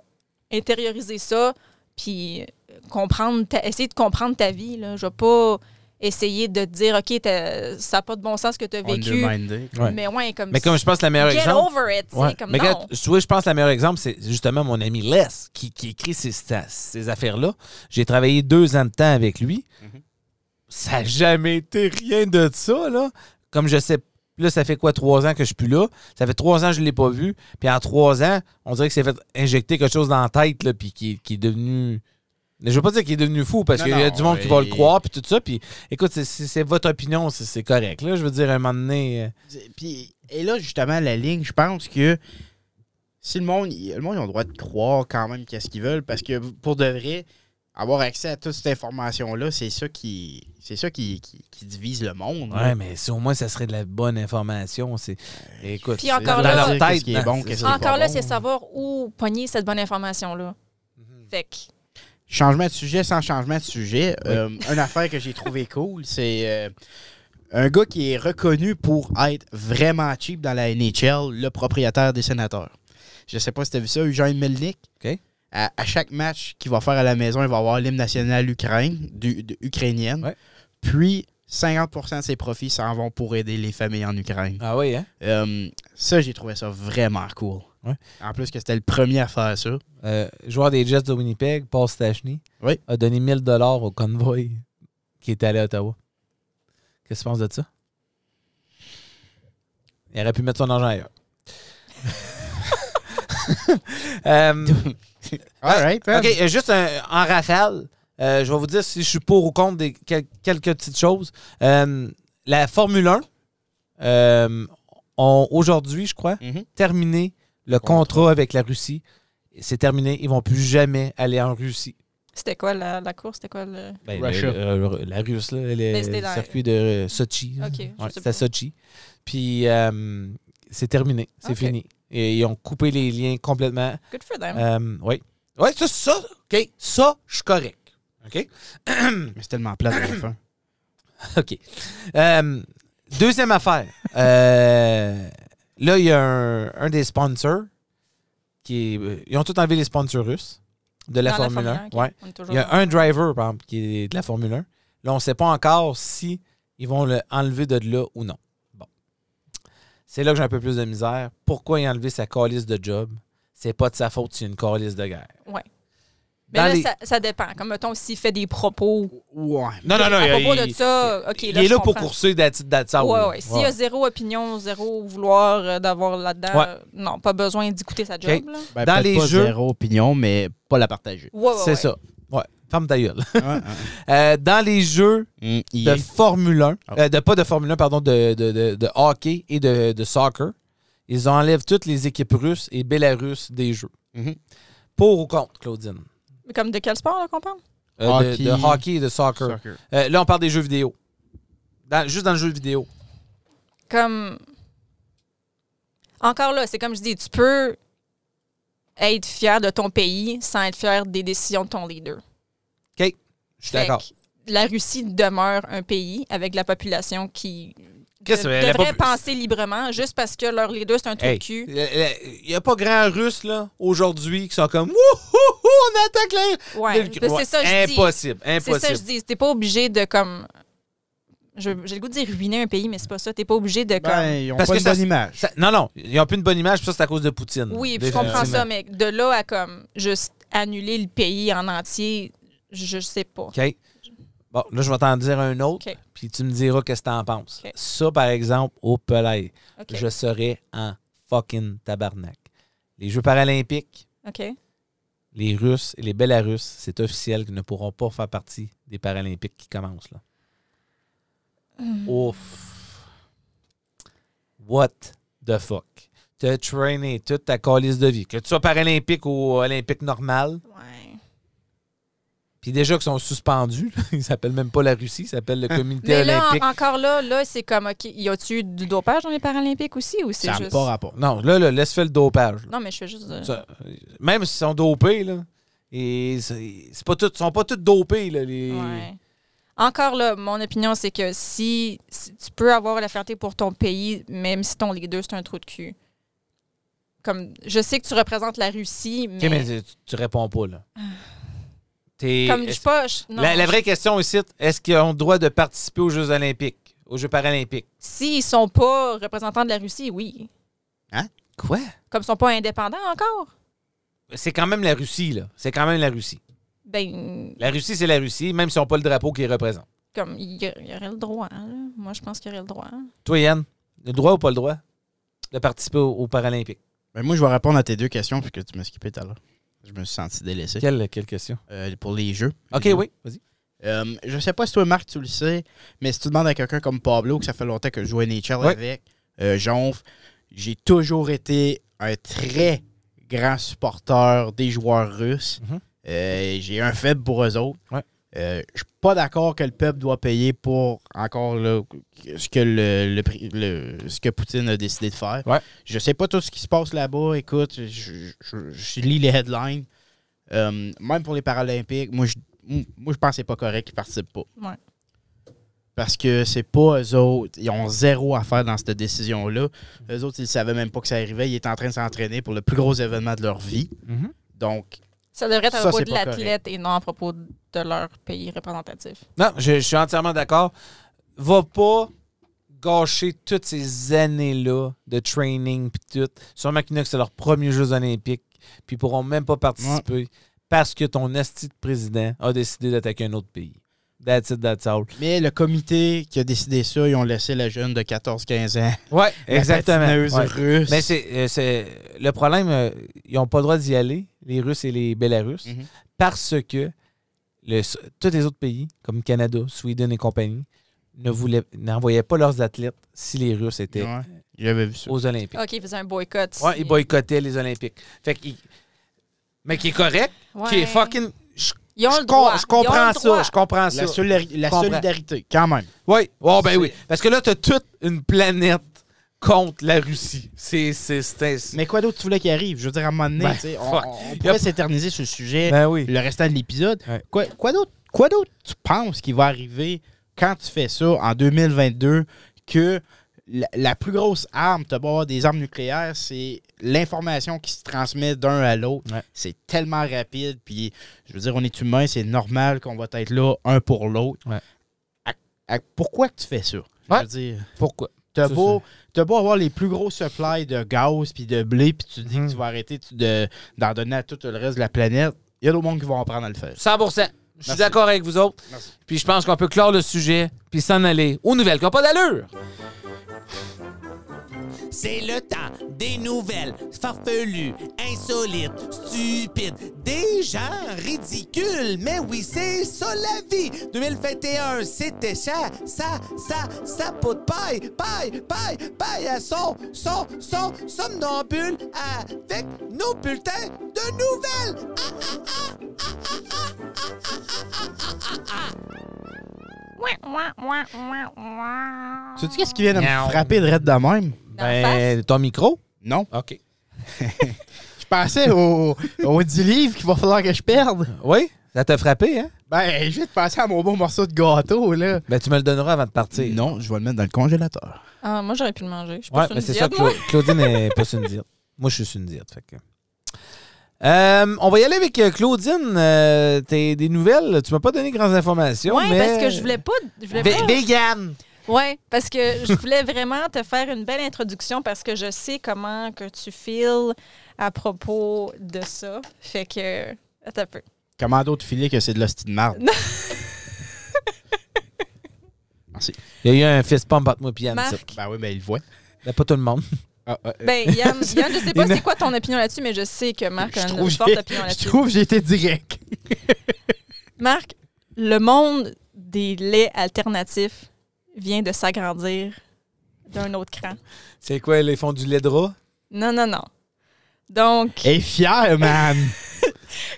[SPEAKER 3] intérioriser ça, puis euh, comprendre ta- essayer de comprendre ta vie. Là. Je vais pas essayer de te dire, OK, t'as- ça n'a pas de bon sens ce que tu as vécu.
[SPEAKER 2] Underminded.
[SPEAKER 1] Ouais.
[SPEAKER 3] Mais ouais, comme,
[SPEAKER 1] Mais comme je pense, le meilleur
[SPEAKER 3] get
[SPEAKER 1] exemple.
[SPEAKER 3] over it. tu sais,
[SPEAKER 1] Ouais.
[SPEAKER 3] Comme,
[SPEAKER 1] Mais
[SPEAKER 3] non.
[SPEAKER 1] quand- tu vois, je pense que le meilleur exemple, c'est justement mon ami Les qui, qui écrit ces, sta- ces affaires-là. J'ai travaillé deux ans de temps avec lui.
[SPEAKER 2] Mm-hmm.
[SPEAKER 1] Ça n'a jamais été rien de ça, là. Comme je sais, là, ça fait quoi, trois ans que je suis plus là? Ça fait trois ans que je ne l'ai pas vu. Puis en trois ans, on dirait que c'est fait injecter quelque chose dans la tête, là, puis qui, qui est devenu. Mais Je veux pas dire qu'il est devenu fou parce
[SPEAKER 2] Non,
[SPEAKER 1] qu'il y a
[SPEAKER 2] non,
[SPEAKER 1] du monde qui va le
[SPEAKER 2] et-
[SPEAKER 1] croire puis tout ça. Puis écoute, c'est- c'est c'est votre opinion, c'est- c'est correct. Là, je veux dire, à un moment donné, euh,
[SPEAKER 2] Puis, et là, justement, la ligne, je pense que si le monde, il- le monde, ils ont le droit de croire quand même qu'est-ce qu'ils veulent, parce que pour de vrai, avoir accès à toute cette information-là, c'est ça qui, c'est ça qui, qui, qui divise le monde.
[SPEAKER 1] Ouais, mais si au moins ça serait de la bonne information, c'est. Écoute,
[SPEAKER 3] Puis encore
[SPEAKER 1] dans
[SPEAKER 3] là-
[SPEAKER 1] leur tête,
[SPEAKER 2] Qu'est-ce qui est
[SPEAKER 1] non,
[SPEAKER 2] bon,
[SPEAKER 1] c'est
[SPEAKER 2] qu'est-ce
[SPEAKER 1] ça.
[SPEAKER 2] qui est
[SPEAKER 3] Encore
[SPEAKER 2] pas
[SPEAKER 3] là,
[SPEAKER 2] bon.
[SPEAKER 3] c'est savoir où pogner cette bonne information-là. Fait que,
[SPEAKER 2] Changement de sujet sans changement de sujet. Euh, une affaire que j'ai trouvé cool, c'est euh, un gars qui est reconnu pour être vraiment cheap dans la NHL, le propriétaire des sénateurs. Je sais pas si tu as vu ça, Eugène Melnik.
[SPEAKER 1] OK.
[SPEAKER 2] À, à chaque match qu'il va faire à la maison, il va avoir l'hymne national ukrainien, du, de- ukrainienne.
[SPEAKER 1] Ouais.
[SPEAKER 2] Puis 50 de ses profits s'en vont pour aider les familles en Ukraine.
[SPEAKER 1] Ah oui, hein?
[SPEAKER 2] Euh, ça, j'ai trouvé ça vraiment cool.
[SPEAKER 1] Ouais.
[SPEAKER 2] En plus que c'était le premier à faire ça.
[SPEAKER 1] Euh, joueur des Jets de Winnipeg, Paul Stachny,
[SPEAKER 2] Oui.
[SPEAKER 1] a donné 1000 au convoy qui est allé à Ottawa. Qu'est-ce que tu penses de ça? Il aurait pu mettre son argent ailleurs. Euh,
[SPEAKER 2] All right, hein?
[SPEAKER 1] OK, euh, juste un- en rafale, euh, je vais vous dire si je suis pour ou contre des, quel- quelques petites choses. Euh, la Formule 1 euh, ont aujourd'hui, je crois,
[SPEAKER 2] Mhm.
[SPEAKER 1] terminé le contrat avec la Russie. C'est terminé. Ils vont plus jamais aller en Russie.
[SPEAKER 3] C'était quoi la, la course? C'était quoi le.
[SPEAKER 1] Ben,
[SPEAKER 2] Russia.
[SPEAKER 1] le- le- la Russe, là, le,
[SPEAKER 3] Ben, c'était dans-
[SPEAKER 1] circuit de euh, Sochi. là.
[SPEAKER 3] Ok, je
[SPEAKER 1] Ouais,
[SPEAKER 3] sais
[SPEAKER 1] C'était
[SPEAKER 3] pas.
[SPEAKER 1] à Sochi. Puis euh, c'est terminé, c'est
[SPEAKER 3] Ok. Ah
[SPEAKER 1] fini. Et ils ont coupé les liens complètement.
[SPEAKER 3] Good for them.
[SPEAKER 1] Euh, oui. Oui, ça, ça, OK. Ça, je suis correct. OK?
[SPEAKER 2] Mais c'est tellement plate à la fin.
[SPEAKER 1] OK. Euh, deuxième affaire. Euh, là, il y a un, un des sponsors qui est. euh, Ils ont tout enlevé les sponsors russes de la
[SPEAKER 3] Dans
[SPEAKER 1] Formule 1.
[SPEAKER 3] ok.
[SPEAKER 1] Ouais.
[SPEAKER 3] On est toujours
[SPEAKER 1] Il y a
[SPEAKER 3] dans-
[SPEAKER 1] un driver, par exemple, qui est de la Formule 1. Là, on ne sait pas encore si ils vont le enlever de là ou non. Bon. C'est là que j'ai un peu plus de misère. Pourquoi il a enlevé sa calice de job? C'est pas de sa faute s'il y a une calice de guerre.
[SPEAKER 3] Ouais. Mais
[SPEAKER 1] Dans
[SPEAKER 3] là,
[SPEAKER 1] les-
[SPEAKER 3] ça, ça dépend. Comme, mettons, s'il fait des propos
[SPEAKER 2] Ouais.
[SPEAKER 1] Non, non, non.
[SPEAKER 3] à
[SPEAKER 1] il-
[SPEAKER 3] propos de
[SPEAKER 1] il-
[SPEAKER 3] ça, OK,
[SPEAKER 1] il
[SPEAKER 3] là,
[SPEAKER 1] est
[SPEAKER 3] je
[SPEAKER 1] là pour
[SPEAKER 3] comprends.
[SPEAKER 1] courser that's, that's all,
[SPEAKER 3] Ouais,
[SPEAKER 1] là.
[SPEAKER 3] ouais. S'il y a zéro opinion, zéro vouloir euh, d'avoir là-dedans,
[SPEAKER 1] Ouais.
[SPEAKER 3] euh, non, pas besoin d'écouter sa job.
[SPEAKER 1] Ok.
[SPEAKER 3] Là.
[SPEAKER 2] Ben,
[SPEAKER 1] Dans
[SPEAKER 2] peut-être
[SPEAKER 1] les
[SPEAKER 2] pas
[SPEAKER 1] jeux-
[SPEAKER 2] zéro opinion, mais pas la partager.
[SPEAKER 3] Ouais, ouais,
[SPEAKER 1] C'est
[SPEAKER 3] ouais.
[SPEAKER 1] ça. Ouais. Ferme ta gueule.
[SPEAKER 2] Ouais, ouais.
[SPEAKER 1] Euh, dans les jeux
[SPEAKER 2] Mm,
[SPEAKER 1] de
[SPEAKER 2] EA.
[SPEAKER 1] Formule 1,
[SPEAKER 2] Ah.
[SPEAKER 1] euh, de, pas de Formule 1, pardon, de, de, de- de hockey et de, de soccer, ils enlèvent toutes les équipes russes et bélarusses des jeux.
[SPEAKER 2] Mhm.
[SPEAKER 1] Pour ou contre, Claudine?
[SPEAKER 3] Comme de quel sport, là, qu'on parle?
[SPEAKER 1] Euh, de-
[SPEAKER 2] Hockey.
[SPEAKER 1] De, hockey et de soccer.
[SPEAKER 2] Soccer.
[SPEAKER 1] Euh, là, on parle des jeux vidéo. Dans- juste dans le jeu vidéo.
[SPEAKER 3] Comme. Encore là, c'est comme je dis, tu peux être fier de ton pays sans être fier des décisions de ton leader.
[SPEAKER 1] OK? Je suis
[SPEAKER 3] Fait
[SPEAKER 1] d'accord.
[SPEAKER 3] que La Russie demeure un pays avec la population qui
[SPEAKER 1] Qu'est-ce que-
[SPEAKER 3] de-
[SPEAKER 1] la
[SPEAKER 3] devrait
[SPEAKER 1] popu-
[SPEAKER 3] penser librement juste parce que leur leader, c'est un trou
[SPEAKER 1] Hey,
[SPEAKER 3] de cul.
[SPEAKER 1] Il n'y a pas grand russe là aujourd'hui qui sont comme Wouhouhou, on attaque les.
[SPEAKER 3] Ouais, ben,
[SPEAKER 1] le-
[SPEAKER 3] c'est
[SPEAKER 1] Ouais,
[SPEAKER 3] ça que je dis.
[SPEAKER 1] Impossible,
[SPEAKER 3] C'est
[SPEAKER 1] impossible.
[SPEAKER 3] ça, je dis. T'es pas obligé de comme. je- J'ai le goût de dire ruiner un pays, mais c'est pas ça. T'es pas obligé de comme.
[SPEAKER 2] Ben, ils ont
[SPEAKER 1] Parce
[SPEAKER 2] pas
[SPEAKER 1] que
[SPEAKER 2] une
[SPEAKER 1] ça-
[SPEAKER 2] bonne image.
[SPEAKER 1] Ça- non, non, ils n'ont plus une bonne image, puis ça, c'est à cause de Poutine.
[SPEAKER 3] oui, puis je comprends ça,
[SPEAKER 1] Définitivement.
[SPEAKER 3] mais de là à comme juste annuler le pays en entier, je sais pas.
[SPEAKER 1] OK. Bon, là, je vais t'en dire un autre,
[SPEAKER 3] OK.
[SPEAKER 1] puis tu me diras qu'est-ce que t'en penses.
[SPEAKER 3] OK.
[SPEAKER 1] Ça, par exemple, au Pelay,
[SPEAKER 3] OK.
[SPEAKER 1] je serais en fucking tabarnak. Les Jeux paralympiques,
[SPEAKER 3] OK.
[SPEAKER 1] les Russes et les Bélarusses, c'est officiel qu'ils ne pourront pas faire partie des Paralympiques qui commencent, là.
[SPEAKER 3] Hmm.
[SPEAKER 1] Ouf. What the fuck? T'as traîné toute ta calice de vie, que tu sois paralympique ou olympique normal,
[SPEAKER 3] Ouais.
[SPEAKER 1] Puis déjà qu'ils sont suspendus, ils s'appellent même pas la Russie, ils s'appellent le comité
[SPEAKER 3] Hein. Mais là, en-
[SPEAKER 1] olympique.
[SPEAKER 3] encore là, là, c'est comme, OK, y a-tu eu du dopage dans les Paralympiques aussi ou c'est
[SPEAKER 2] Ça n'a
[SPEAKER 3] juste.
[SPEAKER 2] pas rapport.
[SPEAKER 1] Non, là, là, laisse faire le dopage. là.
[SPEAKER 3] Non, mais je fais juste. euh,
[SPEAKER 1] Ça, euh, même s'ils sont dopés, là, et c'est c'est pas tout, ils sont pas tous dopés. Là, les...
[SPEAKER 3] Ouais. Encore là, mon opinion, c'est que si, si tu peux avoir la fierté pour ton pays, même si ton leader, c'est un trou de cul. Comme, je sais que tu représentes la Russie, mais,
[SPEAKER 1] OK, mais tu, tu réponds pas. Là. T'es-
[SPEAKER 3] comme je
[SPEAKER 1] est-ce-
[SPEAKER 3] suis pas. je- non,
[SPEAKER 1] la, la vraie question ici, est-ce qu'ils ont le droit de participer aux Jeux olympiques, aux Jeux paralympiques?
[SPEAKER 3] S'ils sont pas représentants de la Russie, oui.
[SPEAKER 1] Quoi?
[SPEAKER 3] Comme ils sont pas indépendants encore,
[SPEAKER 1] C'est quand même la Russie, là. C'est quand même la Russie.
[SPEAKER 3] ben,
[SPEAKER 1] La Russie, c'est la Russie, même s'ils n'ont pas le drapeau qu'ils représentent.
[SPEAKER 3] comme, il y, a- il y aurait le droit. là. Moi, je pense qu'il y aurait le droit.
[SPEAKER 1] Toi, Yann, le droit ou pas le droit de participer aux, aux Paralympiques?
[SPEAKER 2] Ben, moi, je vais répondre à tes deux questions puisque tu m'as skippé tout à l'heure. Je me suis senti délaissé.
[SPEAKER 1] Quelle, question?
[SPEAKER 2] Euh, pour les jeux.
[SPEAKER 1] OK,
[SPEAKER 2] Les jeux.
[SPEAKER 1] oui, vas-y.
[SPEAKER 2] Euh, je sais pas si toi, Marc, tu le sais, mais si tu demandes à quelqu'un comme Pablo, que ça fait longtemps que je joue à NHL
[SPEAKER 1] Ouais.
[SPEAKER 2] avec, euh, Jonf, j'ai toujours été un très grand supporter des joueurs russes.
[SPEAKER 1] Mhm.
[SPEAKER 2] Euh, j'ai un faible pour eux autres.
[SPEAKER 1] Ouais.
[SPEAKER 2] Euh, je suis pas d'accord que le peuple doit payer pour encore là, ce que le, le prix- le- ce que Poutine a décidé de faire.
[SPEAKER 1] Ouais.
[SPEAKER 2] Je sais pas tout ce qui se passe là-bas. Écoute, je, je- je- je lis les headlines. Euh, même pour les Paralympiques, moi je, moi, je pense que c'est pas correct qu'ils participent pas.
[SPEAKER 3] Ouais.
[SPEAKER 2] Parce que c'est pas eux autres. Ils ont zéro à faire dans cette décision-là. Eux autres, ils savaient même pas que ça arrivait. Ils étaient en train de s'entraîner pour le plus gros événement de leur vie.
[SPEAKER 1] Mhm.
[SPEAKER 2] Donc,
[SPEAKER 3] Ça devrait être à
[SPEAKER 2] Ça,
[SPEAKER 3] propos
[SPEAKER 2] c'est
[SPEAKER 3] de
[SPEAKER 2] pas
[SPEAKER 3] l'athlète et non à propos de leur pays représentatif.
[SPEAKER 1] Non, je, je suis entièrement d'accord. Va pas gâcher toutes ces années-là de training puis tout. Sûrement qu'il y en a que c'est leur premier Jeux olympiques puis ils pourront même pas participer parce que ton esti de président a décidé d'attaquer un autre pays. That's it, that's all.
[SPEAKER 2] Mais le comité qui a décidé ça, ils ont laissé la jeune de 14-15 ans.
[SPEAKER 1] Ouais, exactement.
[SPEAKER 2] La patineuse
[SPEAKER 1] Ouais.
[SPEAKER 2] russe.
[SPEAKER 1] Mais c'est, euh, c'est- le problème, euh, ils n'ont pas le droit d'y aller, les Russes et les Bélarusses,
[SPEAKER 2] Mhm.
[SPEAKER 1] parce que le, tous les autres pays, comme Canada, Sweden et compagnie, ne voulaient, n'envoyaient pas leurs athlètes si les Russes étaient
[SPEAKER 2] Ouais, J'avais vu ça.
[SPEAKER 1] aux Olympiques.
[SPEAKER 3] OK, ils faisaient un boycott.
[SPEAKER 1] Ouais,
[SPEAKER 3] Ah, si-
[SPEAKER 1] ils boycottaient les Olympiques. Fait qu'ils- mais qui est correct, qui
[SPEAKER 3] Ouais.
[SPEAKER 1] est fucking. je-
[SPEAKER 3] Ils ont
[SPEAKER 1] Je
[SPEAKER 3] le droit.
[SPEAKER 1] com- Je comprends ça, je comprends ça.
[SPEAKER 2] La, solari- la
[SPEAKER 1] Comprends.
[SPEAKER 2] solidarité, quand même.
[SPEAKER 1] Oui. Oh, ben oui.
[SPEAKER 2] C'est-
[SPEAKER 1] Parce que là, t'as toute une planète contre la Russie. C'est. c'est- c'est-
[SPEAKER 2] Mais quoi d'autre tu voulais qu'il arrive? Je veux dire, à un moment donné,
[SPEAKER 1] Ben,
[SPEAKER 2] tu sais, on,
[SPEAKER 1] fuck.
[SPEAKER 2] on pourrait
[SPEAKER 1] Yep.
[SPEAKER 2] s'éterniser sur le sujet
[SPEAKER 1] Ben oui.
[SPEAKER 2] le restant de l'épisode.
[SPEAKER 1] Ouais.
[SPEAKER 2] Quoi, quoi d'autre quoi d'autre tu penses qui va arriver quand tu fais ça en 2022 que la, la plus grosse arme, tu avoir des armes nucléaires, c'est l'information qui se transmet d'un à l'autre.
[SPEAKER 1] Ouais.
[SPEAKER 2] C'est tellement rapide. Puis, je veux dire, on est humain, c'est normal qu'on va être là un pour l'autre.
[SPEAKER 1] Ouais.
[SPEAKER 2] À- à- pourquoi que tu fais ça? Je
[SPEAKER 1] Ouais.
[SPEAKER 2] veux dire.
[SPEAKER 1] Pourquoi?
[SPEAKER 2] T'as
[SPEAKER 1] Ça,
[SPEAKER 2] beau, t'as beau avoir les plus gros supplies de gaz puis de blé, puis tu dis
[SPEAKER 1] Mhm.
[SPEAKER 2] que tu vas arrêter tu- de- d'en donner à tout le reste de la planète. Il y a d'autres monde qui vont apprendre à le faire.
[SPEAKER 1] 100 Je suis
[SPEAKER 2] Merci.
[SPEAKER 1] d'accord avec vous autres.
[SPEAKER 2] Merci.
[SPEAKER 1] Puis je pense qu'on peut clore le sujet puis s'en aller aux nouvelles qui n'ont pas d'allure.
[SPEAKER 4] C'est le temps des nouvelles farfelues, insolites, stupides, des gens ridicules. Mais oui, c'est ça la vie. 2021, c'était ça, ça, ça, ça, pot de paille, paille, paille, paille à son, son, son, somnambule avec nos bulletins de nouvelles. Ah, ah, ah, ah, ah, ah, ah, ah, ah, ah, ah, ah.
[SPEAKER 2] Tu sais qu'est-ce qui vient de me frapper de raide de même?
[SPEAKER 1] Ben, ton micro?
[SPEAKER 2] Non.
[SPEAKER 1] OK.
[SPEAKER 2] Je pensais au- aux 10 livres qu'il va falloir que je perde.
[SPEAKER 1] Oui? Ça t'a frappé, hein?
[SPEAKER 2] Ben, je vais te passer à mon bon morceau de gâteau, là.
[SPEAKER 1] Ben, tu me le donneras avant de partir.
[SPEAKER 2] Non, je vais le mettre dans le congélateur.
[SPEAKER 3] Ah, moi, j'aurais pu le manger. Je suis
[SPEAKER 1] Ouais,
[SPEAKER 3] pas sur
[SPEAKER 1] mais
[SPEAKER 3] une
[SPEAKER 1] c'est ça.
[SPEAKER 3] diète, moi.
[SPEAKER 1] Cla- Claudine n'est pas sur une diète. Moi, je suis sur une diète. fait que- Euh, on va y aller avec euh, Claudine. Euh, t'es des nouvelles. Tu m'as pas donné grandes informations.
[SPEAKER 3] Ouais,
[SPEAKER 1] oh, mais-
[SPEAKER 3] parce que je voulais pas. Je voulais
[SPEAKER 1] Vé-
[SPEAKER 3] pas-
[SPEAKER 1] Vegan.
[SPEAKER 3] Ouais, parce que je voulais vraiment te faire une belle introduction parce que je sais comment que tu files à propos de ça. Fait que. Attends un peu.
[SPEAKER 1] Euh.
[SPEAKER 2] Comment d'autres filets que c'est de l'hostie de marde? Merci.
[SPEAKER 1] Il y a eu un fist pump entre moi et Yann.
[SPEAKER 3] Marc.
[SPEAKER 1] ça.
[SPEAKER 2] Ben oui, ben il le voit.
[SPEAKER 1] Ben, pas tout le monde.
[SPEAKER 2] Ah, ah,
[SPEAKER 3] Ben, Yann, Yann, je sais pas
[SPEAKER 1] Il n'a-
[SPEAKER 3] c'est quoi ton opinion là-dessus, mais je sais que Marc
[SPEAKER 2] je
[SPEAKER 3] a
[SPEAKER 2] trouve
[SPEAKER 3] une
[SPEAKER 2] j'ai-
[SPEAKER 3] forte opinion
[SPEAKER 2] je
[SPEAKER 3] là-dessus.
[SPEAKER 2] trouve que j'ai été direct.
[SPEAKER 3] Marc, le monde des laits alternatifs vient de s'agrandir d'un autre cran.
[SPEAKER 1] C'est quoi, les fonds du lait de rat?
[SPEAKER 3] Non, non, non. Donc,
[SPEAKER 2] est fier, man.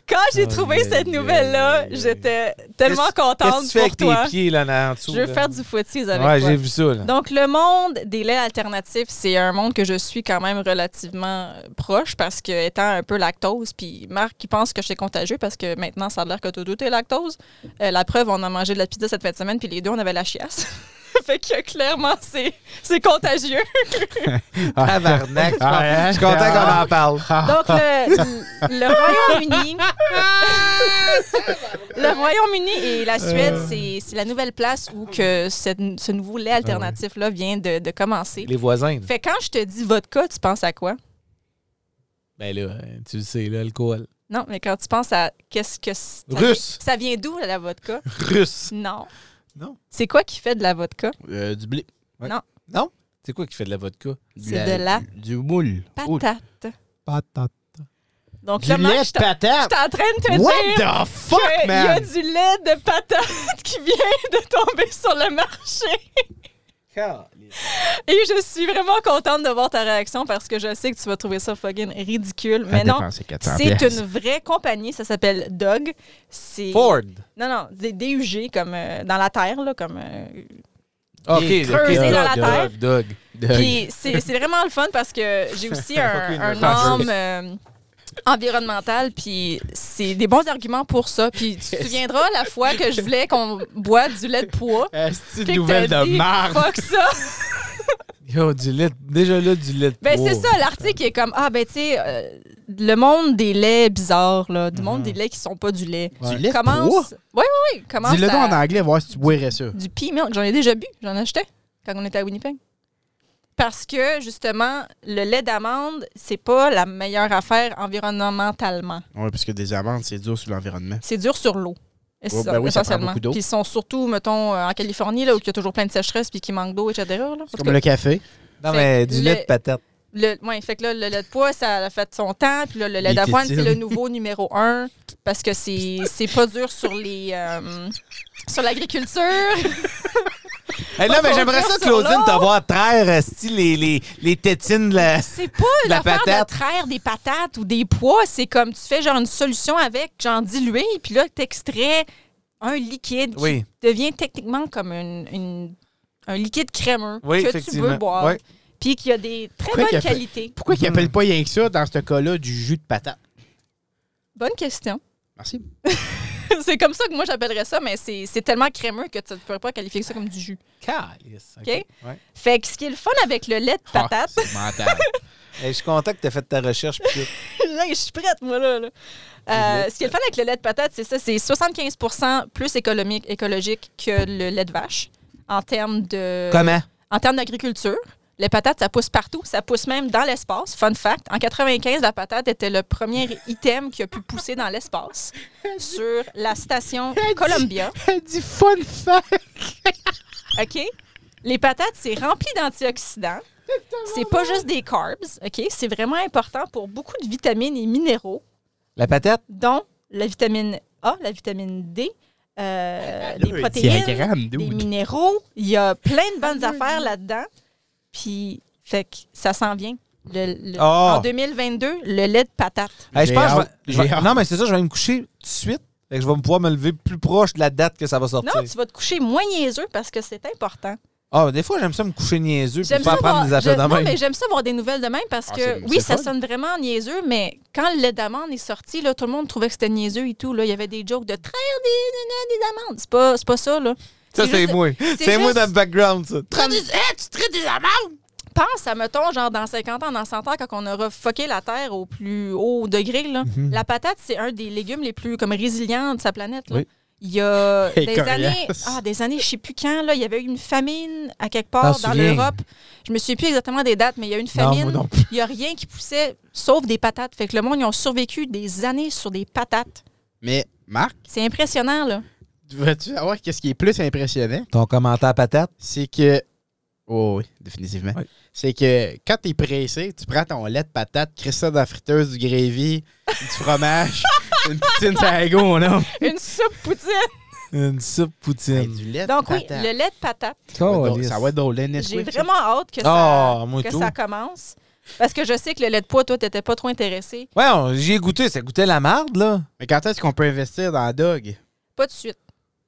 [SPEAKER 3] quand j'ai trouvé
[SPEAKER 1] aïe,
[SPEAKER 3] cette
[SPEAKER 1] aïe,
[SPEAKER 3] nouvelle-là,
[SPEAKER 1] aïe, aï.
[SPEAKER 3] j'étais tellement contente
[SPEAKER 1] Oh Qu'est-ce que tu fais
[SPEAKER 3] pour
[SPEAKER 1] avec
[SPEAKER 3] toi.
[SPEAKER 1] tes pieds, là, en- en dessous?
[SPEAKER 3] Je veux
[SPEAKER 1] là?
[SPEAKER 3] faire du footies avec
[SPEAKER 1] Ouais,
[SPEAKER 3] toi.
[SPEAKER 1] j'ai vu ça, là.
[SPEAKER 3] Donc, le monde des laits alternatifs, c'est un monde que je suis quand même relativement euh, proche parce que, étant un peu lactose, puis Marc, qui pense que je suis contagieux parce que maintenant, ça a l'air que tout doute est lactose. Euh, la preuve, on a mangé de la pizza cette fin de semaine, puis les deux, on avait la chiasse. fait que clairement, c'est c'est contagieux.
[SPEAKER 1] Tabarnak.
[SPEAKER 2] Ah,
[SPEAKER 1] Je suis content qu'on en parle.
[SPEAKER 3] Donc, le, le Royaume-Uni. le Royaume-Uni et
[SPEAKER 2] Euh.
[SPEAKER 3] la Suède, c'est c'est la nouvelle place où que cette- ce nouveau
[SPEAKER 2] Ah
[SPEAKER 3] lait alternatif-là vient de, de commencer.
[SPEAKER 1] Les voisins. là.
[SPEAKER 3] Fait quand je te dis vodka, tu penses à quoi?
[SPEAKER 1] Ben là,
[SPEAKER 2] euh,
[SPEAKER 1] hein, tu le sais, là, l'alcool.
[SPEAKER 3] Non, mais quand tu penses à qu'est-ce que c'est- ça
[SPEAKER 1] Russe.
[SPEAKER 3] vient- Ça vient d'où la vodka?
[SPEAKER 1] Russe.
[SPEAKER 3] Non.
[SPEAKER 1] Non.
[SPEAKER 3] C'est quoi qui fait de la vodka?
[SPEAKER 2] Euh, du blé.
[SPEAKER 1] C'est quoi qui fait de la vodka?
[SPEAKER 3] C'est de la
[SPEAKER 2] Du moule.
[SPEAKER 3] patate.
[SPEAKER 1] Patate.
[SPEAKER 3] Donc
[SPEAKER 2] Du
[SPEAKER 3] là, Marc,
[SPEAKER 2] lait de
[SPEAKER 3] je t'en- je
[SPEAKER 2] patate.
[SPEAKER 3] suis en train de te
[SPEAKER 2] What
[SPEAKER 3] dire
[SPEAKER 2] the fuck,
[SPEAKER 3] qu'il y a
[SPEAKER 2] man?
[SPEAKER 3] du lait de patate qui vient de tomber sur le marché. Et je suis vraiment contente de voir ta réaction parce que je sais que tu vas trouver ça fucking ridicule. Mais non, c'est une vraie compagnie. Ça s'appelle Dog. C'est...
[SPEAKER 1] Ford.
[SPEAKER 3] Non, non, des DUG, comme euh, dans la terre, là, comme... euh,
[SPEAKER 1] OK.
[SPEAKER 2] Des
[SPEAKER 1] ok,
[SPEAKER 3] creuser
[SPEAKER 1] Doug,
[SPEAKER 3] dans la
[SPEAKER 1] Doug,
[SPEAKER 3] terre.
[SPEAKER 1] Doug.
[SPEAKER 3] Puis c'est c'est vraiment le fun parce que j'ai aussi un, un
[SPEAKER 1] Dangereuse.
[SPEAKER 3] homme euh, environnemental, puis c'est des bons arguments pour ça. Puis tu te souviendras la fois que je voulais qu'on boive du lait de poids.
[SPEAKER 2] Est-ce
[SPEAKER 3] puis que
[SPEAKER 2] nouvelle
[SPEAKER 3] t'as
[SPEAKER 2] de
[SPEAKER 3] dit,
[SPEAKER 2] marde?
[SPEAKER 3] Fuck ça!
[SPEAKER 1] Yo, du lait. Déjà là, du lait. de
[SPEAKER 3] Ben, c'est
[SPEAKER 2] Oh.
[SPEAKER 1] poivre.
[SPEAKER 3] ça, l'article est comme Ah, ben, tu sais, euh, le monde des laits bizarres, là, du monde des laits qui sont pas du lait.
[SPEAKER 2] Mhm. Du lait de pois?
[SPEAKER 3] Commence. Oui, oui, oui. Commence.
[SPEAKER 2] Dis-le donc
[SPEAKER 3] à-
[SPEAKER 2] en anglais, voir si tu boirais ça.
[SPEAKER 3] du pea milk. J'en ai déjà bu. J'en achetais quand on était à Winnipeg. Parce que, justement, le lait d'amande, c'est pas la meilleure affaire environnementalement.
[SPEAKER 2] Oui, parce que des amandes, c'est dur sur l'environnement.
[SPEAKER 3] C'est dur sur l'eau. Et c'est
[SPEAKER 2] Oh, ben oui, ça prend
[SPEAKER 3] essentiellement.
[SPEAKER 2] beaucoup d'eau.
[SPEAKER 3] Puis ils sont surtout, mettons, euh, en Californie, là, où il y a toujours plein de sécheresse puis qu'il manque d'eau, etc. là. En tout
[SPEAKER 2] C'est comme
[SPEAKER 3] cas,
[SPEAKER 2] le café.
[SPEAKER 1] Non,
[SPEAKER 3] Fait
[SPEAKER 1] mais
[SPEAKER 3] que
[SPEAKER 1] du
[SPEAKER 3] le-
[SPEAKER 1] lait de patate.
[SPEAKER 3] le, ouais, fait que là, le lait de pois, ça a fait son temps. Puis là, le lait
[SPEAKER 2] Il
[SPEAKER 3] d'avoine, c'est
[SPEAKER 2] tétine.
[SPEAKER 3] le nouveau numéro un parce que c'est c'est pas dur sur les euh, sur l'agriculture.
[SPEAKER 1] Hey, non, mais j'aimerais ça,
[SPEAKER 3] conduire sur
[SPEAKER 1] Claudine, te
[SPEAKER 3] l'eau.
[SPEAKER 1] voir traire euh, style, les, les, les tétines de la.
[SPEAKER 3] C'est pas
[SPEAKER 1] La
[SPEAKER 3] l'affaire
[SPEAKER 1] patate.
[SPEAKER 3] de traire des patates ou des pois. C'est comme tu fais genre une solution avec, genre diluée, puis là, t'extrais un liquide qui
[SPEAKER 1] Oui.
[SPEAKER 3] devient techniquement comme une, une- un liquide crémeux
[SPEAKER 1] Oui,
[SPEAKER 3] que tu
[SPEAKER 1] effectivement.
[SPEAKER 3] veux boire.
[SPEAKER 1] Ouais.
[SPEAKER 3] Puis qui a des très
[SPEAKER 2] Pourquoi qu'il a
[SPEAKER 3] bonnes
[SPEAKER 2] fait-
[SPEAKER 3] qualités.
[SPEAKER 2] Pourquoi ils appellent pas rien que ça dans ce cas-là du jus de patate?
[SPEAKER 3] Bonne question.
[SPEAKER 2] Merci.
[SPEAKER 3] c'est comme ça que moi j'appellerais ça, mais c'est c'est tellement crémeux que tu ne pourrais pas qualifier ça comme du jus.
[SPEAKER 1] Calice.
[SPEAKER 3] OK? Fait que ce qui est le fun avec le lait de
[SPEAKER 2] Ah,
[SPEAKER 3] patate,
[SPEAKER 2] c'est mental.
[SPEAKER 1] Hey, je suis content que tu fait ta recherche. pis tout.
[SPEAKER 3] Là, je suis prête, moi, là. là. Euh, ce qui est le fun avec le lait de patate, c'est ça, c'est 75 plus économique, écologique que le lait de vache en termes de...
[SPEAKER 1] Comment?
[SPEAKER 3] En termes d'agriculture. Les patates, ça pousse partout. Ça pousse même dans l'espace. Fun fact, en 95, la patate était le premier item qui a pu pousser dans l'espace sur la station Columbia.
[SPEAKER 2] Elle dit fun fact.
[SPEAKER 3] OK? Les patates, c'est rempli d'antioxydants. C'est pas juste des carbs, OK? C'est vraiment important pour beaucoup de vitamines et minéraux.
[SPEAKER 1] La patate?
[SPEAKER 3] dont la vitamine A, la vitamine D, euh, des
[SPEAKER 2] Un
[SPEAKER 3] protéines,
[SPEAKER 2] diagramme,
[SPEAKER 3] des
[SPEAKER 2] dude.
[SPEAKER 3] minéraux. Il y a plein de bonnes affaires là-dedans. Puis, fait que ça s'en vient. Le- le-
[SPEAKER 1] Ah!
[SPEAKER 3] En 2022, le lait de patate.
[SPEAKER 1] Hey, je
[SPEAKER 2] J'ai
[SPEAKER 1] pense que je vais-
[SPEAKER 2] hâte,
[SPEAKER 1] je vais-
[SPEAKER 2] j'ai hâte.
[SPEAKER 1] Non, mais c'est ça, je vais me coucher tout de suite. Fait que je vais pouvoir me lever plus proche de la date que ça va sortir.
[SPEAKER 3] Non, tu vas te coucher moins niaiseux parce que c'est important.
[SPEAKER 1] Ah, des fois, j'aime ça me coucher niaiseux pour
[SPEAKER 3] J'aime
[SPEAKER 1] pas
[SPEAKER 3] ça,
[SPEAKER 1] apprendre
[SPEAKER 3] voir,
[SPEAKER 1] des affaires
[SPEAKER 3] je-
[SPEAKER 1] de
[SPEAKER 3] non,
[SPEAKER 1] même.
[SPEAKER 3] mais j'aime ça voir des nouvelles de même parce
[SPEAKER 2] Ah,
[SPEAKER 3] que
[SPEAKER 2] c'est-
[SPEAKER 3] oui,
[SPEAKER 2] c'est
[SPEAKER 3] ça
[SPEAKER 2] fun.
[SPEAKER 3] sonne vraiment niaiseux, mais quand le lait d'amande est sorti, là, tout le monde trouvait que c'était niaiseux et tout. Là. Il y avait des jokes de traire des, des amandes. C'est pas, c'est pas ça, là.
[SPEAKER 1] Ça, c'est
[SPEAKER 3] juste-
[SPEAKER 1] moi.
[SPEAKER 3] c'est
[SPEAKER 1] C'est moi
[SPEAKER 3] juste-
[SPEAKER 1] dans le background, ça.
[SPEAKER 3] Comme- Pense à, mettons, genre dans 50 ans, dans 100 ans, quand on aura fucké la Terre au plus haut degré, là,
[SPEAKER 1] Mhm.
[SPEAKER 3] la patate, c'est un des légumes les plus comme résilients de sa planète. là.
[SPEAKER 1] Oui.
[SPEAKER 3] Il y a
[SPEAKER 2] Et
[SPEAKER 3] des
[SPEAKER 2] coriace.
[SPEAKER 3] années, ah, des années, je sais plus quand, là, il y avait eu une famine à quelque
[SPEAKER 1] T'en
[SPEAKER 3] part dans
[SPEAKER 1] Ah, souviens?
[SPEAKER 3] l'Europe. Je me souviens plus exactement des dates, mais il y a eu une
[SPEAKER 1] Non, moi
[SPEAKER 3] famine.
[SPEAKER 1] non plus.
[SPEAKER 3] il n'y a rien qui poussait, sauf des patates. Fait que le monde, ils ont survécu des années sur des patates.
[SPEAKER 2] Mais Marc,
[SPEAKER 3] C'est impressionnant, là.
[SPEAKER 2] veux-tu savoir qu'est-ce qui est plus impressionnant?
[SPEAKER 1] Ton commentaire patate?
[SPEAKER 2] C'est que. Oh oui, définitivement.
[SPEAKER 1] Oui.
[SPEAKER 2] C'est que quand t'es pressé, tu prends ton lait de patate, crisses ça dans la friteuse, du gravy, du fromage, une poutine saigo, mon homme.
[SPEAKER 3] Une soupe poutine.
[SPEAKER 1] Une soupe
[SPEAKER 2] Hey,
[SPEAKER 1] poutine.
[SPEAKER 2] du lait de
[SPEAKER 3] Donc oui,
[SPEAKER 2] patate.
[SPEAKER 3] le lait de patate.
[SPEAKER 2] Ça va être drôle- Ça va être drôle, le
[SPEAKER 3] J'ai
[SPEAKER 2] Netflix, ça.
[SPEAKER 3] vraiment hâte que,
[SPEAKER 1] Ah,
[SPEAKER 3] ça,
[SPEAKER 1] moi
[SPEAKER 3] que
[SPEAKER 1] tout.
[SPEAKER 3] ça commence. Parce que je sais que le lait de poids, toi, t'étais pas trop intéressé.
[SPEAKER 1] Ouais, on- j'y ai goûté. Ça goûtait la marde, là.
[SPEAKER 2] Mais quand est-ce qu'on peut investir dans Dog?
[SPEAKER 3] Pas de suite.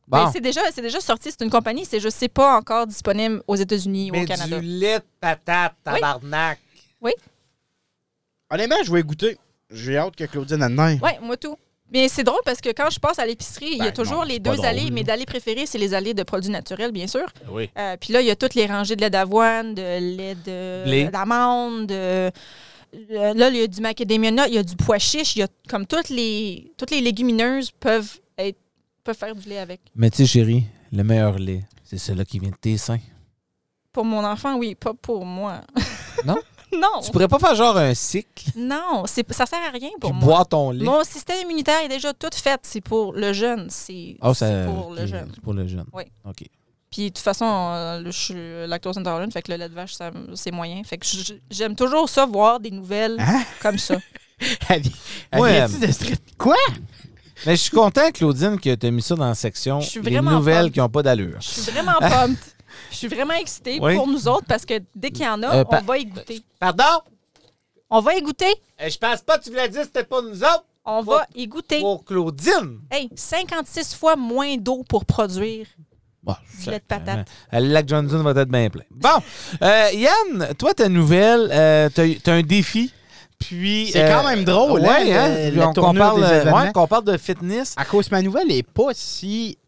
[SPEAKER 1] Bon.
[SPEAKER 3] Mais c'est déjà, c'est déjà sorti, c'est une compagnie, c'est juste c'est pas encore disponible aux États-Unis ou au Canada.
[SPEAKER 1] lait de patate,
[SPEAKER 3] Oui.
[SPEAKER 1] tabarnak.
[SPEAKER 2] Honnêtement, je vais goûter. J'ai hâte que Claudine en ait.
[SPEAKER 3] Ouais, moi tout. Mais c'est drôle parce que quand je passe à l'épicerie, il y
[SPEAKER 2] Ben,
[SPEAKER 3] a toujours
[SPEAKER 2] non,
[SPEAKER 3] les
[SPEAKER 2] c'est
[SPEAKER 3] deux
[SPEAKER 2] pas drôle,
[SPEAKER 3] allées.
[SPEAKER 2] là.
[SPEAKER 3] Mes allées préférées, c'est les allées de produits naturels, bien sûr.
[SPEAKER 2] Oui.
[SPEAKER 3] Euh, Puis là, il y a toutes les rangées de lait d'avoine, de lait
[SPEAKER 1] Blé.
[SPEAKER 3] de- d'amande. de- euh, Là, il y a du macadamia nut, il y a du pois chiche. Il y a comme toutes les, toutes les légumineuses peuvent, être, peuvent faire du lait avec.
[SPEAKER 1] Mais tu sais, chérie, le meilleur lait, c'est celui qui vient de tes seins.
[SPEAKER 3] Pour mon enfant, oui, pas pour moi.
[SPEAKER 1] Non?
[SPEAKER 3] non,
[SPEAKER 1] Tu pourrais pas faire genre un cycle,
[SPEAKER 3] non, c'est- ça sert à rien
[SPEAKER 1] puis
[SPEAKER 3] pour moi.
[SPEAKER 1] boire ton lait.
[SPEAKER 3] Mon système immunitaire est déjà tout fait. C'est pour le jeune. C'est
[SPEAKER 1] Ah,
[SPEAKER 3] c'est
[SPEAKER 1] ça-
[SPEAKER 3] pour le
[SPEAKER 1] ok,
[SPEAKER 3] jeune.
[SPEAKER 1] c'est Pour le jeune.
[SPEAKER 3] Oui.
[SPEAKER 1] OK.
[SPEAKER 3] Puis de toute façon, euh, je suis lactose intolerant, fait que le lait de vache, ça me- c'est moyen. Fait que j- j'aime toujours ça, voir des nouvelles
[SPEAKER 2] Hein?
[SPEAKER 3] comme ça.
[SPEAKER 2] Elle
[SPEAKER 1] Ouais.
[SPEAKER 2] vient de street. Quoi?
[SPEAKER 1] Mais je suis content, Claudine, que tu as mis ça dans la section
[SPEAKER 3] Je suis
[SPEAKER 1] les
[SPEAKER 3] vraiment
[SPEAKER 1] nouvelles
[SPEAKER 3] fan.
[SPEAKER 1] qui n'ont pas d'allure.
[SPEAKER 3] Je suis vraiment pumped. Je suis vraiment excitée
[SPEAKER 1] Oui.
[SPEAKER 3] pour nous autres parce que dès qu'il y en a,
[SPEAKER 1] Euh, pa-
[SPEAKER 3] on va y goûter.
[SPEAKER 1] Pardon? Euh,
[SPEAKER 3] On va y goûter.
[SPEAKER 1] Je pense pas que tu voulais dire que c'était pas nous autres
[SPEAKER 3] On va y goûter.
[SPEAKER 1] pour Claudine.
[SPEAKER 3] Hey, 56 fois moins d'eau pour produire.
[SPEAKER 1] Bon,
[SPEAKER 3] Du lait de patate.
[SPEAKER 1] Euh, Le lac Johnson va être bien plein. Bon, euh, Yann, toi, ta nouvelle, euh, t'as t'as un défi. Puis, euh,
[SPEAKER 2] C'est quand même drôle, hein,
[SPEAKER 1] ouais,
[SPEAKER 2] le- la
[SPEAKER 1] on- qu'on
[SPEAKER 2] tournure
[SPEAKER 1] parle,
[SPEAKER 2] des
[SPEAKER 1] euh,
[SPEAKER 2] événements.
[SPEAKER 1] ouais, qu'on parle de fitness.
[SPEAKER 2] À cause ma nouvelle est pas si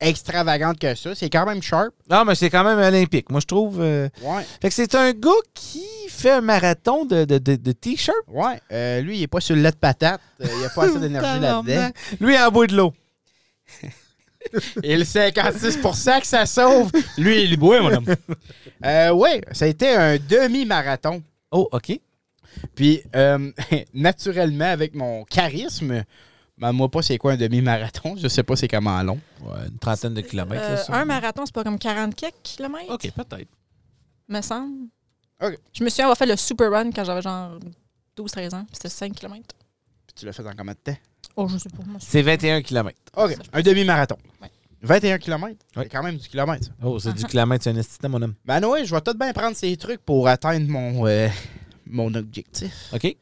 [SPEAKER 2] extravagante que ça. C'est quand même sharp.
[SPEAKER 1] Non, mais c'est quand même olympique, moi, je trouve. euh.
[SPEAKER 2] Ouais.
[SPEAKER 1] Fait que c'est un gars qui fait un marathon de, de, de, de T-shirt.
[SPEAKER 2] Ouais. Euh, lui, il est pas sur le lait de patate. Euh, il a pas assez d'énergie là-dedans.
[SPEAKER 1] Lui, en bout de l'eau.
[SPEAKER 2] Et le 56 que ça sauve, lui, il est boit, mon homme. Euh, ouais, ça a été un demi-marathon.
[SPEAKER 1] Oh, OK.
[SPEAKER 2] Puis, euh, naturellement, avec mon charisme, ben, moi, pas c'est quoi un demi-marathon. Je sais pas c'est comment long.
[SPEAKER 1] une trentaine de kilomètres.
[SPEAKER 3] Euh, un marathon, c'est pas comme 40 quelques kilomètres,
[SPEAKER 1] OK, peut-être.
[SPEAKER 3] me semble.
[SPEAKER 2] OK.
[SPEAKER 3] Je me souviens avoir fait le Super Run quand j'avais genre 12-13 ans. puis C'était 5 km.
[SPEAKER 2] Puis tu l'as fait en combien de temps?
[SPEAKER 3] Oh, je sais pas. moi, c'est-
[SPEAKER 1] C'est 21 kilomètres.
[SPEAKER 2] OK, un demi-marathon.
[SPEAKER 3] Ouais.
[SPEAKER 2] 21 km.
[SPEAKER 1] Ouais.
[SPEAKER 2] C'est quand même du kilomètre. ça.
[SPEAKER 1] Oh, c'est du kilomètre, c'est un estime, mon homme.
[SPEAKER 2] Ben ouais, je vais tout de bien prendre ces trucs pour atteindre mon, euh, mon objectif.
[SPEAKER 1] OK?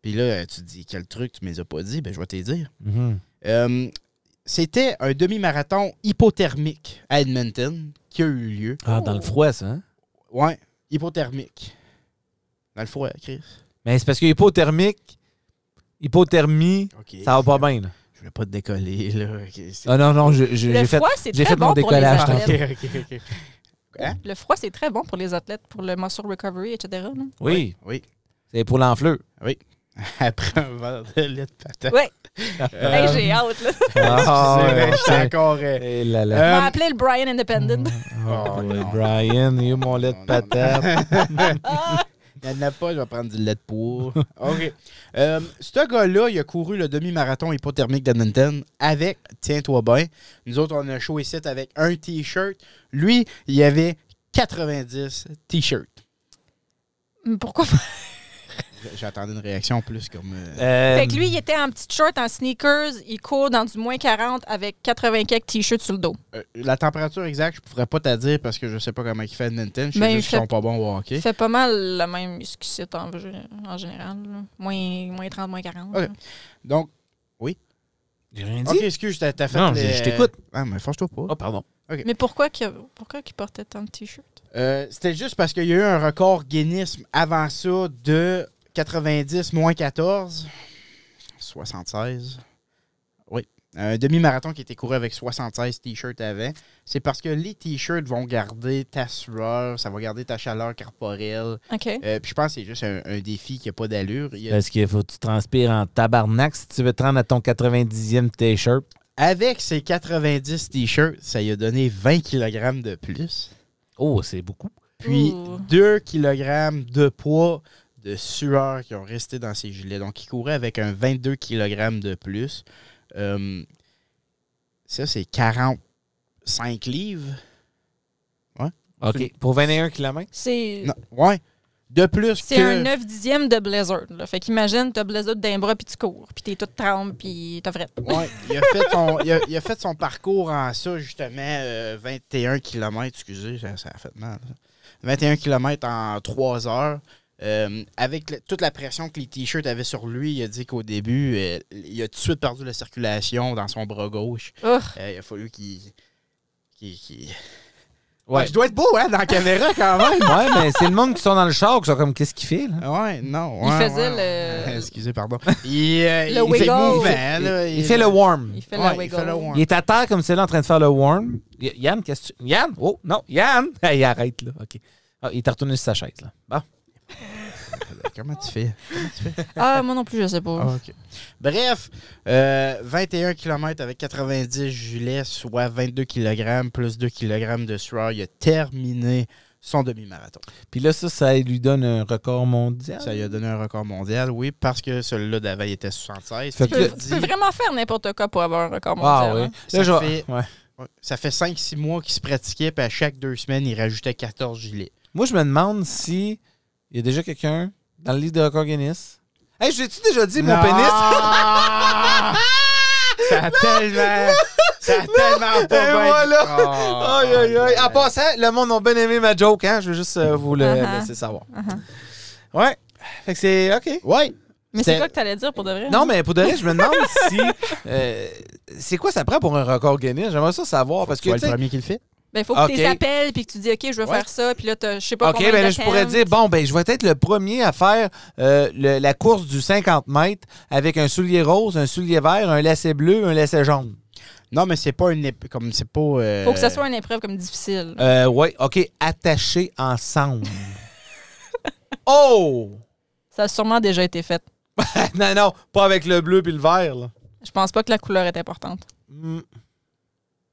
[SPEAKER 2] Puis là, euh, tu te dis quel truc, tu me les as pas dit, ben je vais te les dire.
[SPEAKER 1] Mhm.
[SPEAKER 2] Euh, C'était un demi-marathon hypothermique à Edmonton qui a eu lieu.
[SPEAKER 1] Ah, dans le froid, ça. hein?
[SPEAKER 2] Ouais, hypothermique. Dans le froid, Chris.
[SPEAKER 1] Mais c'est parce que hypothermique, hypothermie,
[SPEAKER 2] OK.
[SPEAKER 1] ça va pas bien. là.
[SPEAKER 2] Je voulais pas te décoller, là. OK, c'est-
[SPEAKER 1] Ah non, non, je- je- j'ai
[SPEAKER 3] Le
[SPEAKER 1] fait.
[SPEAKER 3] froid, c'est
[SPEAKER 1] j'ai
[SPEAKER 3] très
[SPEAKER 1] fait mon
[SPEAKER 3] bon pour les
[SPEAKER 1] décollage,
[SPEAKER 2] Ah, OK,
[SPEAKER 3] athlètes.
[SPEAKER 2] OK, OK.
[SPEAKER 3] Le froid, c'est très bon pour les athlètes, pour le muscle recovery, etc. là.
[SPEAKER 1] Oui,
[SPEAKER 2] Oui.
[SPEAKER 1] c'est pour l'enfleur.
[SPEAKER 2] Après un verre de lait de patate.
[SPEAKER 3] Ouais.
[SPEAKER 2] Euh,
[SPEAKER 3] Hey, j'ai hâte, là.
[SPEAKER 1] Ah,
[SPEAKER 2] c'est vrai,
[SPEAKER 1] ouais,
[SPEAKER 2] j'étais encore... euh,
[SPEAKER 1] Eh là là.
[SPEAKER 3] On m'a
[SPEAKER 2] euh,
[SPEAKER 3] appelé le Brian Independent.
[SPEAKER 1] Oh,
[SPEAKER 2] Oh,
[SPEAKER 1] ouais,
[SPEAKER 2] non.
[SPEAKER 1] Brian, il y a mon lait de
[SPEAKER 2] Non, non,
[SPEAKER 1] patate.
[SPEAKER 2] Il n'y en a pas, je vais prendre du lait de poids. OK. Euh, ce gars-là, il a couru le demi-marathon hypothermique d'Edmonton avec, tiens-toi bien, nous autres, on a show ici avec un T-shirt. Lui, il y avait 90 T-shirts.
[SPEAKER 1] Hmm.
[SPEAKER 3] Pourquoi?
[SPEAKER 2] J'attendais une réaction plus comme... euh,
[SPEAKER 1] Euh,
[SPEAKER 3] Fait que lui, il était en petite short, en sneakers. Il court dans du moins 40 avec 80 quelques t-shirts sur le dos.
[SPEAKER 2] euh, la température exacte, je pourrais pas te la dire parce que je sais pas comment il fait Edmonton. Je sais juste
[SPEAKER 3] Ben,
[SPEAKER 2] qu'ils
[SPEAKER 3] il fait-
[SPEAKER 2] sont pas bons au hockey.
[SPEAKER 3] Il fait pas mal le même muscu en, en général. là. Moins, moins 30, moins 40.
[SPEAKER 2] Ok.
[SPEAKER 3] là.
[SPEAKER 2] Donc,
[SPEAKER 1] J'ai rien dit.
[SPEAKER 2] OK, excuse, t'as t'as fait
[SPEAKER 1] Non,
[SPEAKER 2] le-
[SPEAKER 1] je- je t'écoute.
[SPEAKER 2] Ah, mais force-toi pas.
[SPEAKER 1] Oh, pardon.
[SPEAKER 3] Mais pourquoi qu'il pourquoi qu'il portait tant de t-shirts?
[SPEAKER 2] Euh, C'était juste parce qu'il y a eu un record Guinness avant ça de 90 moins 14, 76. Oui. Un demi-marathon qui était couru avec 76 t-shirts avant. C'est parce que les t-shirts vont garder ta sueur, ça va garder ta chaleur corporelle.
[SPEAKER 3] OK.
[SPEAKER 2] Euh, puis je pense que c'est juste un, un défi qui n'a pas d'allure. Il y a-
[SPEAKER 1] Parce qu'il faut que tu transpires en tabarnak si tu veux te rendre à ton 90e T-shirt.
[SPEAKER 2] Avec ces 90 t-shirts, ça lui a donné 20 kg de plus.
[SPEAKER 1] Oh, c'est beaucoup.
[SPEAKER 2] puis
[SPEAKER 3] Ouh.
[SPEAKER 2] 2 kg de poids de sueur qui ont resté dans ses gilets. Donc, il courait avec un 22 kg de plus. Euh, ça, c'est 45 livres.
[SPEAKER 1] OK. Pour 21 km?
[SPEAKER 3] C'est
[SPEAKER 2] Non, ouais. De plus
[SPEAKER 3] c'est
[SPEAKER 2] que...
[SPEAKER 3] un 9 dixième de blizzard. Là. Fait qu'imagine, t'as blizzard d'un bras, puis tu cours. Puis t'es toute trempe, puis t'as vrai.
[SPEAKER 2] Ouais, il, a fait son, il, a, il a fait son parcours en ça, justement, euh, 21 km, excusez, ça, ça a fait mal. ça. 21 km en 3 heures. Euh, avec le- toute la pression que les t-shirts avaient sur lui, il a dit qu'au début, euh, il a tout de suite perdu la circulation dans son bras gauche.
[SPEAKER 3] Ugh.
[SPEAKER 2] Euh, il a fallu qu'il. qu'il- qu'il-
[SPEAKER 1] Ouais.
[SPEAKER 2] Ah, je dois être beau, hein, dans la caméra quand même.
[SPEAKER 1] ouais, mais c'est le monde qui sont dans le char qui sont comme, qu'est-ce qu'il fait, là?
[SPEAKER 2] Ouais, non.
[SPEAKER 3] Il
[SPEAKER 2] ouais,
[SPEAKER 3] faisait
[SPEAKER 2] ouais,
[SPEAKER 3] le-
[SPEAKER 2] Excusez, pardon. Il, euh, il fait
[SPEAKER 3] wiggle.
[SPEAKER 2] mouvement,
[SPEAKER 1] Il,
[SPEAKER 2] Eh, là,
[SPEAKER 1] il fait le warm.
[SPEAKER 3] Il fait
[SPEAKER 2] Ouais,
[SPEAKER 3] la
[SPEAKER 2] il
[SPEAKER 3] wiggle.
[SPEAKER 2] fait le warm.
[SPEAKER 1] Il est à terre comme celui-là en train de faire le warm. Y- Yann, qu'est-ce que tu. Yann? Oh, non, Yann! il arrête, là. OK. Ah, il est retourné sur sa chaise, là. Bon.
[SPEAKER 2] Comment tu fais?
[SPEAKER 3] Ah, moi non plus, je sais pas.
[SPEAKER 2] Ah, ok. Bref, euh, 21 km avec 90 gilets, soit 22 kg plus 2 kg de sueur. Il a terminé son demi-marathon.
[SPEAKER 1] Puis là, ça, ça lui donne un record mondial.
[SPEAKER 2] Ça lui a donné un record mondial, oui, parce que celui-là d'avant, il était 76.
[SPEAKER 1] Fait
[SPEAKER 2] Il
[SPEAKER 3] Tu
[SPEAKER 2] a
[SPEAKER 3] peux,
[SPEAKER 1] que-
[SPEAKER 2] dit-
[SPEAKER 3] tu peux vraiment faire n'importe quoi pour avoir un record mondial.
[SPEAKER 1] Ah oui.
[SPEAKER 3] hein.
[SPEAKER 1] Là,
[SPEAKER 2] Ça
[SPEAKER 1] je vais-
[SPEAKER 2] fait-
[SPEAKER 1] ouais.
[SPEAKER 2] Ouais. Ça fait 5-6 mois qu'il se pratiquait, puis à chaque deux semaines, il rajoutait 14 gilets.
[SPEAKER 1] Moi, je me demande si il y a déjà quelqu'un dans le livre de record Guinness. Hey, je tu déjà dit mon
[SPEAKER 2] Non! Ah,
[SPEAKER 1] pénis?
[SPEAKER 2] ça a tellement. Ça a tellement pas
[SPEAKER 1] Et
[SPEAKER 2] bien-
[SPEAKER 1] voilà!
[SPEAKER 2] Oh,
[SPEAKER 1] Aïe, aïe, aïe. En passant, le monde a bien aimé ma joke, hein? Je veux juste euh, vous le
[SPEAKER 3] Uh-huh.
[SPEAKER 1] laisser savoir. Ouais. Fait que c'est OK.
[SPEAKER 2] Ouais!
[SPEAKER 3] Mais
[SPEAKER 2] C'était-
[SPEAKER 3] c'est quoi que t'allais dire pour de vrai?
[SPEAKER 1] Non, mais pour de vrai, je me demande si. euh, c'est quoi ça prend pour un record Guinness? J'aimerais ça savoir. Parce que.
[SPEAKER 2] Toi,
[SPEAKER 1] tu sais-
[SPEAKER 2] le premier qui le fait?
[SPEAKER 3] Ben, faut que tu les
[SPEAKER 1] Ok.
[SPEAKER 3] appelles puis que tu dis, OK, je veux
[SPEAKER 1] Ouais.
[SPEAKER 3] faire ça, puis là, t'as- je sais pas
[SPEAKER 1] OK,
[SPEAKER 3] combien
[SPEAKER 1] ben là,
[SPEAKER 3] de
[SPEAKER 1] je pourrais
[SPEAKER 3] temps.
[SPEAKER 1] dire, bon, ben, je vais être le premier à faire euh, le- la course du 50 mètres avec un soulier rose, un soulier vert, un lacet bleu, un lacet jaune.
[SPEAKER 2] Non, mais c'est pas une ép- comme c'est pas. euh,
[SPEAKER 3] Faut que ça soit une épreuve comme difficile.
[SPEAKER 1] Euh, ouais, OK, attaché ensemble. oh!
[SPEAKER 3] Ça a sûrement déjà été fait.
[SPEAKER 1] non, non, pas avec le bleu puis le vert, là.
[SPEAKER 3] Je pense pas que la couleur est importante.
[SPEAKER 1] Hmm.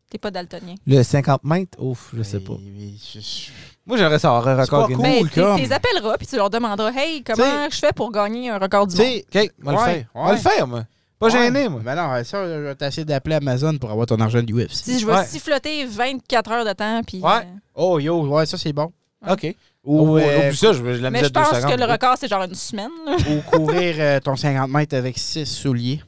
[SPEAKER 3] T'es pas daltonien.
[SPEAKER 1] Le 50 mètres? Ouf, je sais pas.
[SPEAKER 2] Oui, je- je-
[SPEAKER 1] Moi, j'aimerais savoir un record
[SPEAKER 2] pas
[SPEAKER 1] Guinness.
[SPEAKER 3] Mais
[SPEAKER 2] Cool,
[SPEAKER 3] Ben, tu
[SPEAKER 2] comme.
[SPEAKER 3] les appelleras puis tu leur demanderas Hey, comment
[SPEAKER 1] T'sais-
[SPEAKER 3] je fais pour gagner un record du
[SPEAKER 2] Tu
[SPEAKER 3] monde?
[SPEAKER 2] sais,
[SPEAKER 1] OK, on va
[SPEAKER 2] Ouais,
[SPEAKER 1] le faire. On va
[SPEAKER 2] ouais.
[SPEAKER 1] le faire, moi. Pas
[SPEAKER 2] ouais.
[SPEAKER 1] gêné, moi.
[SPEAKER 2] Ben non, ça, je vais t'essayer d'appeler Amazon pour avoir ton argent du UFC.
[SPEAKER 3] Si je vais
[SPEAKER 1] ouais.
[SPEAKER 3] siffloter 24 heures de temps, puis.
[SPEAKER 1] Ouais.
[SPEAKER 3] euh,
[SPEAKER 2] Oh yo, ouais, ça c'est bon.
[SPEAKER 1] OK.
[SPEAKER 2] Ou,
[SPEAKER 1] Oh,
[SPEAKER 2] euh,
[SPEAKER 1] oublie ça, je vais la
[SPEAKER 3] Mais
[SPEAKER 1] mise à
[SPEAKER 3] je
[SPEAKER 1] deux
[SPEAKER 3] pense
[SPEAKER 1] secondes.
[SPEAKER 3] que le record, c'est genre une semaine. là.
[SPEAKER 2] ou courir euh, ton 50 mètres avec 6 souliers.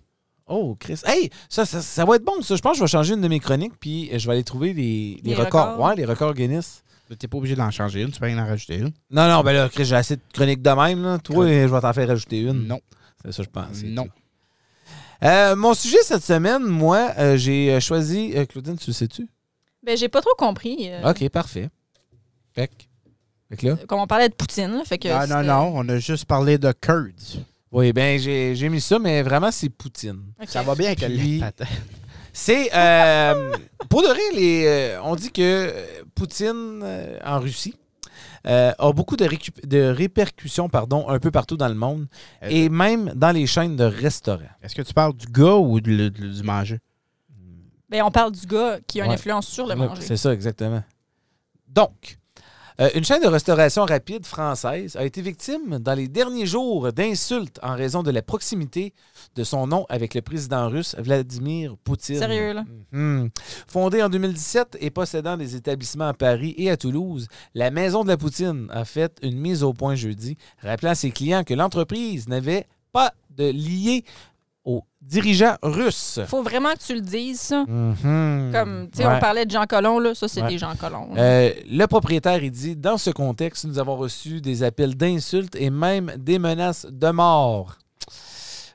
[SPEAKER 1] Oh, Chris. Hey, ça, ça, ça va être bon, ça. Je pense que je vais changer une de mes chroniques, puis euh, je vais aller trouver les, les
[SPEAKER 3] Les
[SPEAKER 1] records.
[SPEAKER 3] records.
[SPEAKER 1] Ouais, les records Guinness.
[SPEAKER 2] T'es pas obligé d'en changer une, tu peux en rajouter une.
[SPEAKER 1] Non, non, ben là, Chris, j'ai assez de chroniques de même, là. Toi, je vais t'en faire rajouter une.
[SPEAKER 2] Non.
[SPEAKER 1] C'est ça, je pense.
[SPEAKER 2] Non.
[SPEAKER 1] Euh, mon sujet cette semaine, moi, euh, j'ai euh, choisi. euh, Claudine, tu le sais-tu?
[SPEAKER 3] Ben, j'ai pas trop compris. euh,
[SPEAKER 1] Ok, parfait. Fait que- fait que là.
[SPEAKER 3] Comme on parlait de Poutine, là, fait que.
[SPEAKER 2] Non, non,
[SPEAKER 3] c'était-
[SPEAKER 2] non, on a juste parlé de Kurds.
[SPEAKER 1] Oui, ben j'ai j'ai mis ça, mais vraiment, c'est Poutine.
[SPEAKER 3] Ok.
[SPEAKER 2] Ça va bien avec
[SPEAKER 1] Puis-
[SPEAKER 2] les patates.
[SPEAKER 1] C'est. euh, pour de vrai, les, euh, on dit que euh, Poutine euh, en Russie euh, a beaucoup de, récup- de répercussions pardon, un peu partout dans le monde
[SPEAKER 2] Euh,
[SPEAKER 1] et même dans les chaînes de restaurants.
[SPEAKER 2] Est-ce que tu parles du gars ou de le- de- du manger?
[SPEAKER 3] Ben, on parle du gars qui a une
[SPEAKER 1] Ouais.
[SPEAKER 3] influence sur le
[SPEAKER 1] Ouais,
[SPEAKER 3] manger.
[SPEAKER 1] C'est ça, exactement. Donc, euh, une chaîne de restauration rapide française a été victime dans les derniers jours d'insultes en raison de la proximité de son nom avec le président russe Vladimir Poutine.
[SPEAKER 3] Sérieux, là?
[SPEAKER 1] Mhm. Fondée en 2017 et possédant des établissements à Paris et à Toulouse, la Maison de la Poutine a fait une mise au point jeudi, rappelant à ses clients que l'entreprise n'avait pas de lié aux dirigeants russes.
[SPEAKER 3] Faut vraiment que tu le dises, ça.
[SPEAKER 1] Mhm.
[SPEAKER 3] Comme, tu sais,
[SPEAKER 1] Ouais.
[SPEAKER 3] on parlait de Jean Colomb, là. Ça, c'est
[SPEAKER 1] Ouais.
[SPEAKER 3] des Jean Colomb. là.
[SPEAKER 1] Euh, le propriétaire, il dit Dans ce contexte, nous avons reçu des appels d'insultes et même des menaces de mort.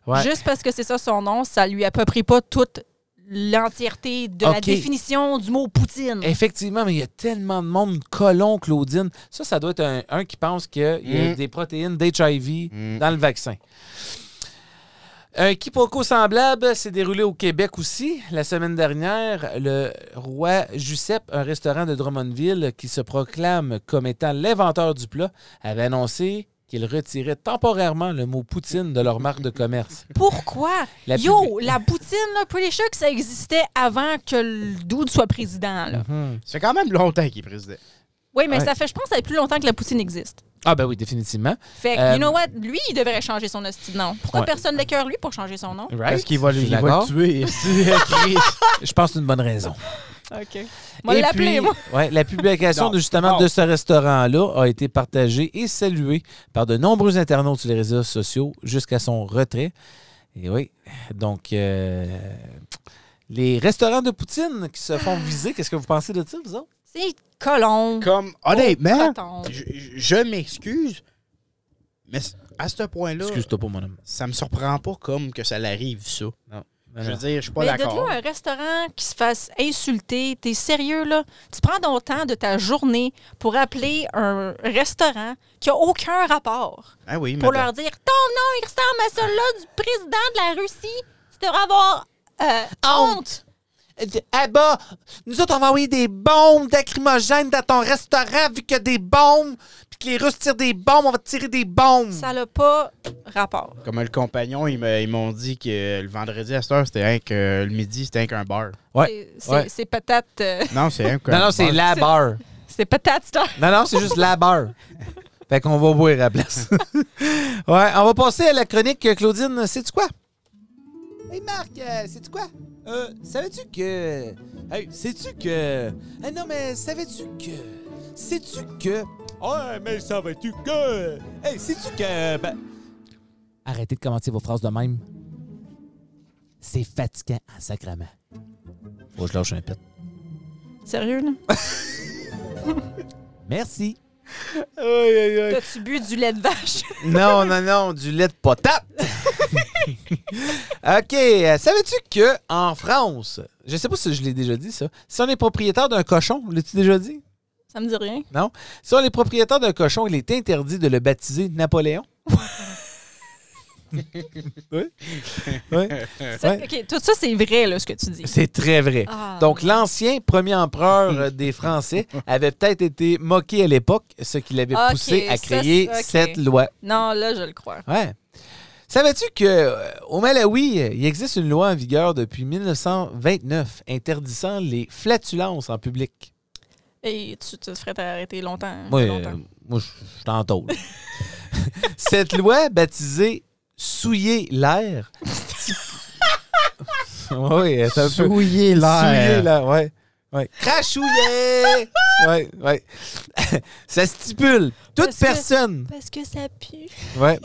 [SPEAKER 1] Ouais.
[SPEAKER 3] Juste parce que c'est ça son nom, ça lui approprie pas toute l'entièreté de la
[SPEAKER 1] Ok.
[SPEAKER 3] définition du mot
[SPEAKER 2] Mm.
[SPEAKER 3] Poutine.
[SPEAKER 1] Effectivement, mais il y a tellement de monde colon, Claudine. Ça, ça doit être un, un qui pense qu'il y a
[SPEAKER 2] Mm.
[SPEAKER 1] des protéines d'HIV
[SPEAKER 2] Mm.
[SPEAKER 1] dans le vaccin. Un quiproquo semblable s'est déroulé au Québec aussi. La semaine dernière, le roi Jussep, un restaurant de Drummondville qui se proclame comme étant l'inventeur du plat, avait annoncé qu'il retirait temporairement le mot poutine de leur marque de commerce.
[SPEAKER 3] Pourquoi?
[SPEAKER 1] La
[SPEAKER 3] Yo, la poutine, là, pretty sure que ça existait avant que le dude soit président, là.
[SPEAKER 1] Mhm.
[SPEAKER 2] C'est quand même longtemps qu'il est président.
[SPEAKER 3] Oui, mais
[SPEAKER 1] Ouais.
[SPEAKER 3] ça fait, je pense, que ça fait plus longtemps que la poutine existe.
[SPEAKER 1] Ah ben oui, définitivement.
[SPEAKER 3] Fait que,
[SPEAKER 1] Euh,
[SPEAKER 3] you know what? Lui, il devrait changer son hostie de nom. Pourquoi
[SPEAKER 1] Ouais. Euh,
[SPEAKER 3] personne ne cœur lui pour changer son nom?
[SPEAKER 1] Right?
[SPEAKER 2] Parce qu'il va,
[SPEAKER 1] Je
[SPEAKER 2] le-
[SPEAKER 1] suis
[SPEAKER 2] il va
[SPEAKER 1] d'accord.
[SPEAKER 2] le tuer. esti, Chris.
[SPEAKER 4] Ah!
[SPEAKER 1] Je pense que c'est une bonne raison.
[SPEAKER 3] OK. Moi,
[SPEAKER 1] Et
[SPEAKER 3] l'appeler,
[SPEAKER 1] puis,
[SPEAKER 3] moi.
[SPEAKER 1] ouais, la publication
[SPEAKER 2] Non.
[SPEAKER 1] de, justement
[SPEAKER 2] Oh.
[SPEAKER 1] de ce restaurant-là a été partagée et saluée par de nombreux internautes sur les réseaux sociaux jusqu'à son retrait. Et oui, donc euh, les restaurants de Poutine qui se font viser, qu'est-ce que vous pensez de ça, vous autres?
[SPEAKER 3] C'est colon.
[SPEAKER 2] Comme, honnêtement,
[SPEAKER 3] Coton.
[SPEAKER 2] je, je- je m'excuse, mais c- à ce point-là,
[SPEAKER 1] Excuse-toi pour mon homme.
[SPEAKER 2] ça me surprend pas comme que ça l'arrive, ça. Je veux
[SPEAKER 1] Alors,
[SPEAKER 2] dire, je suis pas
[SPEAKER 3] Mais de
[SPEAKER 2] d'accord.
[SPEAKER 3] là, un restaurant qui se fasse insulter, t'es sérieux, là? Tu prends ton temps de ta journée pour appeler un restaurant qui a aucun rapport
[SPEAKER 2] Ah oui,
[SPEAKER 3] pour
[SPEAKER 2] madame.
[SPEAKER 3] leur dire « Ton nom, il ressemble à celui-là du président de la Russie. Tu devrais avoir euh, honte.
[SPEAKER 1] Ah bah, nous autres, on va envoyer des bombes lacrymogènes dans ton restaurant vu qu'il y a des bombes, puis que les Russes tirent des bombes, on va tirer des bombes.
[SPEAKER 3] Ça n'a pas rapport.
[SPEAKER 2] Comme le compagnon, ils me- ils m'ont dit que le vendredi à cette heure, c'était un que le midi, c'était un qu'un bar.
[SPEAKER 1] Ouais,
[SPEAKER 3] C'est- C'est
[SPEAKER 1] ouais.
[SPEAKER 3] c'est patate. euh,
[SPEAKER 2] Non, c'est un qu'un
[SPEAKER 1] Non, non, c'est
[SPEAKER 2] bar.
[SPEAKER 1] la
[SPEAKER 3] C'est-
[SPEAKER 1] barre.
[SPEAKER 3] c'est patate, c'est un-
[SPEAKER 1] Non, non, c'est juste la barre. Fait qu'on va boire à la place. ouais, on va passer à la chronique. Claudine, sais-tu quoi? Hey Marc, sais-tu quoi? Euh, savais-tu que. Hey, sais-tu que. Ah non, mais savais-tu que. Sais-tu que. Ah, mais savais-tu que. Hey, sais-tu que. Ben... Arrêtez de commenter vos phrases de même. C'est fatigant en sacrament. Faut que je lâche un pet.
[SPEAKER 3] Sérieux, là?
[SPEAKER 1] Merci.
[SPEAKER 3] T'as-tu bu du lait de vache?
[SPEAKER 1] Non, non, non, du lait de potable. OK. euh, Savais-tu que en France, je sais pas si je l'ai déjà dit ça, si on est propriétaire d'un cochon, l'as-tu déjà dit?
[SPEAKER 3] Ça me dit rien.
[SPEAKER 1] Si on est propriétaire d'un cochon, il est interdit de le baptiser Napoléon. oui. Oui.
[SPEAKER 3] Ça-
[SPEAKER 1] Ouais.
[SPEAKER 3] OK, tout ça, c'est vrai, là, ce que tu dis.
[SPEAKER 1] C'est très vrai.
[SPEAKER 3] Ah.
[SPEAKER 1] Donc, l'ancien premier empereur euh, des Français avait peut-être été moqué à l'époque, ce qui l'avait
[SPEAKER 3] Ok,
[SPEAKER 1] poussé à
[SPEAKER 3] ça,
[SPEAKER 1] créer
[SPEAKER 3] c'est- ok.
[SPEAKER 1] cette loi.
[SPEAKER 3] Non, là, je le crois.
[SPEAKER 1] Ouais. Savais-tu que euh, au Malawi, euh, il existe une loi en vigueur depuis 1929 interdisant les flatulences en public?
[SPEAKER 3] Et tu, tu te ferais t'arrêter longtemps.
[SPEAKER 1] Moi,
[SPEAKER 3] longtemps.
[SPEAKER 1] euh, moi, je je t'en tôle. Cette loi, baptisée Souiller l'air. oui, c'est un peu.
[SPEAKER 2] Souiller
[SPEAKER 1] Souiller
[SPEAKER 2] l'air.
[SPEAKER 1] l'air, ouais. ouais. Crachouiller! ouais, ouais. Ça stipule toute
[SPEAKER 3] Parce que-
[SPEAKER 1] personne.
[SPEAKER 3] Parce que ça pue.
[SPEAKER 1] Ouais.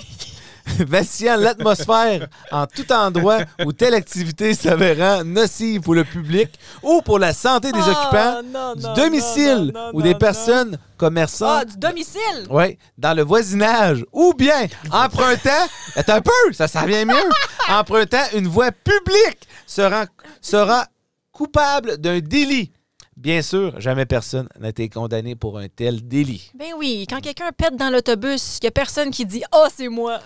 [SPEAKER 1] vacillant l'atmosphère en tout endroit où telle activité s'avérant nocive pour le public ou pour la santé des occupants du domicile ou des personnes
[SPEAKER 3] Ah,
[SPEAKER 1] commerçantes.
[SPEAKER 3] du domicile!
[SPEAKER 1] Oui, dans le voisinage ou bien empruntant, attends un peu, ça s'en vient mieux, empruntant une voie publique sera, sera coupable d'un délit. Bien sûr, jamais personne n'a été condamné pour un tel délit.
[SPEAKER 3] Ben oui, quand quelqu'un pète dans l'autobus, il n'y a personne qui dit Ah, c'est moi.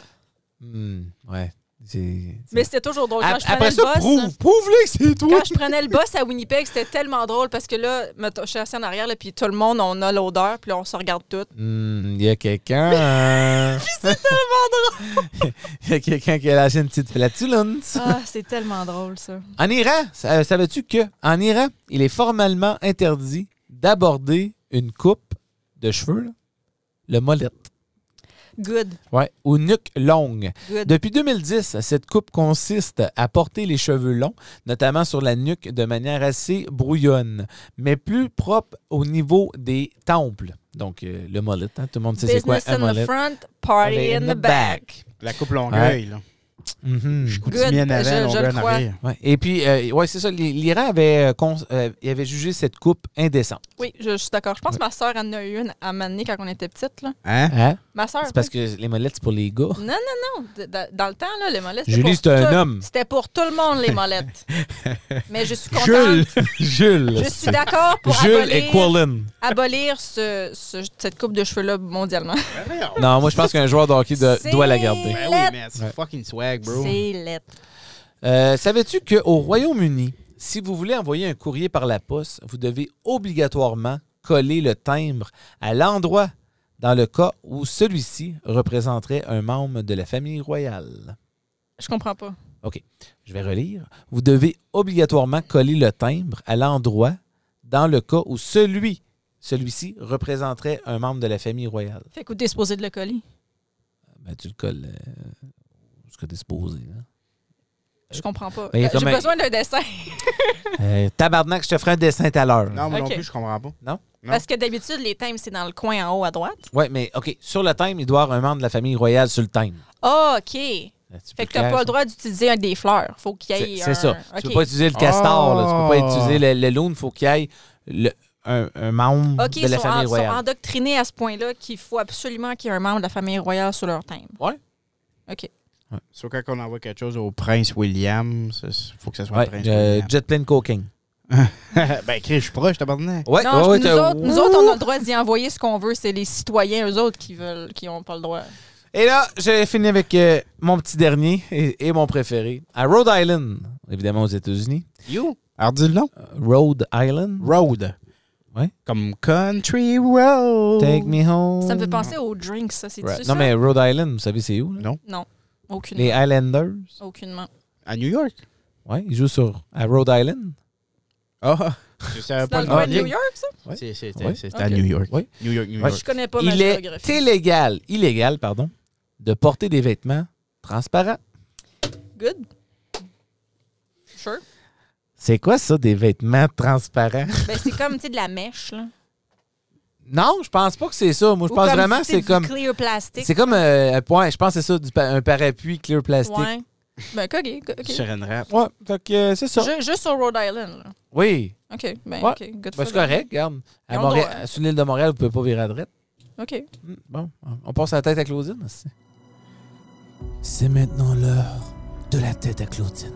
[SPEAKER 1] Hmm, ouais. c'est- c'est-
[SPEAKER 3] Mais c'était toujours drôle. Quand
[SPEAKER 1] Ap-
[SPEAKER 3] je prenais
[SPEAKER 1] Après
[SPEAKER 3] le
[SPEAKER 1] ça,
[SPEAKER 3] boss, hein.
[SPEAKER 1] prouve, prouve-le que c'est toi.
[SPEAKER 3] quand je prenais le boss à Winnipeg, c'était tellement drôle parce que là, mettons, je suis assis en arrière, là, puis tout le monde, on a l'odeur, puis là, on se regarde toutes.
[SPEAKER 1] Hmm, Il y a quelqu'un. euh, Il y a quelqu'un qui a lâché une petite flatulence.
[SPEAKER 3] Ah, c'est tellement drôle, ça.
[SPEAKER 1] En Iran, sa- euh, savais-tu que en Iran, il est formellement interdit d'aborder une coupe de cheveux, là, le mollet,
[SPEAKER 3] Good,
[SPEAKER 1] ouais, ou nuque longue.
[SPEAKER 3] good.
[SPEAKER 1] Depuis 2010, cette coupe consiste à porter les cheveux longs, notamment sur la nuque, de manière assez brouillonne, mais plus propre au niveau des temples. Donc, euh, le mollet, hein, tout le monde sait c'est quoi
[SPEAKER 3] Business
[SPEAKER 1] un
[SPEAKER 3] in the
[SPEAKER 1] mollet.
[SPEAKER 3] front, party in, the back.
[SPEAKER 2] La coupe longueuil, là. Mm-hmm.
[SPEAKER 1] Mhm.
[SPEAKER 3] Good,
[SPEAKER 2] Mienne
[SPEAKER 3] je-
[SPEAKER 2] avant,
[SPEAKER 3] je
[SPEAKER 2] longueuil
[SPEAKER 3] le
[SPEAKER 2] en
[SPEAKER 3] crois.
[SPEAKER 2] arrière.
[SPEAKER 1] Ouais. Et puis, euh, ouais, c'est ça, l- l'Iran avait, euh, cons- euh, il avait jugé cette coupe indécente.
[SPEAKER 3] Oui, je, je suis d'accord. Je pense que ma soeur en a eu une à m'amener quand on était petite. Là.
[SPEAKER 2] Hein?
[SPEAKER 1] Hein?
[SPEAKER 3] Ma soeur.
[SPEAKER 1] C'est parce que les molettes, c'est pour les gars.
[SPEAKER 3] Non, non, non. D- d- Dans le temps, là, les molettes. c'était
[SPEAKER 1] Julie,
[SPEAKER 3] pour
[SPEAKER 1] c'est un
[SPEAKER 3] tout-
[SPEAKER 1] homme.
[SPEAKER 3] C'était pour tout le monde, les molettes. Mais je suis contente.
[SPEAKER 1] Jules! Jules!
[SPEAKER 3] Je suis d'accord pour
[SPEAKER 1] Jules et
[SPEAKER 3] abolir,
[SPEAKER 1] Quillen.
[SPEAKER 3] abolir ce, ce- cette coupe de cheveux-là mondialement.
[SPEAKER 1] Non, moi, je pense qu'un joueur de hockey de-
[SPEAKER 3] C'est-
[SPEAKER 1] doit la garder.
[SPEAKER 2] Ben
[SPEAKER 3] Lettre.
[SPEAKER 2] oui, mais c'est fucking swag, bro.
[SPEAKER 3] C'est lettre.
[SPEAKER 1] Euh, Savais-tu qu'au Royaume-Uni, si vous voulez envoyer un courrier par la poste, vous devez obligatoirement coller le timbre à l'endroit dans le cas où celui-ci représenterait un membre de la famille royale.
[SPEAKER 3] Je comprends pas.
[SPEAKER 1] Je vais relire. Vous devez obligatoirement coller le timbre à l'endroit dans le cas où celui, celui-ci représenterait un membre de la famille royale.
[SPEAKER 3] Fait que t'es supposé de le coller.
[SPEAKER 1] Ben, tu le colles euh, ce que t'es supposé. hein.
[SPEAKER 3] Je comprends pas.
[SPEAKER 1] Ben, il y a
[SPEAKER 3] J'ai
[SPEAKER 1] comme un-
[SPEAKER 3] besoin d'un dessin.
[SPEAKER 1] Euh, tabarnak, je te ferai un dessin tout à l'heure.
[SPEAKER 2] Non, moi
[SPEAKER 3] Ok.
[SPEAKER 2] non plus, je comprends pas. Non.
[SPEAKER 3] Parce que d'habitude, les thèmes, c'est dans le coin en haut à droite.
[SPEAKER 1] Oui, mais OK, sur le timbre, il doit y avoir un membre de la famille royale sur le timbre.
[SPEAKER 3] Ah, OK. Fait que t'as pas le droit d'utiliser un des fleurs. Faut qu'il
[SPEAKER 1] C'est
[SPEAKER 3] y ait
[SPEAKER 1] c'est
[SPEAKER 3] un-
[SPEAKER 1] ça. Tu
[SPEAKER 3] OK.
[SPEAKER 1] peux pas utiliser le castor, là. tu peux pas
[SPEAKER 2] Oh.
[SPEAKER 1] utiliser le, le loon, il faut qu'il y ait le- un, un membre
[SPEAKER 3] OK, ah,
[SPEAKER 1] de
[SPEAKER 3] ils
[SPEAKER 1] la
[SPEAKER 3] sont, en-
[SPEAKER 1] famille
[SPEAKER 3] sont
[SPEAKER 1] royale.
[SPEAKER 3] endoctrinés à ce point-là qu'il faut absolument qu'il y ait un membre de la famille royale sur leur thème.
[SPEAKER 2] Sauf quand on envoie quelque chose au prince William, il faut que ça soit
[SPEAKER 1] Ouais,
[SPEAKER 2] le prince
[SPEAKER 1] euh,
[SPEAKER 2] William.
[SPEAKER 1] jet plane cooking.
[SPEAKER 2] ben, Chris, je suis proche, t'abandonnes.
[SPEAKER 1] Ouais,
[SPEAKER 3] non, je-
[SPEAKER 1] ouais,
[SPEAKER 3] nous,
[SPEAKER 1] t'as-
[SPEAKER 3] autres, nous autres, on a le droit d'y envoyer ce qu'on veut. C'est les citoyens, eux autres, qui veulent, qui n'ont pas le droit.
[SPEAKER 1] Et là, j'ai fini avec euh, mon petit dernier et, et mon préféré. À Rhode Island, évidemment aux États-Unis.
[SPEAKER 2] You? Alors, dis le nom.
[SPEAKER 1] Euh, Rhode Island.
[SPEAKER 2] Road.
[SPEAKER 1] Ouais.
[SPEAKER 2] Comme Country Road.
[SPEAKER 1] Take me home.
[SPEAKER 3] Ça me fait penser aux drinks, ça. C'est-tu
[SPEAKER 1] Right.
[SPEAKER 3] ça?
[SPEAKER 1] Non, mais Rhode Island, vous savez c'est où? là?
[SPEAKER 2] Non.
[SPEAKER 3] Aucunement.
[SPEAKER 1] Les Highlanders.
[SPEAKER 3] Aucunement.
[SPEAKER 2] À New York.
[SPEAKER 1] Ouais, ils jouent sur, à Rhode Island.
[SPEAKER 2] Ah! Je savais
[SPEAKER 3] C'est dans
[SPEAKER 2] pas
[SPEAKER 3] le
[SPEAKER 2] le
[SPEAKER 3] coin de
[SPEAKER 2] lien.
[SPEAKER 3] New York, ça?
[SPEAKER 1] Ouais.
[SPEAKER 2] C'est c'est-
[SPEAKER 1] Ouais.
[SPEAKER 2] c'est
[SPEAKER 3] Ok.
[SPEAKER 2] à New York.
[SPEAKER 1] Ouais.
[SPEAKER 2] New York, New
[SPEAKER 1] Ouais.
[SPEAKER 2] York.
[SPEAKER 3] Je connais pas ma
[SPEAKER 1] Il est
[SPEAKER 3] géographie.
[SPEAKER 1] illégal, illégal, pardon, de porter des vêtements transparents.
[SPEAKER 3] Good. Sure.
[SPEAKER 1] C'est quoi ça, des vêtements transparents?
[SPEAKER 3] Ben, c'est comme, tu sais, de la mèche, là.
[SPEAKER 1] non, je pense pas que c'est ça. Moi, je
[SPEAKER 3] Ou
[SPEAKER 1] pense
[SPEAKER 3] comme
[SPEAKER 1] vraiment
[SPEAKER 3] si
[SPEAKER 1] que c'est
[SPEAKER 3] du
[SPEAKER 1] comme...
[SPEAKER 3] clear plastique.
[SPEAKER 1] C'est comme euh, un point, je pense que c'est ça, du pa- un parapluie clear plastique.
[SPEAKER 3] Ouais. Ben, OK, OK. ok.
[SPEAKER 2] Sur une rap.
[SPEAKER 1] Ouais, fait que, euh, c'est ça.
[SPEAKER 3] Ju- Juste au Rhode Island, là.
[SPEAKER 1] Oui.
[SPEAKER 3] OK. Ben,
[SPEAKER 1] Ouais.
[SPEAKER 3] OK. Good
[SPEAKER 1] Ben,
[SPEAKER 3] for
[SPEAKER 1] c'est
[SPEAKER 3] them.
[SPEAKER 1] correct, regarde.
[SPEAKER 3] Ils
[SPEAKER 1] À
[SPEAKER 3] ont
[SPEAKER 1] Montréal-
[SPEAKER 3] le droit.
[SPEAKER 1] sur l'île de Montréal, vous pouvez pas virer à droite.
[SPEAKER 3] OK.
[SPEAKER 1] Hmm, Bon, on passe à la tête à Claudine. aussi. C'est maintenant l'heure de la tête à Claudine.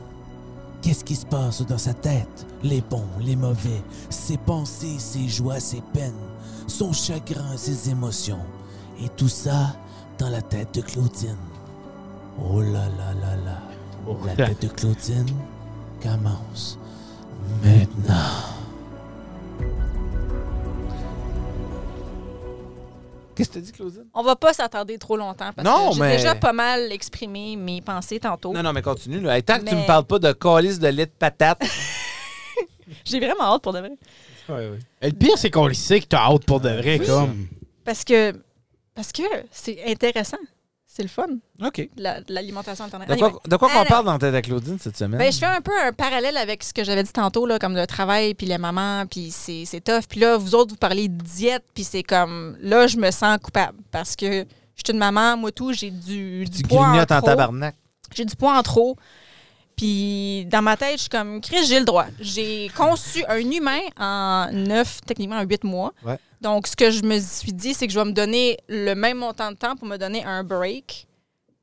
[SPEAKER 4] Qu'est-ce qui se passe dans sa tête Les bons, les mauvais, ses pensées, ses joies, ses peines, son chagrin, ses émotions. Et tout ça dans la tête de Claudine. Oh là là là là.
[SPEAKER 1] Oh
[SPEAKER 4] la tête de Claudine commence maintenant.
[SPEAKER 1] Qu'est-ce que tu dis, Claudine?
[SPEAKER 3] On va pas s'attarder trop longtemps parce
[SPEAKER 1] Non,
[SPEAKER 3] que j'ai
[SPEAKER 1] mais-
[SPEAKER 3] déjà pas mal exprimé mes pensées tantôt.
[SPEAKER 1] Non, non, mais continue. Là. Hey, tant que tu
[SPEAKER 3] Mais-
[SPEAKER 1] me parles pas de calice de lait de patate.
[SPEAKER 3] J'ai vraiment hâte pour de vrai.
[SPEAKER 2] Et Le pire, c'est qu'on le sait que t'as hâte pour de vrai, comme.
[SPEAKER 3] Parce que parce que c'est intéressant. C'est le fun,
[SPEAKER 1] OK.
[SPEAKER 3] la- l'alimentation alternante.
[SPEAKER 1] De quoi,
[SPEAKER 3] Anyway.
[SPEAKER 1] de quoi qu'on
[SPEAKER 3] Alors-
[SPEAKER 1] parle dans la tête à Claudine cette semaine?
[SPEAKER 3] Ben, je fais un peu un parallèle avec ce que j'avais dit tantôt, là, comme le travail, puis les mamans, puis c'est c'est tough. Puis là, vous autres, vous parlez de diète, puis c'est comme, là, je me sens coupable parce que Je suis une maman, moi tout, j'ai du, du
[SPEAKER 1] Tu
[SPEAKER 3] poids en
[SPEAKER 1] grignotes en
[SPEAKER 3] trop.
[SPEAKER 1] tabarnak.
[SPEAKER 3] J'ai du poids en trop. Puis dans ma tête, je suis comme Chris, j'ai le droit. J'ai conçu un humain en 9, techniquement en 8 mois.
[SPEAKER 1] Ouais.
[SPEAKER 3] Donc ce que je me suis dit, c'est que je vais me donner le même montant de temps pour me donner un break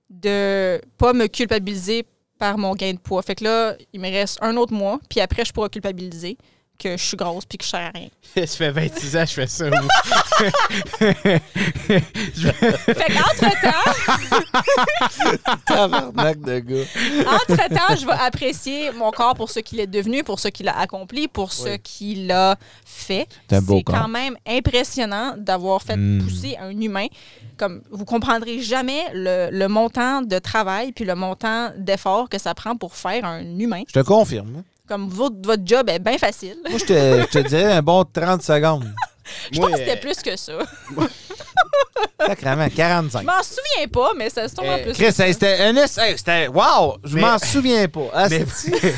[SPEAKER 3] de pas me culpabiliser par mon gain de poids. Fait que là, il me reste un autre mois, puis après je pourrais culpabiliser que je suis grosse puis que je sers à rien.
[SPEAKER 2] Ça fait 26 ans que je fais ça. moi.
[SPEAKER 3] Fait qu'entre-temps,
[SPEAKER 1] Tabarnak de gars.
[SPEAKER 3] entre-temps, je vais apprécier mon corps pour ce qu'il est devenu, pour ce qu'il a accompli, pour ce qu'il a fait.
[SPEAKER 1] C'est un beau corps.
[SPEAKER 3] quand même impressionnant d'avoir fait
[SPEAKER 1] Mm.
[SPEAKER 3] pousser un humain. Comme vous comprendrez jamais le, le montant de travail puis le montant d'effort que ça prend pour faire un humain.
[SPEAKER 1] Je te confirme.
[SPEAKER 3] Comme votre, votre job est bien facile.
[SPEAKER 1] Moi, je te, je te dirais un bon 30 secondes.
[SPEAKER 3] Je
[SPEAKER 2] Moi,
[SPEAKER 3] pense que c'était
[SPEAKER 2] euh,
[SPEAKER 3] plus que ça.
[SPEAKER 1] Sacrément, 45.
[SPEAKER 3] Je m'en souviens pas, mais ça se trouve en
[SPEAKER 2] Euh,
[SPEAKER 3] plus.
[SPEAKER 1] Chris, hey, c'était un es- hey, c'était wow, je
[SPEAKER 2] Mais-
[SPEAKER 1] m'en souviens pas. Ah,
[SPEAKER 2] Mais-
[SPEAKER 1] c'est-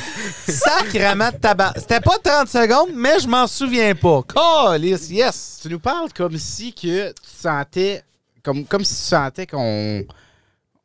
[SPEAKER 1] Sacrement de tabac. C'était pas 30 secondes, mais je m'en souviens pas. Calice, yes.
[SPEAKER 2] tu nous parles comme si que tu sentais. Comme, comme si tu sentais qu'on.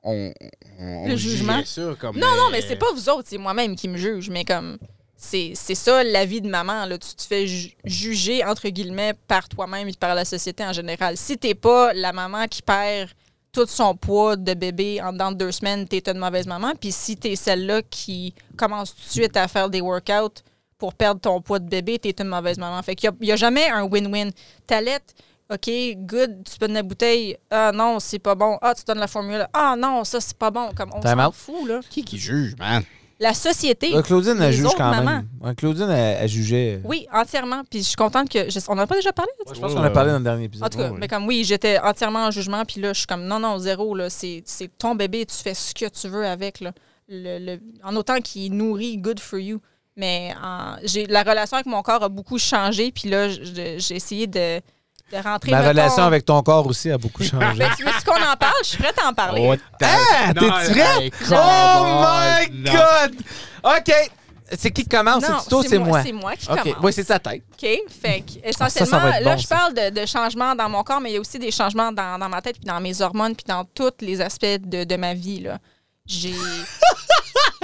[SPEAKER 2] On, on
[SPEAKER 3] Le
[SPEAKER 2] jugeait
[SPEAKER 3] jugement.
[SPEAKER 2] Ça, comme,
[SPEAKER 3] Non, non,
[SPEAKER 2] euh,
[SPEAKER 3] mais c'est pas vous autres, c'est moi-même qui me juge, mais comme. C'est c'est ça la vie de maman. Là. Tu te fais ju- juger, entre guillemets, par toi-même et par la société en général. Si t'es pas la maman qui perd tout son poids de bébé en dedans de deux semaines, t'es une mauvaise maman. Puis si t'es celle-là qui commence tout de suite à faire des workouts pour perdre ton poids de bébé, t'es une mauvaise maman. Fait qu'il n'y a, jamais un win-win. T'allaites, OK, good, tu donnes la bouteille. Ah non, c'est pas bon. Ah, tu donnes la formule. Ah non, ça, c'est pas bon. Comme on
[SPEAKER 1] Time
[SPEAKER 3] s'en
[SPEAKER 1] out.
[SPEAKER 3] fout, là.
[SPEAKER 2] Qui qui juge, man?
[SPEAKER 3] La société.
[SPEAKER 1] Euh, Claudine, elle
[SPEAKER 3] les
[SPEAKER 1] juge
[SPEAKER 3] autres
[SPEAKER 1] quand
[SPEAKER 3] mamans.
[SPEAKER 1] même. Ouais, Claudine, elle, elle jugeait.
[SPEAKER 3] Oui, entièrement. Puis je suis contente que. je- on n'en a pas déjà parlé de ça?
[SPEAKER 1] Je pense qu'on en a parlé dans le dernier épisode.
[SPEAKER 3] En tout cas, mais comme oui, j'étais entièrement en jugement, puis là, je suis comme non, non, zéro, là, c'est c'est ton bébé, tu fais ce que tu veux avec, là. Le- le- en autant qu'il nourrit good for you. Mais en- j'ai la relation avec mon corps a beaucoup changé, puis là, je- j'ai essayé de, de rentrer.
[SPEAKER 1] Ma
[SPEAKER 3] mettons-
[SPEAKER 1] relation avec ton corps aussi a beaucoup changé.
[SPEAKER 3] Ben, tu veux qu'on en parle? Je suis prête à en parler.
[SPEAKER 1] Ah, t'es-tu prête? Oh my God! OK. C'est qui qui commence? C'est Tito, c'est moi.
[SPEAKER 3] C'est moi qui
[SPEAKER 1] OK.
[SPEAKER 3] commence.
[SPEAKER 1] Oui, c'est ta tête.
[SPEAKER 3] OK? Fait que,
[SPEAKER 1] Ah, ça, ça
[SPEAKER 3] essentiellement,
[SPEAKER 1] va être
[SPEAKER 3] là,
[SPEAKER 1] bon,
[SPEAKER 3] je
[SPEAKER 1] ça.
[SPEAKER 3] parle de, de changements dans mon corps, mais il y a aussi des changements dans, dans ma tête, puis dans mes hormones, puis dans tous les aspects de, de ma vie, là. J'ai.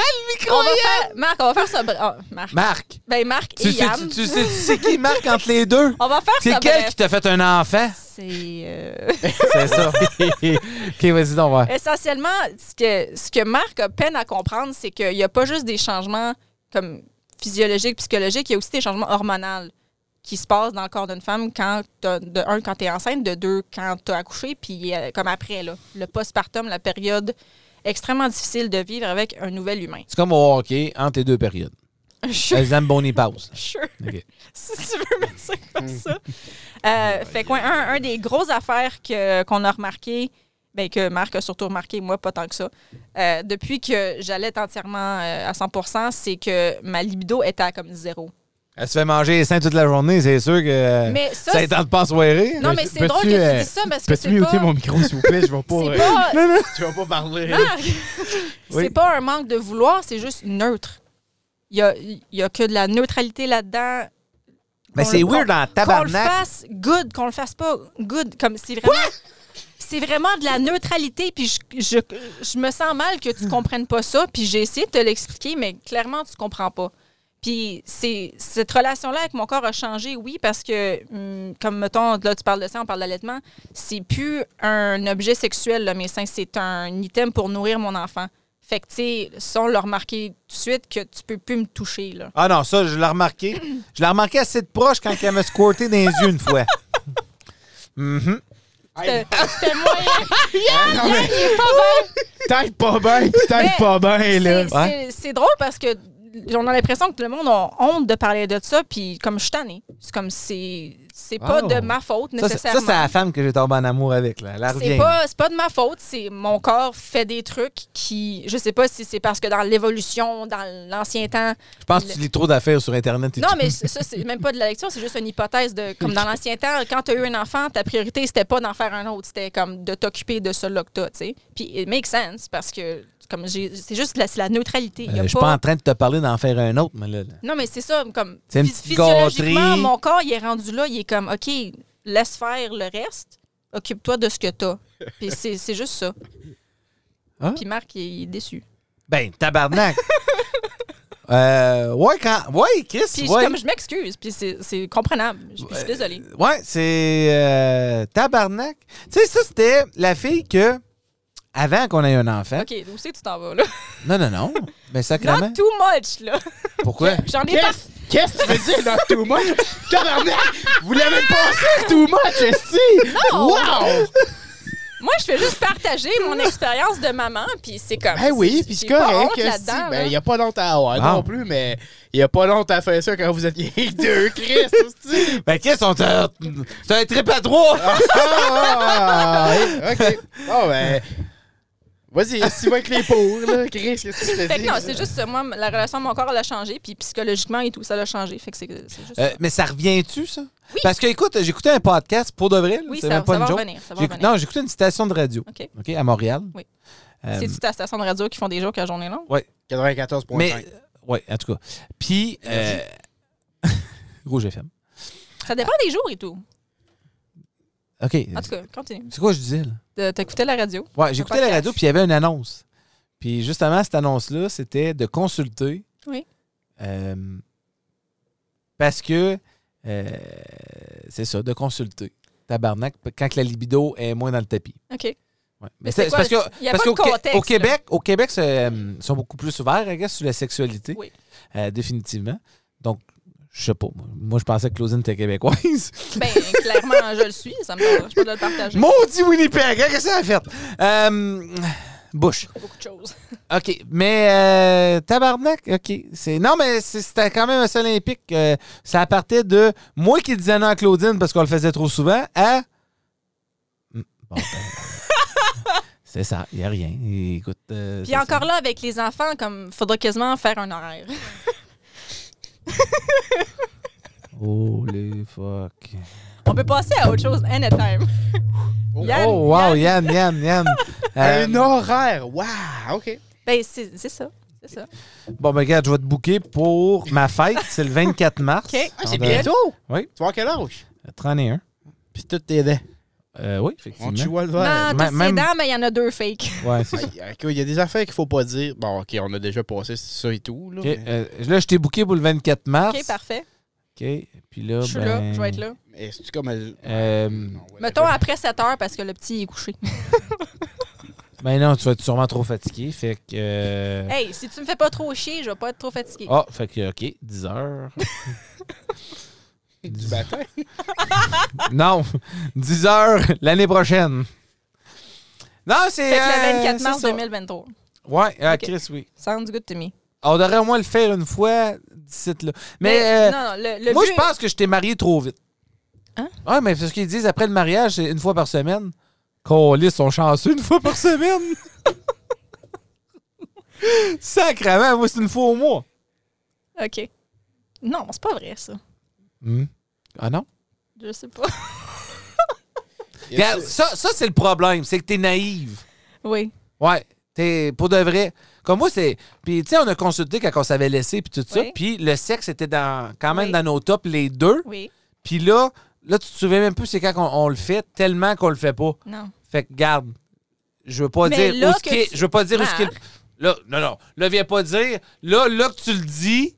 [SPEAKER 3] Le micro, on va faire, Marc, on va faire ça. br- Ah, Marc.
[SPEAKER 1] Marc.
[SPEAKER 3] Ben, Marc et
[SPEAKER 1] Tu sais,
[SPEAKER 3] Yann.
[SPEAKER 1] tu, tu sais, tu sais qui Marc entre les deux?
[SPEAKER 3] On va faire
[SPEAKER 1] C'est
[SPEAKER 3] ça.
[SPEAKER 1] quel
[SPEAKER 3] bref.
[SPEAKER 1] qui t'a fait un enfant?
[SPEAKER 3] C'est. euh,
[SPEAKER 1] C'est ça. OK, vas-y, donc, ouais.
[SPEAKER 3] Essentiellement, ce que, ce que Marc a peine à comprendre, c'est qu'il n'y a pas juste des changements comme physiologiques, psychologiques, il y a aussi des changements hormonaux qui se passent dans le corps d'une femme quand t'as- de un quand tu es enceinte, de deux quand tu as accouché, puis euh, comme après là, le postpartum, la période extrêmement difficile de vivre avec un nouvel humain.
[SPEAKER 1] C'est comme au hockey, entre tes deux périodes.
[SPEAKER 3] Sure,
[SPEAKER 1] Elles aiment Bonnie Pause.
[SPEAKER 3] sure.
[SPEAKER 1] OK.
[SPEAKER 3] si tu veux mettre ça comme ça. Euh, fait que, ouais, un, un des grosses affaires que- qu'on a remarqué, ben, que Marc a surtout remarqué, moi pas tant que ça, euh, depuis que j'allais entièrement euh, à 100 c'est que ma libido était à comme zéro.
[SPEAKER 1] Elle se fait manger les seins toute la journée, c'est sûr
[SPEAKER 2] Euh,
[SPEAKER 1] que
[SPEAKER 3] Mais ça,
[SPEAKER 1] ça est temps de pas soirée.
[SPEAKER 3] non, mais
[SPEAKER 2] Peux-
[SPEAKER 3] c'est drôle que
[SPEAKER 2] peux-tu,
[SPEAKER 3] tu
[SPEAKER 2] euh,
[SPEAKER 3] dis ça parce que
[SPEAKER 2] Peux-tu
[SPEAKER 3] c'est pas...
[SPEAKER 2] muter mon micro, s'il vous plaît? Je vais pas.
[SPEAKER 3] C'est
[SPEAKER 2] euh,
[SPEAKER 3] pas,
[SPEAKER 2] Tu vas pas parler.
[SPEAKER 3] Marc,
[SPEAKER 1] Oui.
[SPEAKER 3] c'est pas un manque de vouloir, c'est juste neutre. Il y a, il y a que de la neutralité là-dedans.
[SPEAKER 2] Ben,
[SPEAKER 1] Mais
[SPEAKER 3] On
[SPEAKER 1] c'est
[SPEAKER 3] le-
[SPEAKER 1] weird en
[SPEAKER 3] Qu'on le
[SPEAKER 1] tabarnak.
[SPEAKER 3] fasse good, qu'on le fasse pas good, comme c'est vraiment. C'est vraiment de la neutralité, puis je, je- je me sens mal que tu comprennes pas ça, puis j'ai essayé de te l'expliquer, mais clairement, tu comprends pas. Puis c'est cette relation-là avec mon corps a changé, oui, parce que, hum, comme mettons, là, tu parles de ça, on parle d'allaitement, c'est plus un objet sexuel, là, mes seins, c'est un item pour nourrir mon enfant. Fait que, tu sais, ça, on l'a remarqué tout de suite que tu peux plus me toucher, là.
[SPEAKER 1] Ah non, ça, je l'ai remarqué. Je l'ai remarqué assez de proche quand elle m'a squirté dans les yeux une fois. Mhm.
[SPEAKER 3] C'était c'était moyen. Yann,
[SPEAKER 2] Non, mais-
[SPEAKER 3] Yann, il est pas bon.
[SPEAKER 2] Peut-être pas bien, peut-être
[SPEAKER 3] Mais
[SPEAKER 2] pas bien, là.
[SPEAKER 3] C'est- c'est- C'est drôle parce que on a l'impression que le monde a honte de parler de ça, puis comme je suis tannée. C'est comme c'est c'est pas
[SPEAKER 1] Oh.
[SPEAKER 3] de ma faute
[SPEAKER 1] Ça, c'est- ça,
[SPEAKER 3] nécessairement.
[SPEAKER 1] c'est la femme que j'ai tombé en amour avec. Là. Elle
[SPEAKER 3] c'est
[SPEAKER 1] revient.
[SPEAKER 3] pas, c'est pas de ma faute, c'est mon corps fait des trucs qui. Je sais pas si c'est parce que dans l'évolution, dans l'ancien temps.
[SPEAKER 1] Je pense que tu lis trop d'affaires sur Internet. et
[SPEAKER 3] Non,
[SPEAKER 1] tout.
[SPEAKER 3] mais ça, c'est même pas de la lecture, c'est juste une hypothèse de. Comme dans l'ancien temps, quand t'as eu un enfant, ta priorité, c'était pas d'en faire un autre, c'était comme de t'occuper de ce là que t'as, tu sais. Puis it makes sense parce que comme j'ai- c'est juste la, c'est la neutralité. Il y
[SPEAKER 1] Euh,
[SPEAKER 3] a
[SPEAKER 1] je suis
[SPEAKER 3] pas-
[SPEAKER 1] pas en train de te parler d'en faire un autre, mais là. là.
[SPEAKER 3] Non, mais c'est ça, comme
[SPEAKER 1] C'est une
[SPEAKER 3] phys-
[SPEAKER 1] petite
[SPEAKER 3] physiologiquement,
[SPEAKER 1] gâterie.
[SPEAKER 3] mon corps, il est rendu là, il est comme OK, laisse faire le reste, occupe-toi de ce que t'as. Puis c'est c'est juste ça.
[SPEAKER 1] Hein?
[SPEAKER 3] Puis Marc, il il est déçu.
[SPEAKER 1] Ben, tabarnak. euh, ouais, quand. Ouais, Chris.
[SPEAKER 3] Puis
[SPEAKER 1] ouais.
[SPEAKER 3] comme je m'excuse, puis c'est c'est comprenable. Je, puis je suis désolée.
[SPEAKER 1] Ouais, c'est euh, tabarnak. Tu sais, ça, c'était la fille que, avant qu'on ait un enfant.
[SPEAKER 3] OK, où c'est que tu t'en vas, là?
[SPEAKER 1] Non, non, non. Mais sacrément.
[SPEAKER 3] Not too much, là.
[SPEAKER 1] Pourquoi?
[SPEAKER 3] J'en ai pas.
[SPEAKER 2] Qu'est-ce qu'est-ce que tu veux dire dans Too Much? Tabarnak! Vous l'avez passé, Too Much, esti!
[SPEAKER 3] Non!
[SPEAKER 2] Wow!
[SPEAKER 3] Moi, je fais juste partager mon expérience de maman, puis c'est comme...
[SPEAKER 2] Ben oui, puis c'est
[SPEAKER 3] j'ai pas
[SPEAKER 2] correct,
[SPEAKER 3] honte
[SPEAKER 2] esti.
[SPEAKER 3] là-dedans, là.
[SPEAKER 2] Ben, il n'y a pas longtemps à avoir
[SPEAKER 1] Ah.
[SPEAKER 2] non plus, mais il n'y a pas longtemps à faire ça quand vous étiez deux, Chris, esti!
[SPEAKER 1] Ben, Chris, on t'a. C'est un trip à trois!
[SPEAKER 2] Ah, ah, OK. Bon, ben... Vas-y, esti, va avec les pauvres, là, Chris, qu'est-ce que tu te
[SPEAKER 3] Fait que
[SPEAKER 2] dis?
[SPEAKER 3] non, c'est juste, euh, moi, la relation à mon corps, elle a changé, puis psychologiquement et tout, ça l'a changé. Fait que c'est c'est juste
[SPEAKER 1] Euh,
[SPEAKER 3] ça.
[SPEAKER 1] mais ça revient-tu, ça? Parce que, écoute, j'écoutais un podcast pour de vrai. là,
[SPEAKER 3] Oui,
[SPEAKER 1] c'est
[SPEAKER 3] ça,
[SPEAKER 1] même pas
[SPEAKER 3] ça
[SPEAKER 1] une
[SPEAKER 3] va
[SPEAKER 1] joke.
[SPEAKER 3] revenir, ça va
[SPEAKER 1] J'écoute-
[SPEAKER 3] revenir.
[SPEAKER 1] Non, j'écoutais une station de radio.
[SPEAKER 3] OK.
[SPEAKER 1] OK, à Montréal.
[SPEAKER 3] Oui.
[SPEAKER 1] Euh,
[SPEAKER 3] C'est-tu ta station de radio qui font des jokes à journée longue?
[SPEAKER 2] 94.5.
[SPEAKER 1] mais, euh, ouais, en tout cas. Puis, euh, Rouge FM.
[SPEAKER 3] Ça dépend
[SPEAKER 1] Ah.
[SPEAKER 3] des jours et tout.
[SPEAKER 1] OK.
[SPEAKER 3] En tout cas, continue.
[SPEAKER 1] C'est quoi je disais, là?
[SPEAKER 3] De- T'écoutais la radio.
[SPEAKER 1] Ouais, j'écoutais la
[SPEAKER 3] podcast.
[SPEAKER 1] radio, puis il y avait une annonce. Puis justement, cette annonce-là, c'était de consulter.
[SPEAKER 3] Oui.
[SPEAKER 1] Euh, parce que, euh, c'est ça, de consulter. Tabarnak, quand que la libido est moins dans le tapis.
[SPEAKER 3] OK.
[SPEAKER 1] Ouais. Mais,
[SPEAKER 3] Mais
[SPEAKER 1] c'est
[SPEAKER 3] c'est
[SPEAKER 1] c'est parce que
[SPEAKER 3] quoi le- il y a
[SPEAKER 1] parce
[SPEAKER 3] pas de
[SPEAKER 1] qu'au Qué-
[SPEAKER 3] contexte,
[SPEAKER 1] au Québec, au Québec, c'est, euh, ils sont beaucoup plus ouverts, I guess, sur la sexualité,
[SPEAKER 3] Oui.
[SPEAKER 1] Euh, définitivement. Donc, je sais pas. moi. Moi, je pensais que Claudine était québécoise.
[SPEAKER 3] Ben, clairement, je le suis. Ça me dérange pas de le partager.
[SPEAKER 1] Maudit Winnipeg, hein, qu'est-ce que ça a fait? Euh, Bush.
[SPEAKER 3] Beaucoup de choses.
[SPEAKER 1] OK. Mais euh, tabarnak, OK. C'est, non, mais c'est- c'était quand même assez olympique. Euh, ça partait de moi qui disais non à Claudine parce qu'on le faisait trop souvent à. Hmm, Bon, ben, c'est ça, il n'y a rien. Écoute. euh,
[SPEAKER 3] Puis
[SPEAKER 1] c'est
[SPEAKER 3] encore là, avec les enfants, comme, faudrait quasiment faire un horaire.
[SPEAKER 1] ça. Holy fuck.
[SPEAKER 3] On peut passer à autre chose anytime. Yann,
[SPEAKER 1] oh, wow,
[SPEAKER 3] Yann.
[SPEAKER 1] Yann, Yann, Yann. Euh,
[SPEAKER 2] Un horaire! eh, Wow! OK.
[SPEAKER 3] Ben, c'est c'est ça. C'est ça.
[SPEAKER 1] bon, ben, regarde, je vais te booker pour ma fête. C'est le 24 mars.
[SPEAKER 3] OK.
[SPEAKER 2] Ah, c'est
[SPEAKER 1] Pendant-
[SPEAKER 2] bientôt!
[SPEAKER 1] Oui.
[SPEAKER 2] Tu vois quel âge?
[SPEAKER 1] 31.
[SPEAKER 2] Puis toutes tes dents.
[SPEAKER 1] Euh, oui,
[SPEAKER 2] On
[SPEAKER 1] effectivement.
[SPEAKER 2] te vois le verre.
[SPEAKER 3] Non,
[SPEAKER 1] ma-
[SPEAKER 3] toutes ces
[SPEAKER 1] même-
[SPEAKER 3] dents, mais il y en a deux fakes.
[SPEAKER 1] Ouais, c'est ça.
[SPEAKER 2] Aïe, ok, Il Ah, y a des affaires qu'il faut pas dire. Bon, OK, on a déjà passé ça et tout. Là,
[SPEAKER 1] OK,
[SPEAKER 2] mais-
[SPEAKER 1] euh, là, je t'ai booké pour le 24 mars.
[SPEAKER 3] OK, parfait.
[SPEAKER 1] OK. Puis là,
[SPEAKER 3] Je suis
[SPEAKER 1] Ah, ben,
[SPEAKER 3] là, je vais être là.
[SPEAKER 2] mais c'est-tu comme... elle-
[SPEAKER 1] Euh,
[SPEAKER 2] Non, whatever.
[SPEAKER 3] Mettons après 7 heures parce que le petit est couché.
[SPEAKER 1] Ben non, tu vas être sûrement trop fatigué. Fait que. euh,
[SPEAKER 3] Hey, si tu me fais pas trop chier, je vais pas être trop fatiguée.
[SPEAKER 1] Ah, fait que, OK, 10 heures.
[SPEAKER 2] Du matin.
[SPEAKER 1] non, 10 heures l'année prochaine. Non, c'est.
[SPEAKER 3] Fait que le 24
[SPEAKER 1] euh,
[SPEAKER 3] mars
[SPEAKER 1] c'est ça.
[SPEAKER 3] 2023.
[SPEAKER 1] Ouais, ah,
[SPEAKER 3] OK.
[SPEAKER 1] Chris, oui.
[SPEAKER 3] Sounds good to me.
[SPEAKER 1] On devrait au moins le faire une fois d'ici là. Mais. euh,
[SPEAKER 3] non, non, le, le
[SPEAKER 1] moi,
[SPEAKER 3] but-
[SPEAKER 1] je pense que je t'ai marié trop vite.
[SPEAKER 3] Hein?
[SPEAKER 1] Ouais, mais parce qu'ils disent après le mariage, c'est une fois par semaine. Colis sont chanceux une fois par semaine. Sacrement, moi, c'est une fois au mois.
[SPEAKER 3] OK. Non, c'est pas vrai, ça.
[SPEAKER 1] Hmm. Ah non?
[SPEAKER 3] Je sais pas.
[SPEAKER 2] Y a-tu-
[SPEAKER 1] Regarde, ça, ça c'est le problème, c'est que t'es naïve.
[SPEAKER 3] Oui.
[SPEAKER 1] Ouais, t'es pour de vrai. Comme moi, c'est. Puis, tu sais, on a consulté quand on s'avait laissé, puis tout ça.
[SPEAKER 3] Oui.
[SPEAKER 1] Puis, le sexe était dans, quand même
[SPEAKER 3] Oui.
[SPEAKER 1] dans nos tops, les deux.
[SPEAKER 3] Oui.
[SPEAKER 1] Puis là, là, tu te souviens même plus, c'est quand on, on le fait, tellement qu'on le fait pas.
[SPEAKER 3] Non.
[SPEAKER 1] Fait que garde, je veux pas
[SPEAKER 3] Mais
[SPEAKER 1] dire
[SPEAKER 3] là
[SPEAKER 1] où ce
[SPEAKER 3] que
[SPEAKER 1] qui est-
[SPEAKER 3] tu
[SPEAKER 1] je veux pas dire où ce qui est-
[SPEAKER 3] marques-
[SPEAKER 1] Là, non non, là viens pas dire là là que tu le dis.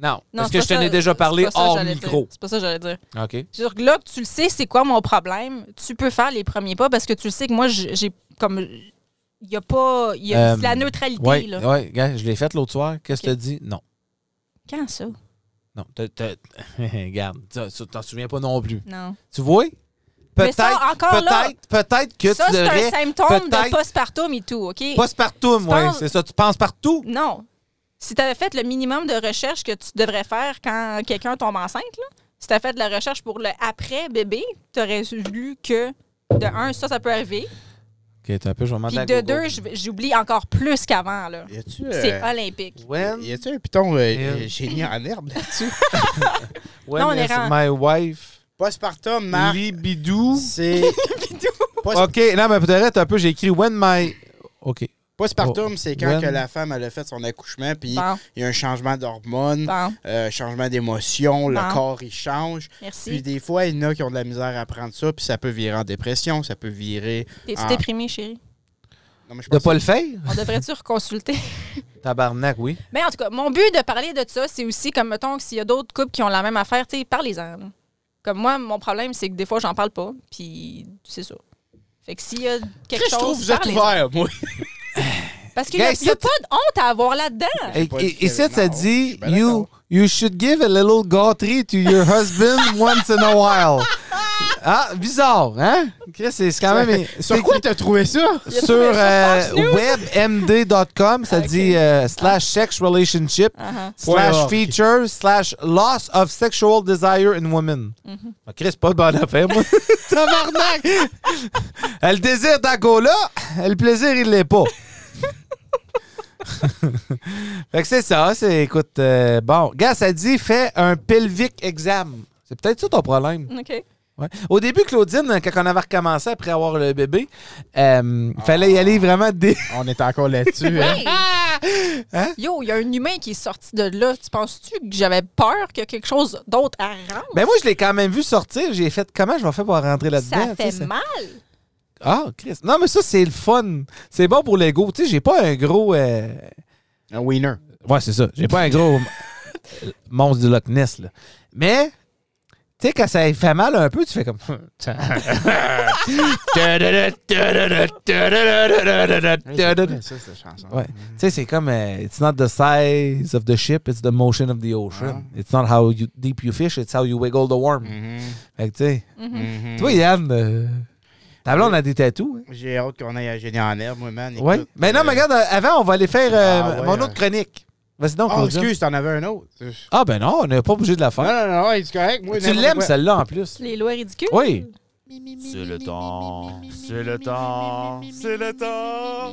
[SPEAKER 1] Non,
[SPEAKER 3] Non,
[SPEAKER 1] parce
[SPEAKER 3] c'est
[SPEAKER 1] que
[SPEAKER 3] pas
[SPEAKER 1] je t'en
[SPEAKER 3] ça-
[SPEAKER 1] ai déjà
[SPEAKER 3] c'est
[SPEAKER 1] parlé
[SPEAKER 3] pas ça que
[SPEAKER 1] hors
[SPEAKER 3] j'allais
[SPEAKER 1] micro.
[SPEAKER 3] dire. C'est pas ça que j'allais dire.
[SPEAKER 1] OK.
[SPEAKER 3] Je veux dire, là que tu le sais, c'est quoi mon problème, tu peux faire les premiers pas parce que tu le sais que moi, j'ai j'ai comme. Il y a pas. Il y a
[SPEAKER 1] Euh,
[SPEAKER 3] c'est la neutralité,
[SPEAKER 1] Ouais,
[SPEAKER 3] là.
[SPEAKER 1] ouais, regarde, je l'ai fait l'autre soir, qu'est-ce que
[SPEAKER 3] OK.
[SPEAKER 1] tu dit Non.
[SPEAKER 3] Quand ça?
[SPEAKER 1] Non, t'as- t'as- regarde, t'as- tu t'en souviens pas non plus.
[SPEAKER 3] Non.
[SPEAKER 1] Tu vois
[SPEAKER 3] Mais ça,
[SPEAKER 1] Peut-être
[SPEAKER 3] encore là-
[SPEAKER 1] peut-être peut-être que
[SPEAKER 3] ça,
[SPEAKER 1] tu
[SPEAKER 3] c'est
[SPEAKER 1] devrais
[SPEAKER 3] un symptôme de
[SPEAKER 1] peut-être-
[SPEAKER 3] postpartum et tout, OK?
[SPEAKER 1] Postpartum,
[SPEAKER 3] Tu
[SPEAKER 1] ouais,
[SPEAKER 3] penses-
[SPEAKER 1] c'est ça, tu penses partout.
[SPEAKER 3] Non. Si tu avais fait le minimum de recherche que tu devrais faire quand quelqu'un tombe enceinte, là, si tu fait de la recherche pour le après bébé, tu aurais lu que de un, ça, ça peut arriver.
[SPEAKER 1] OK, t'as un peu je vais
[SPEAKER 3] Puis
[SPEAKER 1] demander à
[SPEAKER 3] de
[SPEAKER 1] Google.
[SPEAKER 3] deux, je- j'oublie encore plus qu'avant. là.
[SPEAKER 2] Y a-tu...
[SPEAKER 3] C'est
[SPEAKER 2] euh,
[SPEAKER 3] olympique.
[SPEAKER 1] When
[SPEAKER 2] Y a-tu un piton euh,
[SPEAKER 1] Elle.
[SPEAKER 2] génie en herbe là-dessus?
[SPEAKER 1] when
[SPEAKER 3] Non, on est
[SPEAKER 1] is
[SPEAKER 3] rend-
[SPEAKER 1] my wife
[SPEAKER 2] Postpartum, Marc,
[SPEAKER 1] libidou
[SPEAKER 2] c'est... Post-
[SPEAKER 1] OK, non, mais peut-être un peu, j'ai écrit When my. OK.
[SPEAKER 2] Postpartum, c'est quand
[SPEAKER 1] When?
[SPEAKER 2] que la femme elle a fait son accouchement, puis
[SPEAKER 3] Bon,
[SPEAKER 2] il y a un changement d'hormones,
[SPEAKER 3] bon,
[SPEAKER 2] euh, changement d'émotion,
[SPEAKER 3] Bon.
[SPEAKER 2] le corps il change. Puis
[SPEAKER 3] merci.
[SPEAKER 2] des fois, il y en a qui ont de la misère à prendre ça, puis ça peut virer en dépression, ça peut virer.
[SPEAKER 3] T'es-tu
[SPEAKER 2] Ah.
[SPEAKER 3] déprimé, chérie?
[SPEAKER 2] Non, mais je
[SPEAKER 1] De
[SPEAKER 2] pense
[SPEAKER 1] pas le faire?
[SPEAKER 3] On devrait-tu reconsulter?
[SPEAKER 1] Tabarnak, oui.
[SPEAKER 3] Mais en tout cas, mon but de parler de ça, c'est aussi comme, mettons, que s'il y a d'autres couples qui ont la même affaire, tu sais, parlez-en. là. Comme moi, mon problème, c'est que des fois, j'en parle pas, puis c'est ça. Fait que s'il y a quelque
[SPEAKER 2] Chris, je
[SPEAKER 3] chose,
[SPEAKER 2] trouve que vous êtes
[SPEAKER 3] parlez-en.
[SPEAKER 2] ouvert, moi.
[SPEAKER 3] Parce qu'il n'y a,
[SPEAKER 1] Guys,
[SPEAKER 3] il y a
[SPEAKER 1] c'est-
[SPEAKER 3] pas de honte à avoir là-dedans.
[SPEAKER 1] Et,
[SPEAKER 2] pas dit
[SPEAKER 1] et, et ça,
[SPEAKER 2] que-
[SPEAKER 1] ça
[SPEAKER 2] non, je suis
[SPEAKER 1] dit
[SPEAKER 2] bien
[SPEAKER 1] you, you should give a little gâterie to your husband once in a while. Ah, bizarre, hein? Chris, c'est c'est quand même. c'est-
[SPEAKER 2] Sur quoi t'as trouvé ça?
[SPEAKER 3] Il a
[SPEAKER 1] Sur
[SPEAKER 3] trouvé ça
[SPEAKER 1] euh,
[SPEAKER 3] Fox News.
[SPEAKER 1] webmd.com, ça
[SPEAKER 3] Ok.
[SPEAKER 1] dit euh, slash sex relationship,
[SPEAKER 3] Uh-huh.
[SPEAKER 1] slash
[SPEAKER 2] Ouais, ok.
[SPEAKER 1] feature, slash loss of sexual desire in women. Ah, Chris, pas de bonne affaire, moi. Tabarnak! Elle désire d'Angola, là, le plaisir, il l'est pas. fait que c'est ça, c'est, écoute, euh, bon. Gars, ça dit, fais un pelvic exam. C'est peut-être ça ton problème.
[SPEAKER 3] OK.
[SPEAKER 1] Ouais. Au début, Claudine, quand on avait recommencé après avoir le bébé, euh, fallait y aller vraiment dé...
[SPEAKER 2] On est encore là-dessus. hein?
[SPEAKER 3] Hey!
[SPEAKER 1] Ah! Hein?
[SPEAKER 3] Yo, il y a un humain qui est sorti de là. Tu penses-tu que j'avais peur que quelque chose d'autre arrange?
[SPEAKER 1] Ben moi, je l'ai quand même vu sortir. J'ai fait comment je vais faire pour rentrer là-dedans? tu
[SPEAKER 3] ça
[SPEAKER 1] sais,
[SPEAKER 3] fait
[SPEAKER 1] ça-
[SPEAKER 3] mal.
[SPEAKER 1] Ah, Chris. Non, mais ça, c'est le fun. C'est bon pour l'ego. Tu sais, j'ai pas un gros. euh,
[SPEAKER 2] Un winner.
[SPEAKER 1] Ouais, c'est ça. J'ai pas un gros euh, monstre du Loch Ness, là. Mais, tu sais, quand ça fait mal un peu, tu fais comme.
[SPEAKER 2] Ouais,
[SPEAKER 1] ouais.
[SPEAKER 2] ça, cette chanson.
[SPEAKER 1] Tu sais, c'est comme. euh, it's not the size of the ship, it's the motion of the ocean. It's not how you- deep you fish, it's how you wiggle the worm.
[SPEAKER 2] Mhm.
[SPEAKER 1] Fait que, tu sais.
[SPEAKER 2] Mhm.
[SPEAKER 1] Toi, Yann, euh, ta blonde a des tatous. hein?
[SPEAKER 2] J'ai hâte qu'on aille à Génie en herbe, moi, man.
[SPEAKER 1] Ouais.
[SPEAKER 2] Écoute,
[SPEAKER 1] Mais non,
[SPEAKER 2] euh,
[SPEAKER 1] mais regarde, euh, avant, on va aller faire euh,
[SPEAKER 2] Ah ouais,
[SPEAKER 1] mon
[SPEAKER 2] hein.
[SPEAKER 1] autre chronique. Vas-y donc,
[SPEAKER 2] Oh,
[SPEAKER 1] Claudia.
[SPEAKER 2] excuse, Ah, t'en avais un autre.
[SPEAKER 1] Ah, ben non, on n'est pas obligé de la
[SPEAKER 2] Non,
[SPEAKER 1] faire.
[SPEAKER 2] non, non, ouais, c'est correct. Moi,
[SPEAKER 1] tu
[SPEAKER 2] n'importe
[SPEAKER 1] l'aimes,
[SPEAKER 2] quoi.
[SPEAKER 1] celle-là, en plus.
[SPEAKER 3] Les lois ridicules.
[SPEAKER 1] Oui.
[SPEAKER 4] C'est le temps. C'est le temps. C'est le temps.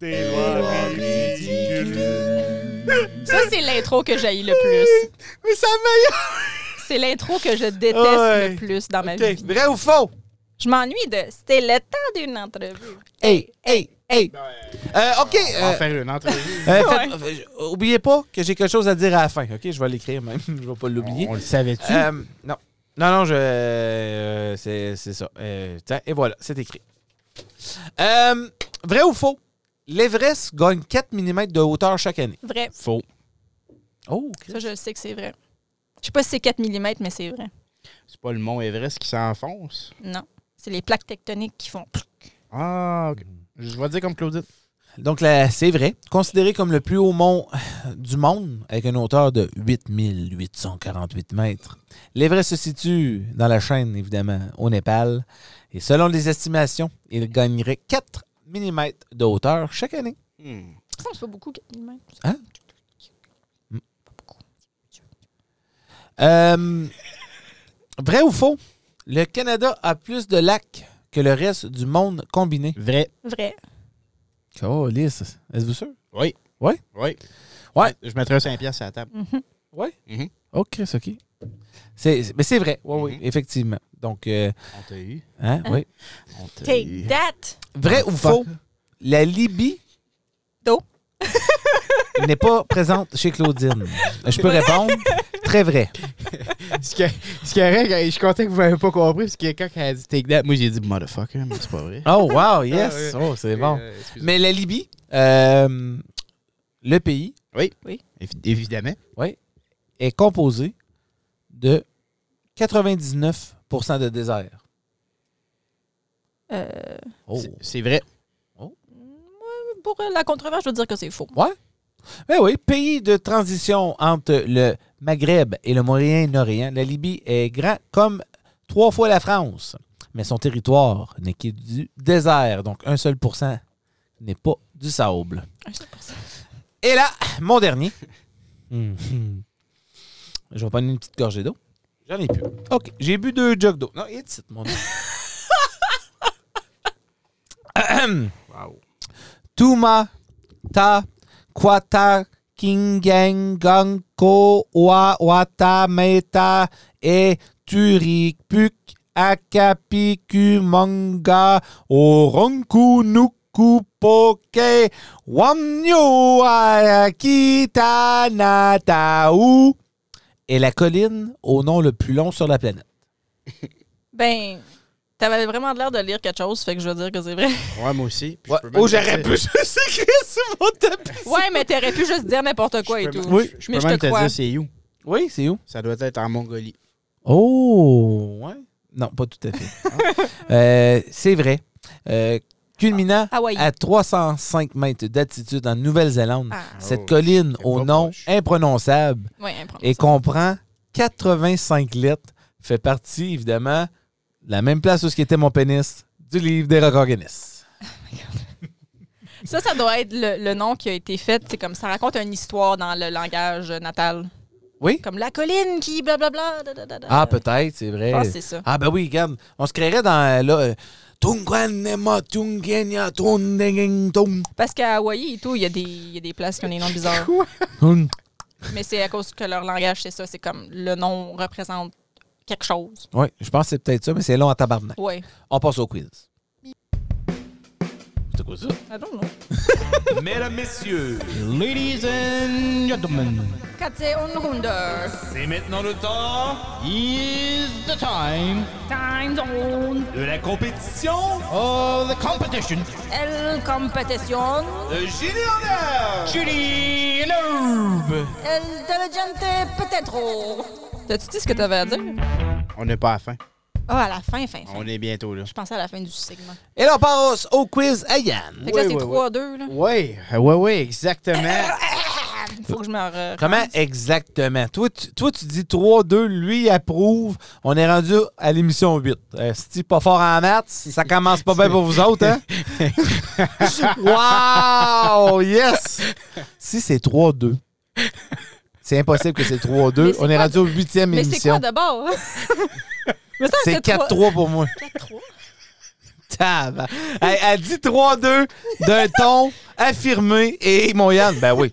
[SPEAKER 4] C'est le temps.
[SPEAKER 3] Ça, c'est l'intro que j'haïs le plus.
[SPEAKER 1] Mais ça meilleure.
[SPEAKER 3] C'est l'intro que je déteste
[SPEAKER 1] Ouais.
[SPEAKER 3] le plus dans ma vie.
[SPEAKER 1] Vrai ou faux?
[SPEAKER 3] Je m'ennuie de. C'était le temps d'une entrevue.
[SPEAKER 1] Hey, hey, hey.
[SPEAKER 2] Ben
[SPEAKER 1] Euh, OK.
[SPEAKER 2] On va en
[SPEAKER 1] euh,
[SPEAKER 2] faire une entrevue.
[SPEAKER 1] euh, faites- euh, oubliez pas que j'ai quelque chose à dire à la fin. OK, je vais l'écrire même. je vais pas l'oublier.
[SPEAKER 2] On le savait-tu?
[SPEAKER 1] Euh, non. Non, non, je. euh, c'est c'est ça. Euh, tiens, et voilà, c'est écrit. Euh, vrai ou faux? L'Everest gagne 4 mm de hauteur chaque année.
[SPEAKER 3] Vrai.
[SPEAKER 2] Faux.
[SPEAKER 1] Oh,
[SPEAKER 3] Ça, je le sais que c'est vrai. Je sais pas si c'est 4 mm, mais c'est vrai.
[SPEAKER 2] C'est pas le mont Everest qui s'enfonce.
[SPEAKER 3] Non. C'est les plaques tectoniques qui font.
[SPEAKER 2] Ah, ok.
[SPEAKER 1] Mm.
[SPEAKER 2] Je vais dire comme Claudine.
[SPEAKER 1] Donc, la- c'est vrai. Considéré comme le plus haut mont du monde, avec une hauteur de 8848 mètres, l'Everest se situe dans la chaîne, évidemment, au Népal. Et selon les estimations, il gagnerait 4 mm de hauteur chaque année.
[SPEAKER 2] Hmm.
[SPEAKER 3] Ça, c'est pas beaucoup, 4 mm.
[SPEAKER 1] Euh, vrai ou faux? Le Canada a plus de lacs que le reste du monde combiné.
[SPEAKER 2] Vrai.
[SPEAKER 3] Vrai.
[SPEAKER 1] Oh, lisse. Êtes-vous sûr?
[SPEAKER 2] Oui.
[SPEAKER 1] Ouais?
[SPEAKER 2] Oui.
[SPEAKER 1] Ouais.
[SPEAKER 2] Je mettrais 5 piastres à la
[SPEAKER 3] Mm.
[SPEAKER 2] table.
[SPEAKER 1] Oh, Chris, OK. C'est, c'est- mais c'est vrai. Oui, oui,
[SPEAKER 2] Mhm.
[SPEAKER 1] effectivement. Donc, euh,
[SPEAKER 2] On t'a eu.
[SPEAKER 1] hein, oui.
[SPEAKER 2] On t'a
[SPEAKER 3] Take
[SPEAKER 2] eu.
[SPEAKER 3] that.
[SPEAKER 1] Vrai ou faux? La Libye
[SPEAKER 3] D'eau.
[SPEAKER 1] n'est pas présente chez Claudine. Je peux répondre. Très vrai.
[SPEAKER 2] Ce qui ce qui est correct, je suis content que vous m'avez pas compris, parce que quand elle a dit take that, moi j'ai dit motherfucker, mais c'est pas vrai.
[SPEAKER 1] Oh, wow, yes. Oh, c'est bon.
[SPEAKER 2] Ah Euh, excuse-moi.
[SPEAKER 1] Mais la Libye, euh, le pays,
[SPEAKER 2] Évi- Évidemment.
[SPEAKER 1] est composé de 99 de désert.
[SPEAKER 3] Euh,
[SPEAKER 1] Oh.
[SPEAKER 2] C'est- C'est vrai.
[SPEAKER 3] pour la controverse, je veux dire que c'est faux.
[SPEAKER 1] Ben oui, pays de transition entre le Maghreb et le Moyen-Orient, la Libye est grand comme trois fois la France, mais son territoire n'est que du désert, donc un seul pour cent n'est pas du sable.
[SPEAKER 3] Un seul pour cent.
[SPEAKER 1] Et là, mon dernier. Hum, hum. Je vais prendre une petite gorgée d'eau. J'en ai plus. OK, j'ai bu deux jugs d'eau. Non, it's it, mon Ahem. Tuma ta kwata kingen ganko wa wata meta e turipuk Akapikumanga Oronku Nuku Poke Wamnyo Ayakitanataou est la colline au nom le plus long sur la planète.
[SPEAKER 3] Ben, t'avais vraiment l'air de lire quelque chose, fait que je veux dire que c'est vrai.
[SPEAKER 2] Ouais, moi aussi. Puis je peux même
[SPEAKER 1] oh, j'aurais
[SPEAKER 2] te-
[SPEAKER 1] pu juste écrire sur mon tapis.
[SPEAKER 3] Ouais, mais t'aurais pu juste dire n'importe quoi
[SPEAKER 2] je
[SPEAKER 3] et
[SPEAKER 2] peux
[SPEAKER 3] tout.
[SPEAKER 2] même- Je, je
[SPEAKER 3] Mais
[SPEAKER 2] peux
[SPEAKER 3] je
[SPEAKER 2] même
[SPEAKER 3] te
[SPEAKER 2] te
[SPEAKER 3] crois.
[SPEAKER 2] dire c'est où.
[SPEAKER 1] Oui, c'est où?
[SPEAKER 2] Ça doit être en Mongolie.
[SPEAKER 1] Oh, ouais. Non, pas tout à fait. Euh, c'est vrai. Euh, culminant
[SPEAKER 3] Hawaï.
[SPEAKER 1] à 305 mètres d'altitude en Nouvelle-Zélande,
[SPEAKER 3] Ah.
[SPEAKER 1] cette
[SPEAKER 2] Oh,
[SPEAKER 1] colline
[SPEAKER 2] c'est
[SPEAKER 1] au
[SPEAKER 2] pas
[SPEAKER 1] nom
[SPEAKER 2] proche.
[SPEAKER 1] imprononçable
[SPEAKER 3] Ouais, hein, prends
[SPEAKER 1] et
[SPEAKER 3] ça.
[SPEAKER 1] comprend 85 lettres fait partie, évidemment, de la même place où ce qui était mon pénis du livre des records Guinness.
[SPEAKER 3] Ça, ça doit être le, le nom qui a été fait. C'est comme ça raconte une histoire dans le langage natal.
[SPEAKER 1] Oui?
[SPEAKER 3] Comme la colline qui blablabla. da, da, da, da.
[SPEAKER 1] Ah, peut-être, c'est
[SPEAKER 3] Je
[SPEAKER 1] vrai.
[SPEAKER 3] pense que c'est ça.
[SPEAKER 1] Ah ben oui, regarde, on se créerait dans euh, là. euh, Tungwanema, Tungenya, Tundengentung.
[SPEAKER 3] Parce qu'à Hawaï et tout, il y, a des- il y a des places qui ont des noms bizarres. Hum.
[SPEAKER 1] Tung.
[SPEAKER 3] Mais c'est à cause que leur langage, c'est ça. C'est comme le nom représente quelque chose.
[SPEAKER 1] Oui, je pense que c'est peut-être ça, mais c'est long à tabarnak.
[SPEAKER 3] Ouais.
[SPEAKER 1] On passe au quiz. C'est quoi ça?
[SPEAKER 3] I don't know.
[SPEAKER 4] Mesdames, messieurs,
[SPEAKER 5] Ladies and gentlemen,
[SPEAKER 3] Quand c'est une ronde.
[SPEAKER 4] c'est maintenant le temps
[SPEAKER 5] is the time
[SPEAKER 3] Time zone.
[SPEAKER 4] de la compétition
[SPEAKER 5] of the competition.
[SPEAKER 3] Elle compétition.
[SPEAKER 4] de Génie en air.
[SPEAKER 5] Judy and Herb.
[SPEAKER 3] Elle diligente peut-être. T'as-tu dit ce que t'avais à dire?
[SPEAKER 2] On n'est pas à la fin.
[SPEAKER 3] Ah, à la fin, fin, fin.
[SPEAKER 2] On est bientôt là.
[SPEAKER 3] Je pensais à la fin du segment.
[SPEAKER 1] Et là, on passe au quiz à Yann.
[SPEAKER 3] Fait que là,
[SPEAKER 2] Ouais,
[SPEAKER 3] c'est
[SPEAKER 2] ouais,
[SPEAKER 3] 3-2, là.
[SPEAKER 2] Oui, oui, oui, exactement.
[SPEAKER 3] Faut que je me re-
[SPEAKER 1] Comment exactement? Toi tu, toi, tu dis 3-2, lui il approuve. On est rendu à l'émission 8. Euh, si pas fort en maths, ça commence pas bien pour vous autres, hein? wow! Yes! Si c'est 3-2, c'est impossible que c'est 3-2.
[SPEAKER 3] Mais c'est
[SPEAKER 1] On est
[SPEAKER 3] quoi-
[SPEAKER 1] rendu au 8e
[SPEAKER 3] Mais c'est quoi
[SPEAKER 1] émission.
[SPEAKER 3] d'abord? Mais ça,
[SPEAKER 1] C'est 4-3 pour moi.
[SPEAKER 3] 4-3.
[SPEAKER 1] Tab. Elle, elle dit 3-2 d'un ton affirmé et mon Yann, ben oui.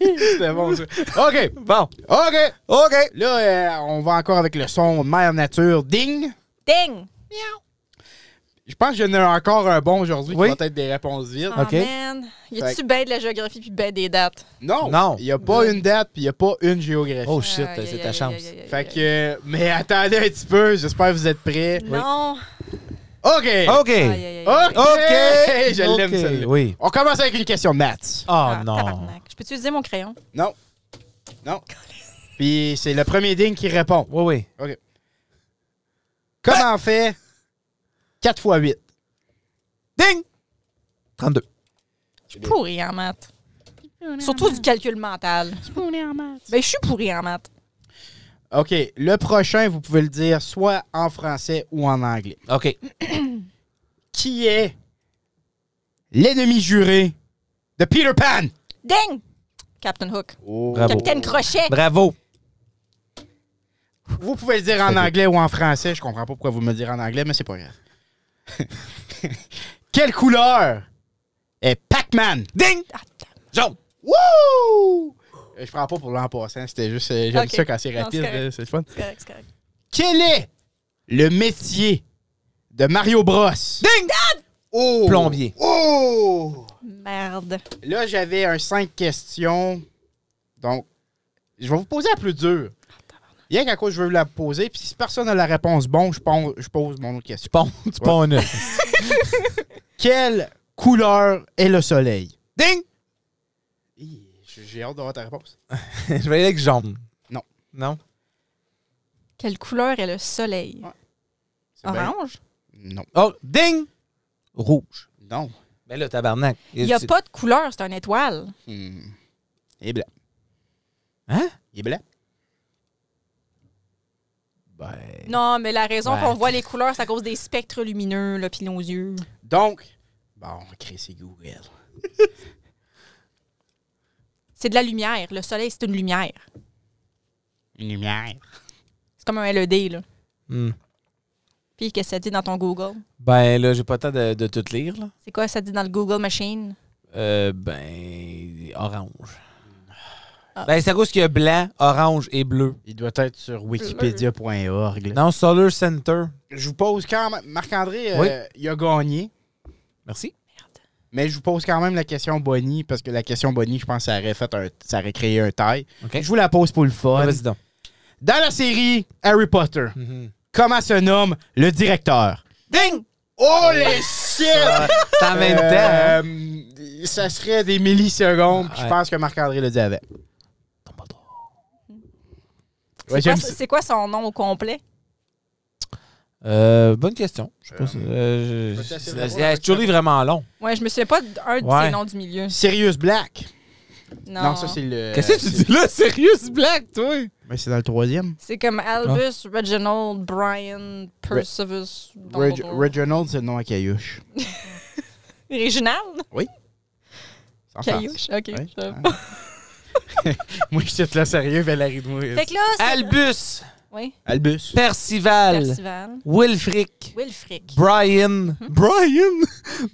[SPEAKER 2] C'était bon ça. OK,
[SPEAKER 1] Bon,
[SPEAKER 2] OK.
[SPEAKER 1] OK.
[SPEAKER 2] Là, euh, on va encore avec le son Mère Nature. Ding!
[SPEAKER 3] Ding!
[SPEAKER 2] Je pense que j'en ai encore un bon aujourd'hui
[SPEAKER 1] Oui.
[SPEAKER 2] qui va être des réponses vite.
[SPEAKER 3] Ah,
[SPEAKER 1] OK.
[SPEAKER 3] man. Y a-tu
[SPEAKER 2] Fait-
[SPEAKER 3] ben de la géographie puis ben des dates?
[SPEAKER 2] Non!
[SPEAKER 1] Non.
[SPEAKER 2] Il n'y a pas une date puis il n'y a pas une géographie.
[SPEAKER 1] Oh shit,
[SPEAKER 3] Aïe, aïe,
[SPEAKER 1] c'est
[SPEAKER 3] aïe,
[SPEAKER 1] ta chance.
[SPEAKER 3] aïe, aïe, aïe,
[SPEAKER 2] Fait
[SPEAKER 3] aïe.
[SPEAKER 2] que. euh, Mais attendez un petit peu, j'espère que vous êtes prêts.
[SPEAKER 3] Non.
[SPEAKER 2] OK!
[SPEAKER 1] OK.
[SPEAKER 3] Aïe, aïe, aïe, aïe.
[SPEAKER 2] OK! Je l'aime
[SPEAKER 1] Oh. Ok,
[SPEAKER 2] celle-là.
[SPEAKER 1] Oui.
[SPEAKER 2] On commence avec une question de maths.
[SPEAKER 1] Oh
[SPEAKER 3] Ah,
[SPEAKER 1] non.
[SPEAKER 3] tabarnak. Je peux utiliser mon crayon?
[SPEAKER 2] Non. Non. Puis c'est le premier ding qui répond.
[SPEAKER 1] Oui, oui.
[SPEAKER 2] Comment on fait 4 x 8?
[SPEAKER 1] Ding! 32.
[SPEAKER 3] Je suis pourrie en maths. Surtout du calcul mental. Je suis pourrie en maths. Ben, je suis pourrie en maths.
[SPEAKER 2] OK. Le prochain, vous pouvez le dire soit en français ou en anglais.
[SPEAKER 1] OK.
[SPEAKER 2] Qui est l'ennemi juré de Peter Pan?
[SPEAKER 3] Ding! Captain Hook.
[SPEAKER 2] Oh.
[SPEAKER 1] Bravo.
[SPEAKER 3] Capitaine Crochet.
[SPEAKER 1] Bravo.
[SPEAKER 2] Vous pouvez le dire en anglais ou en français. Je comprends pas pourquoi vous me le direz en anglais, mais c'est pas grave. Quelle couleur est Pac-Man?
[SPEAKER 1] Ding! Jaune.
[SPEAKER 2] Wouh! Je prends pas pour l'an passant, c'était juste. euh, J'aime
[SPEAKER 3] Ok.
[SPEAKER 2] ça quand c'est
[SPEAKER 3] Non,
[SPEAKER 2] rapide,
[SPEAKER 3] c'est correct.
[SPEAKER 2] euh, c'est le fun.
[SPEAKER 3] C'est correct, c'est correct.
[SPEAKER 2] Quel est le métier de Mario Bros?
[SPEAKER 1] Ding!
[SPEAKER 2] Oh!
[SPEAKER 1] Plombier.
[SPEAKER 2] Oh!
[SPEAKER 3] Merde.
[SPEAKER 2] Là, j'avais un 5 questions. Donc, je vais vous poser la plus dure. Rien qu'à quoi je veux vous la poser, puis si personne n'a la réponse bon, je pon- je pose mon autre question.
[SPEAKER 1] Tu ponds, tu ponds un œuf.
[SPEAKER 2] Quelle couleur est le soleil?
[SPEAKER 1] Ding!
[SPEAKER 2] Hi, J'ai j'ai hâte d'avoir ta réponse.
[SPEAKER 1] Je vais aller avec jaune.
[SPEAKER 2] Non.
[SPEAKER 1] Non?
[SPEAKER 3] Quelle couleur est le soleil?
[SPEAKER 2] Ouais. C'est bien-
[SPEAKER 3] Orange?
[SPEAKER 2] Non.
[SPEAKER 1] Oh, ding! Rouge.
[SPEAKER 2] Non.
[SPEAKER 1] Ben là, tabarnak.
[SPEAKER 3] Il n'y a pas de couleur, c'est une étoile.
[SPEAKER 2] Hmm. Il est blanc.
[SPEAKER 1] Hein?
[SPEAKER 2] Il est blanc?
[SPEAKER 1] Ben...
[SPEAKER 3] Non, mais la raison
[SPEAKER 1] Ouais.
[SPEAKER 3] qu'on voit les couleurs, c'est à cause des spectres lumineux, là, puis nos yeux.
[SPEAKER 2] Donc, bon, Chris c'est Google.
[SPEAKER 3] C'est de la lumière. Le soleil, c'est une lumière.
[SPEAKER 2] Une lumière.
[SPEAKER 3] C'est comme un LED, là.
[SPEAKER 1] Hmm.
[SPEAKER 3] Puis, qu'est-ce que ça dit dans ton Google?
[SPEAKER 1] Ben là, j'ai pas le temps de, de tout lire, là.
[SPEAKER 3] C'est quoi ça dit dans le Google Machine?
[SPEAKER 1] Euh, ben... Orange.
[SPEAKER 3] Ah.
[SPEAKER 1] Ben, c'est à cause qu'il y a blanc, orange et bleu.
[SPEAKER 2] Il doit être sur wikipedia.org. là.
[SPEAKER 1] Non, Solar Center.
[SPEAKER 2] Je vous pose quand même. Marc-André, euh,
[SPEAKER 1] Oui.
[SPEAKER 2] il a gagné.
[SPEAKER 1] Merci.
[SPEAKER 2] Mais je vous pose quand même la question Bonnie, parce que la question Bonnie, je pense que ça aurait, fait un, ça aurait créé un taille.
[SPEAKER 1] OK.
[SPEAKER 2] Je vous la pose pour le fun.
[SPEAKER 1] Vas-y donc.
[SPEAKER 2] Dans la série Harry Potter,
[SPEAKER 1] Mhm.
[SPEAKER 2] comment se nomme le directeur?
[SPEAKER 1] Ding!
[SPEAKER 2] Oh les shit!
[SPEAKER 1] C'est en même temps. hein?
[SPEAKER 2] Euh, Ça serait des millisecondes. puis
[SPEAKER 1] Ouais.
[SPEAKER 2] Je pense que Marc-André le dit avec. Ouais,
[SPEAKER 3] C'est
[SPEAKER 2] j'aime
[SPEAKER 3] quoi-
[SPEAKER 2] ça.
[SPEAKER 3] C'est quoi son nom au complet?
[SPEAKER 1] Euh, bonne question. Je sais pas
[SPEAKER 2] Euh,
[SPEAKER 1] si- euh,
[SPEAKER 2] je
[SPEAKER 1] je-
[SPEAKER 2] vais t'assurer
[SPEAKER 1] c'est-
[SPEAKER 2] de voir.
[SPEAKER 1] C'est toujours vraiment long.
[SPEAKER 2] Euh,
[SPEAKER 3] Ouais, je me souviens pas d'un de
[SPEAKER 1] Ouais.
[SPEAKER 3] ses noms du milieu.
[SPEAKER 2] Sirius Black.
[SPEAKER 3] Non,
[SPEAKER 2] Non, ça c'est le.
[SPEAKER 1] Qu'est-ce que tu
[SPEAKER 2] c'est-
[SPEAKER 1] dis là? Sérieux, blague, toi?
[SPEAKER 2] Mais c'est dans le troisième.
[SPEAKER 3] C'est comme Albus,
[SPEAKER 2] Ah.
[SPEAKER 3] Reginald, Brian, Percivus,
[SPEAKER 2] Reg-
[SPEAKER 3] Dumbledore.
[SPEAKER 2] Reginald, c'est le nom à Caillouche.
[SPEAKER 3] Reginald?
[SPEAKER 2] En France.
[SPEAKER 3] Caillouche? OK.
[SPEAKER 2] Ouais.
[SPEAKER 3] je savais pas.
[SPEAKER 2] Moi, je suis là sérieux, Valérie de Mouris.
[SPEAKER 3] Fait que là, c'est...
[SPEAKER 1] Albus,
[SPEAKER 3] Oui,
[SPEAKER 2] Albus.
[SPEAKER 1] Percival,
[SPEAKER 3] Percival.
[SPEAKER 1] Wilfric,
[SPEAKER 3] Wilfric.
[SPEAKER 1] Brian. Brian?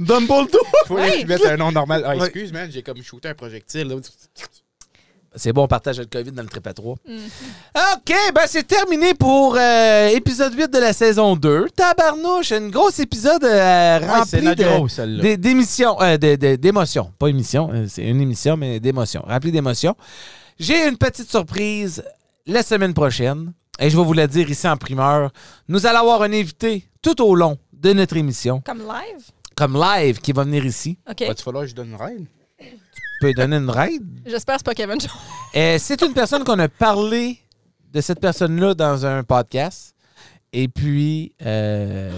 [SPEAKER 1] Dumbledore?
[SPEAKER 2] Faut que tu mettes un nom normal. Ah, excuse, man, j'ai comme shooté un projectile. là.
[SPEAKER 1] C'est bon, on partage le COVID dans le trip à 3. OK, ben c'est terminé pour euh, épisode 8 de la saison 2. Tabarnouche, un gros épisode euh,
[SPEAKER 2] Ouais, c'est
[SPEAKER 1] rempli de-
[SPEAKER 2] notre gros, celle-là.
[SPEAKER 1] des- d'émissions, euh, de- de- d'émotions. Pas émission, euh, c'est une émission, mais d'émotions. Rempli d'émotions. J'ai une petite surprise la semaine prochaine. Et je vais vous la dire ici en primeur. Nous allons avoir un invité tout au long de notre émission,
[SPEAKER 3] Comme live?
[SPEAKER 1] comme live, qui va venir ici.
[SPEAKER 3] OK.
[SPEAKER 2] Va-tu falloir que je donne une règle?
[SPEAKER 1] peut lui donner une raid.
[SPEAKER 3] J'espère que c'est pas Kevin Jones.
[SPEAKER 1] Euh, c'est une personne qu'on a parlé de cette personne-là dans un podcast. Et puis, euh,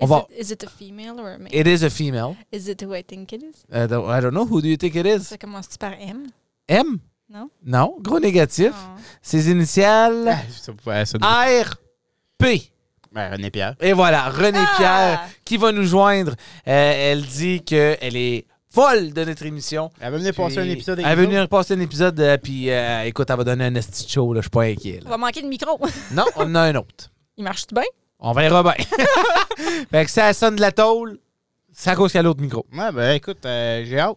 [SPEAKER 1] on
[SPEAKER 3] Is,
[SPEAKER 1] va.
[SPEAKER 3] it, is it a female or a male?
[SPEAKER 1] It is a female.
[SPEAKER 3] Is it who I think it is?
[SPEAKER 1] I don't, I don't know. Who do you think it is?
[SPEAKER 3] Ça commence-tu par M? Ah.
[SPEAKER 1] M?
[SPEAKER 3] Non.
[SPEAKER 1] Non. Gros négatif.
[SPEAKER 3] Non.
[SPEAKER 1] Ses initiales
[SPEAKER 2] Ah, ça pourrait- ça-
[SPEAKER 1] R. P.
[SPEAKER 2] Ben, René Pierre.
[SPEAKER 1] Et voilà, René
[SPEAKER 3] Ah!
[SPEAKER 1] Pierre qui va nous joindre. Euh, elle dit qu'elle est folle de notre émission.
[SPEAKER 2] Elle va venir passer un
[SPEAKER 1] Puis,
[SPEAKER 2] épisode
[SPEAKER 1] Elle
[SPEAKER 2] avec
[SPEAKER 1] va
[SPEAKER 2] nous.
[SPEAKER 1] venir passer un épisode, euh, puis euh, écoute, elle va donner un esti de show, là, je suis pas inquiet.
[SPEAKER 3] On
[SPEAKER 1] là.
[SPEAKER 3] va manquer de micro.
[SPEAKER 1] Non, on en a un autre.
[SPEAKER 3] Il marche-tu bien?
[SPEAKER 1] On verra bien. fait que ça sonne de la tôle, c'est à cause qu'il y a l'autre micro.
[SPEAKER 2] Ouais, ben écoute, euh, j'ai hâte.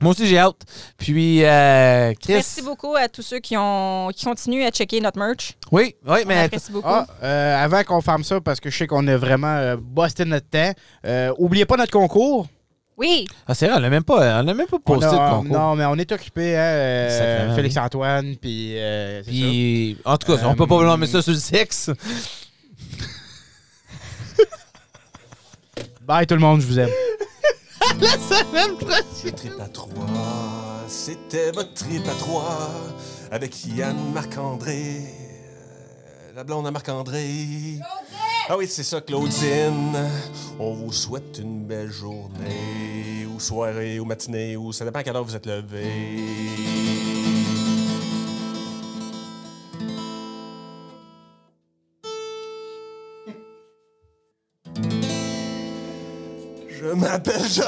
[SPEAKER 1] Moi aussi, j'ai hâte. Puis, euh, Chris.
[SPEAKER 3] Merci beaucoup à tous ceux qui, ont, qui continuent à checker notre merch.
[SPEAKER 1] Oui, oui,
[SPEAKER 3] On
[SPEAKER 1] mais.
[SPEAKER 3] apprécie beaucoup.
[SPEAKER 2] Ah, euh, avant qu'on ferme ça, parce que je sais qu'on a vraiment euh, busté notre temps, euh, oubliez pas notre concours.
[SPEAKER 3] Oui,
[SPEAKER 1] Ah, c'est vrai, on l'a même pas, on l'a même pas posté
[SPEAKER 2] On a-
[SPEAKER 1] de concours.
[SPEAKER 2] Non, mais on est occupé, hein, euh,
[SPEAKER 1] Sacrément,
[SPEAKER 2] Félix-Antoine, puis... euh, c'est ça.
[SPEAKER 1] Puis, en tout cas, on peut
[SPEAKER 2] Euh,
[SPEAKER 1] pas vraiment mettre ça sur le sexe.
[SPEAKER 2] Bye tout le monde, je vous aime.
[SPEAKER 8] trip à trois, c'était votre trip à trois avec Yann Marc-André. euh, La blonde à Marc-André. Ah oui, c'est ça, Claudine. On vous souhaite une belle journée, ou soirée, ou matinée, ou ça dépend à quelle heure vous êtes levé. Je m'appelle Jean.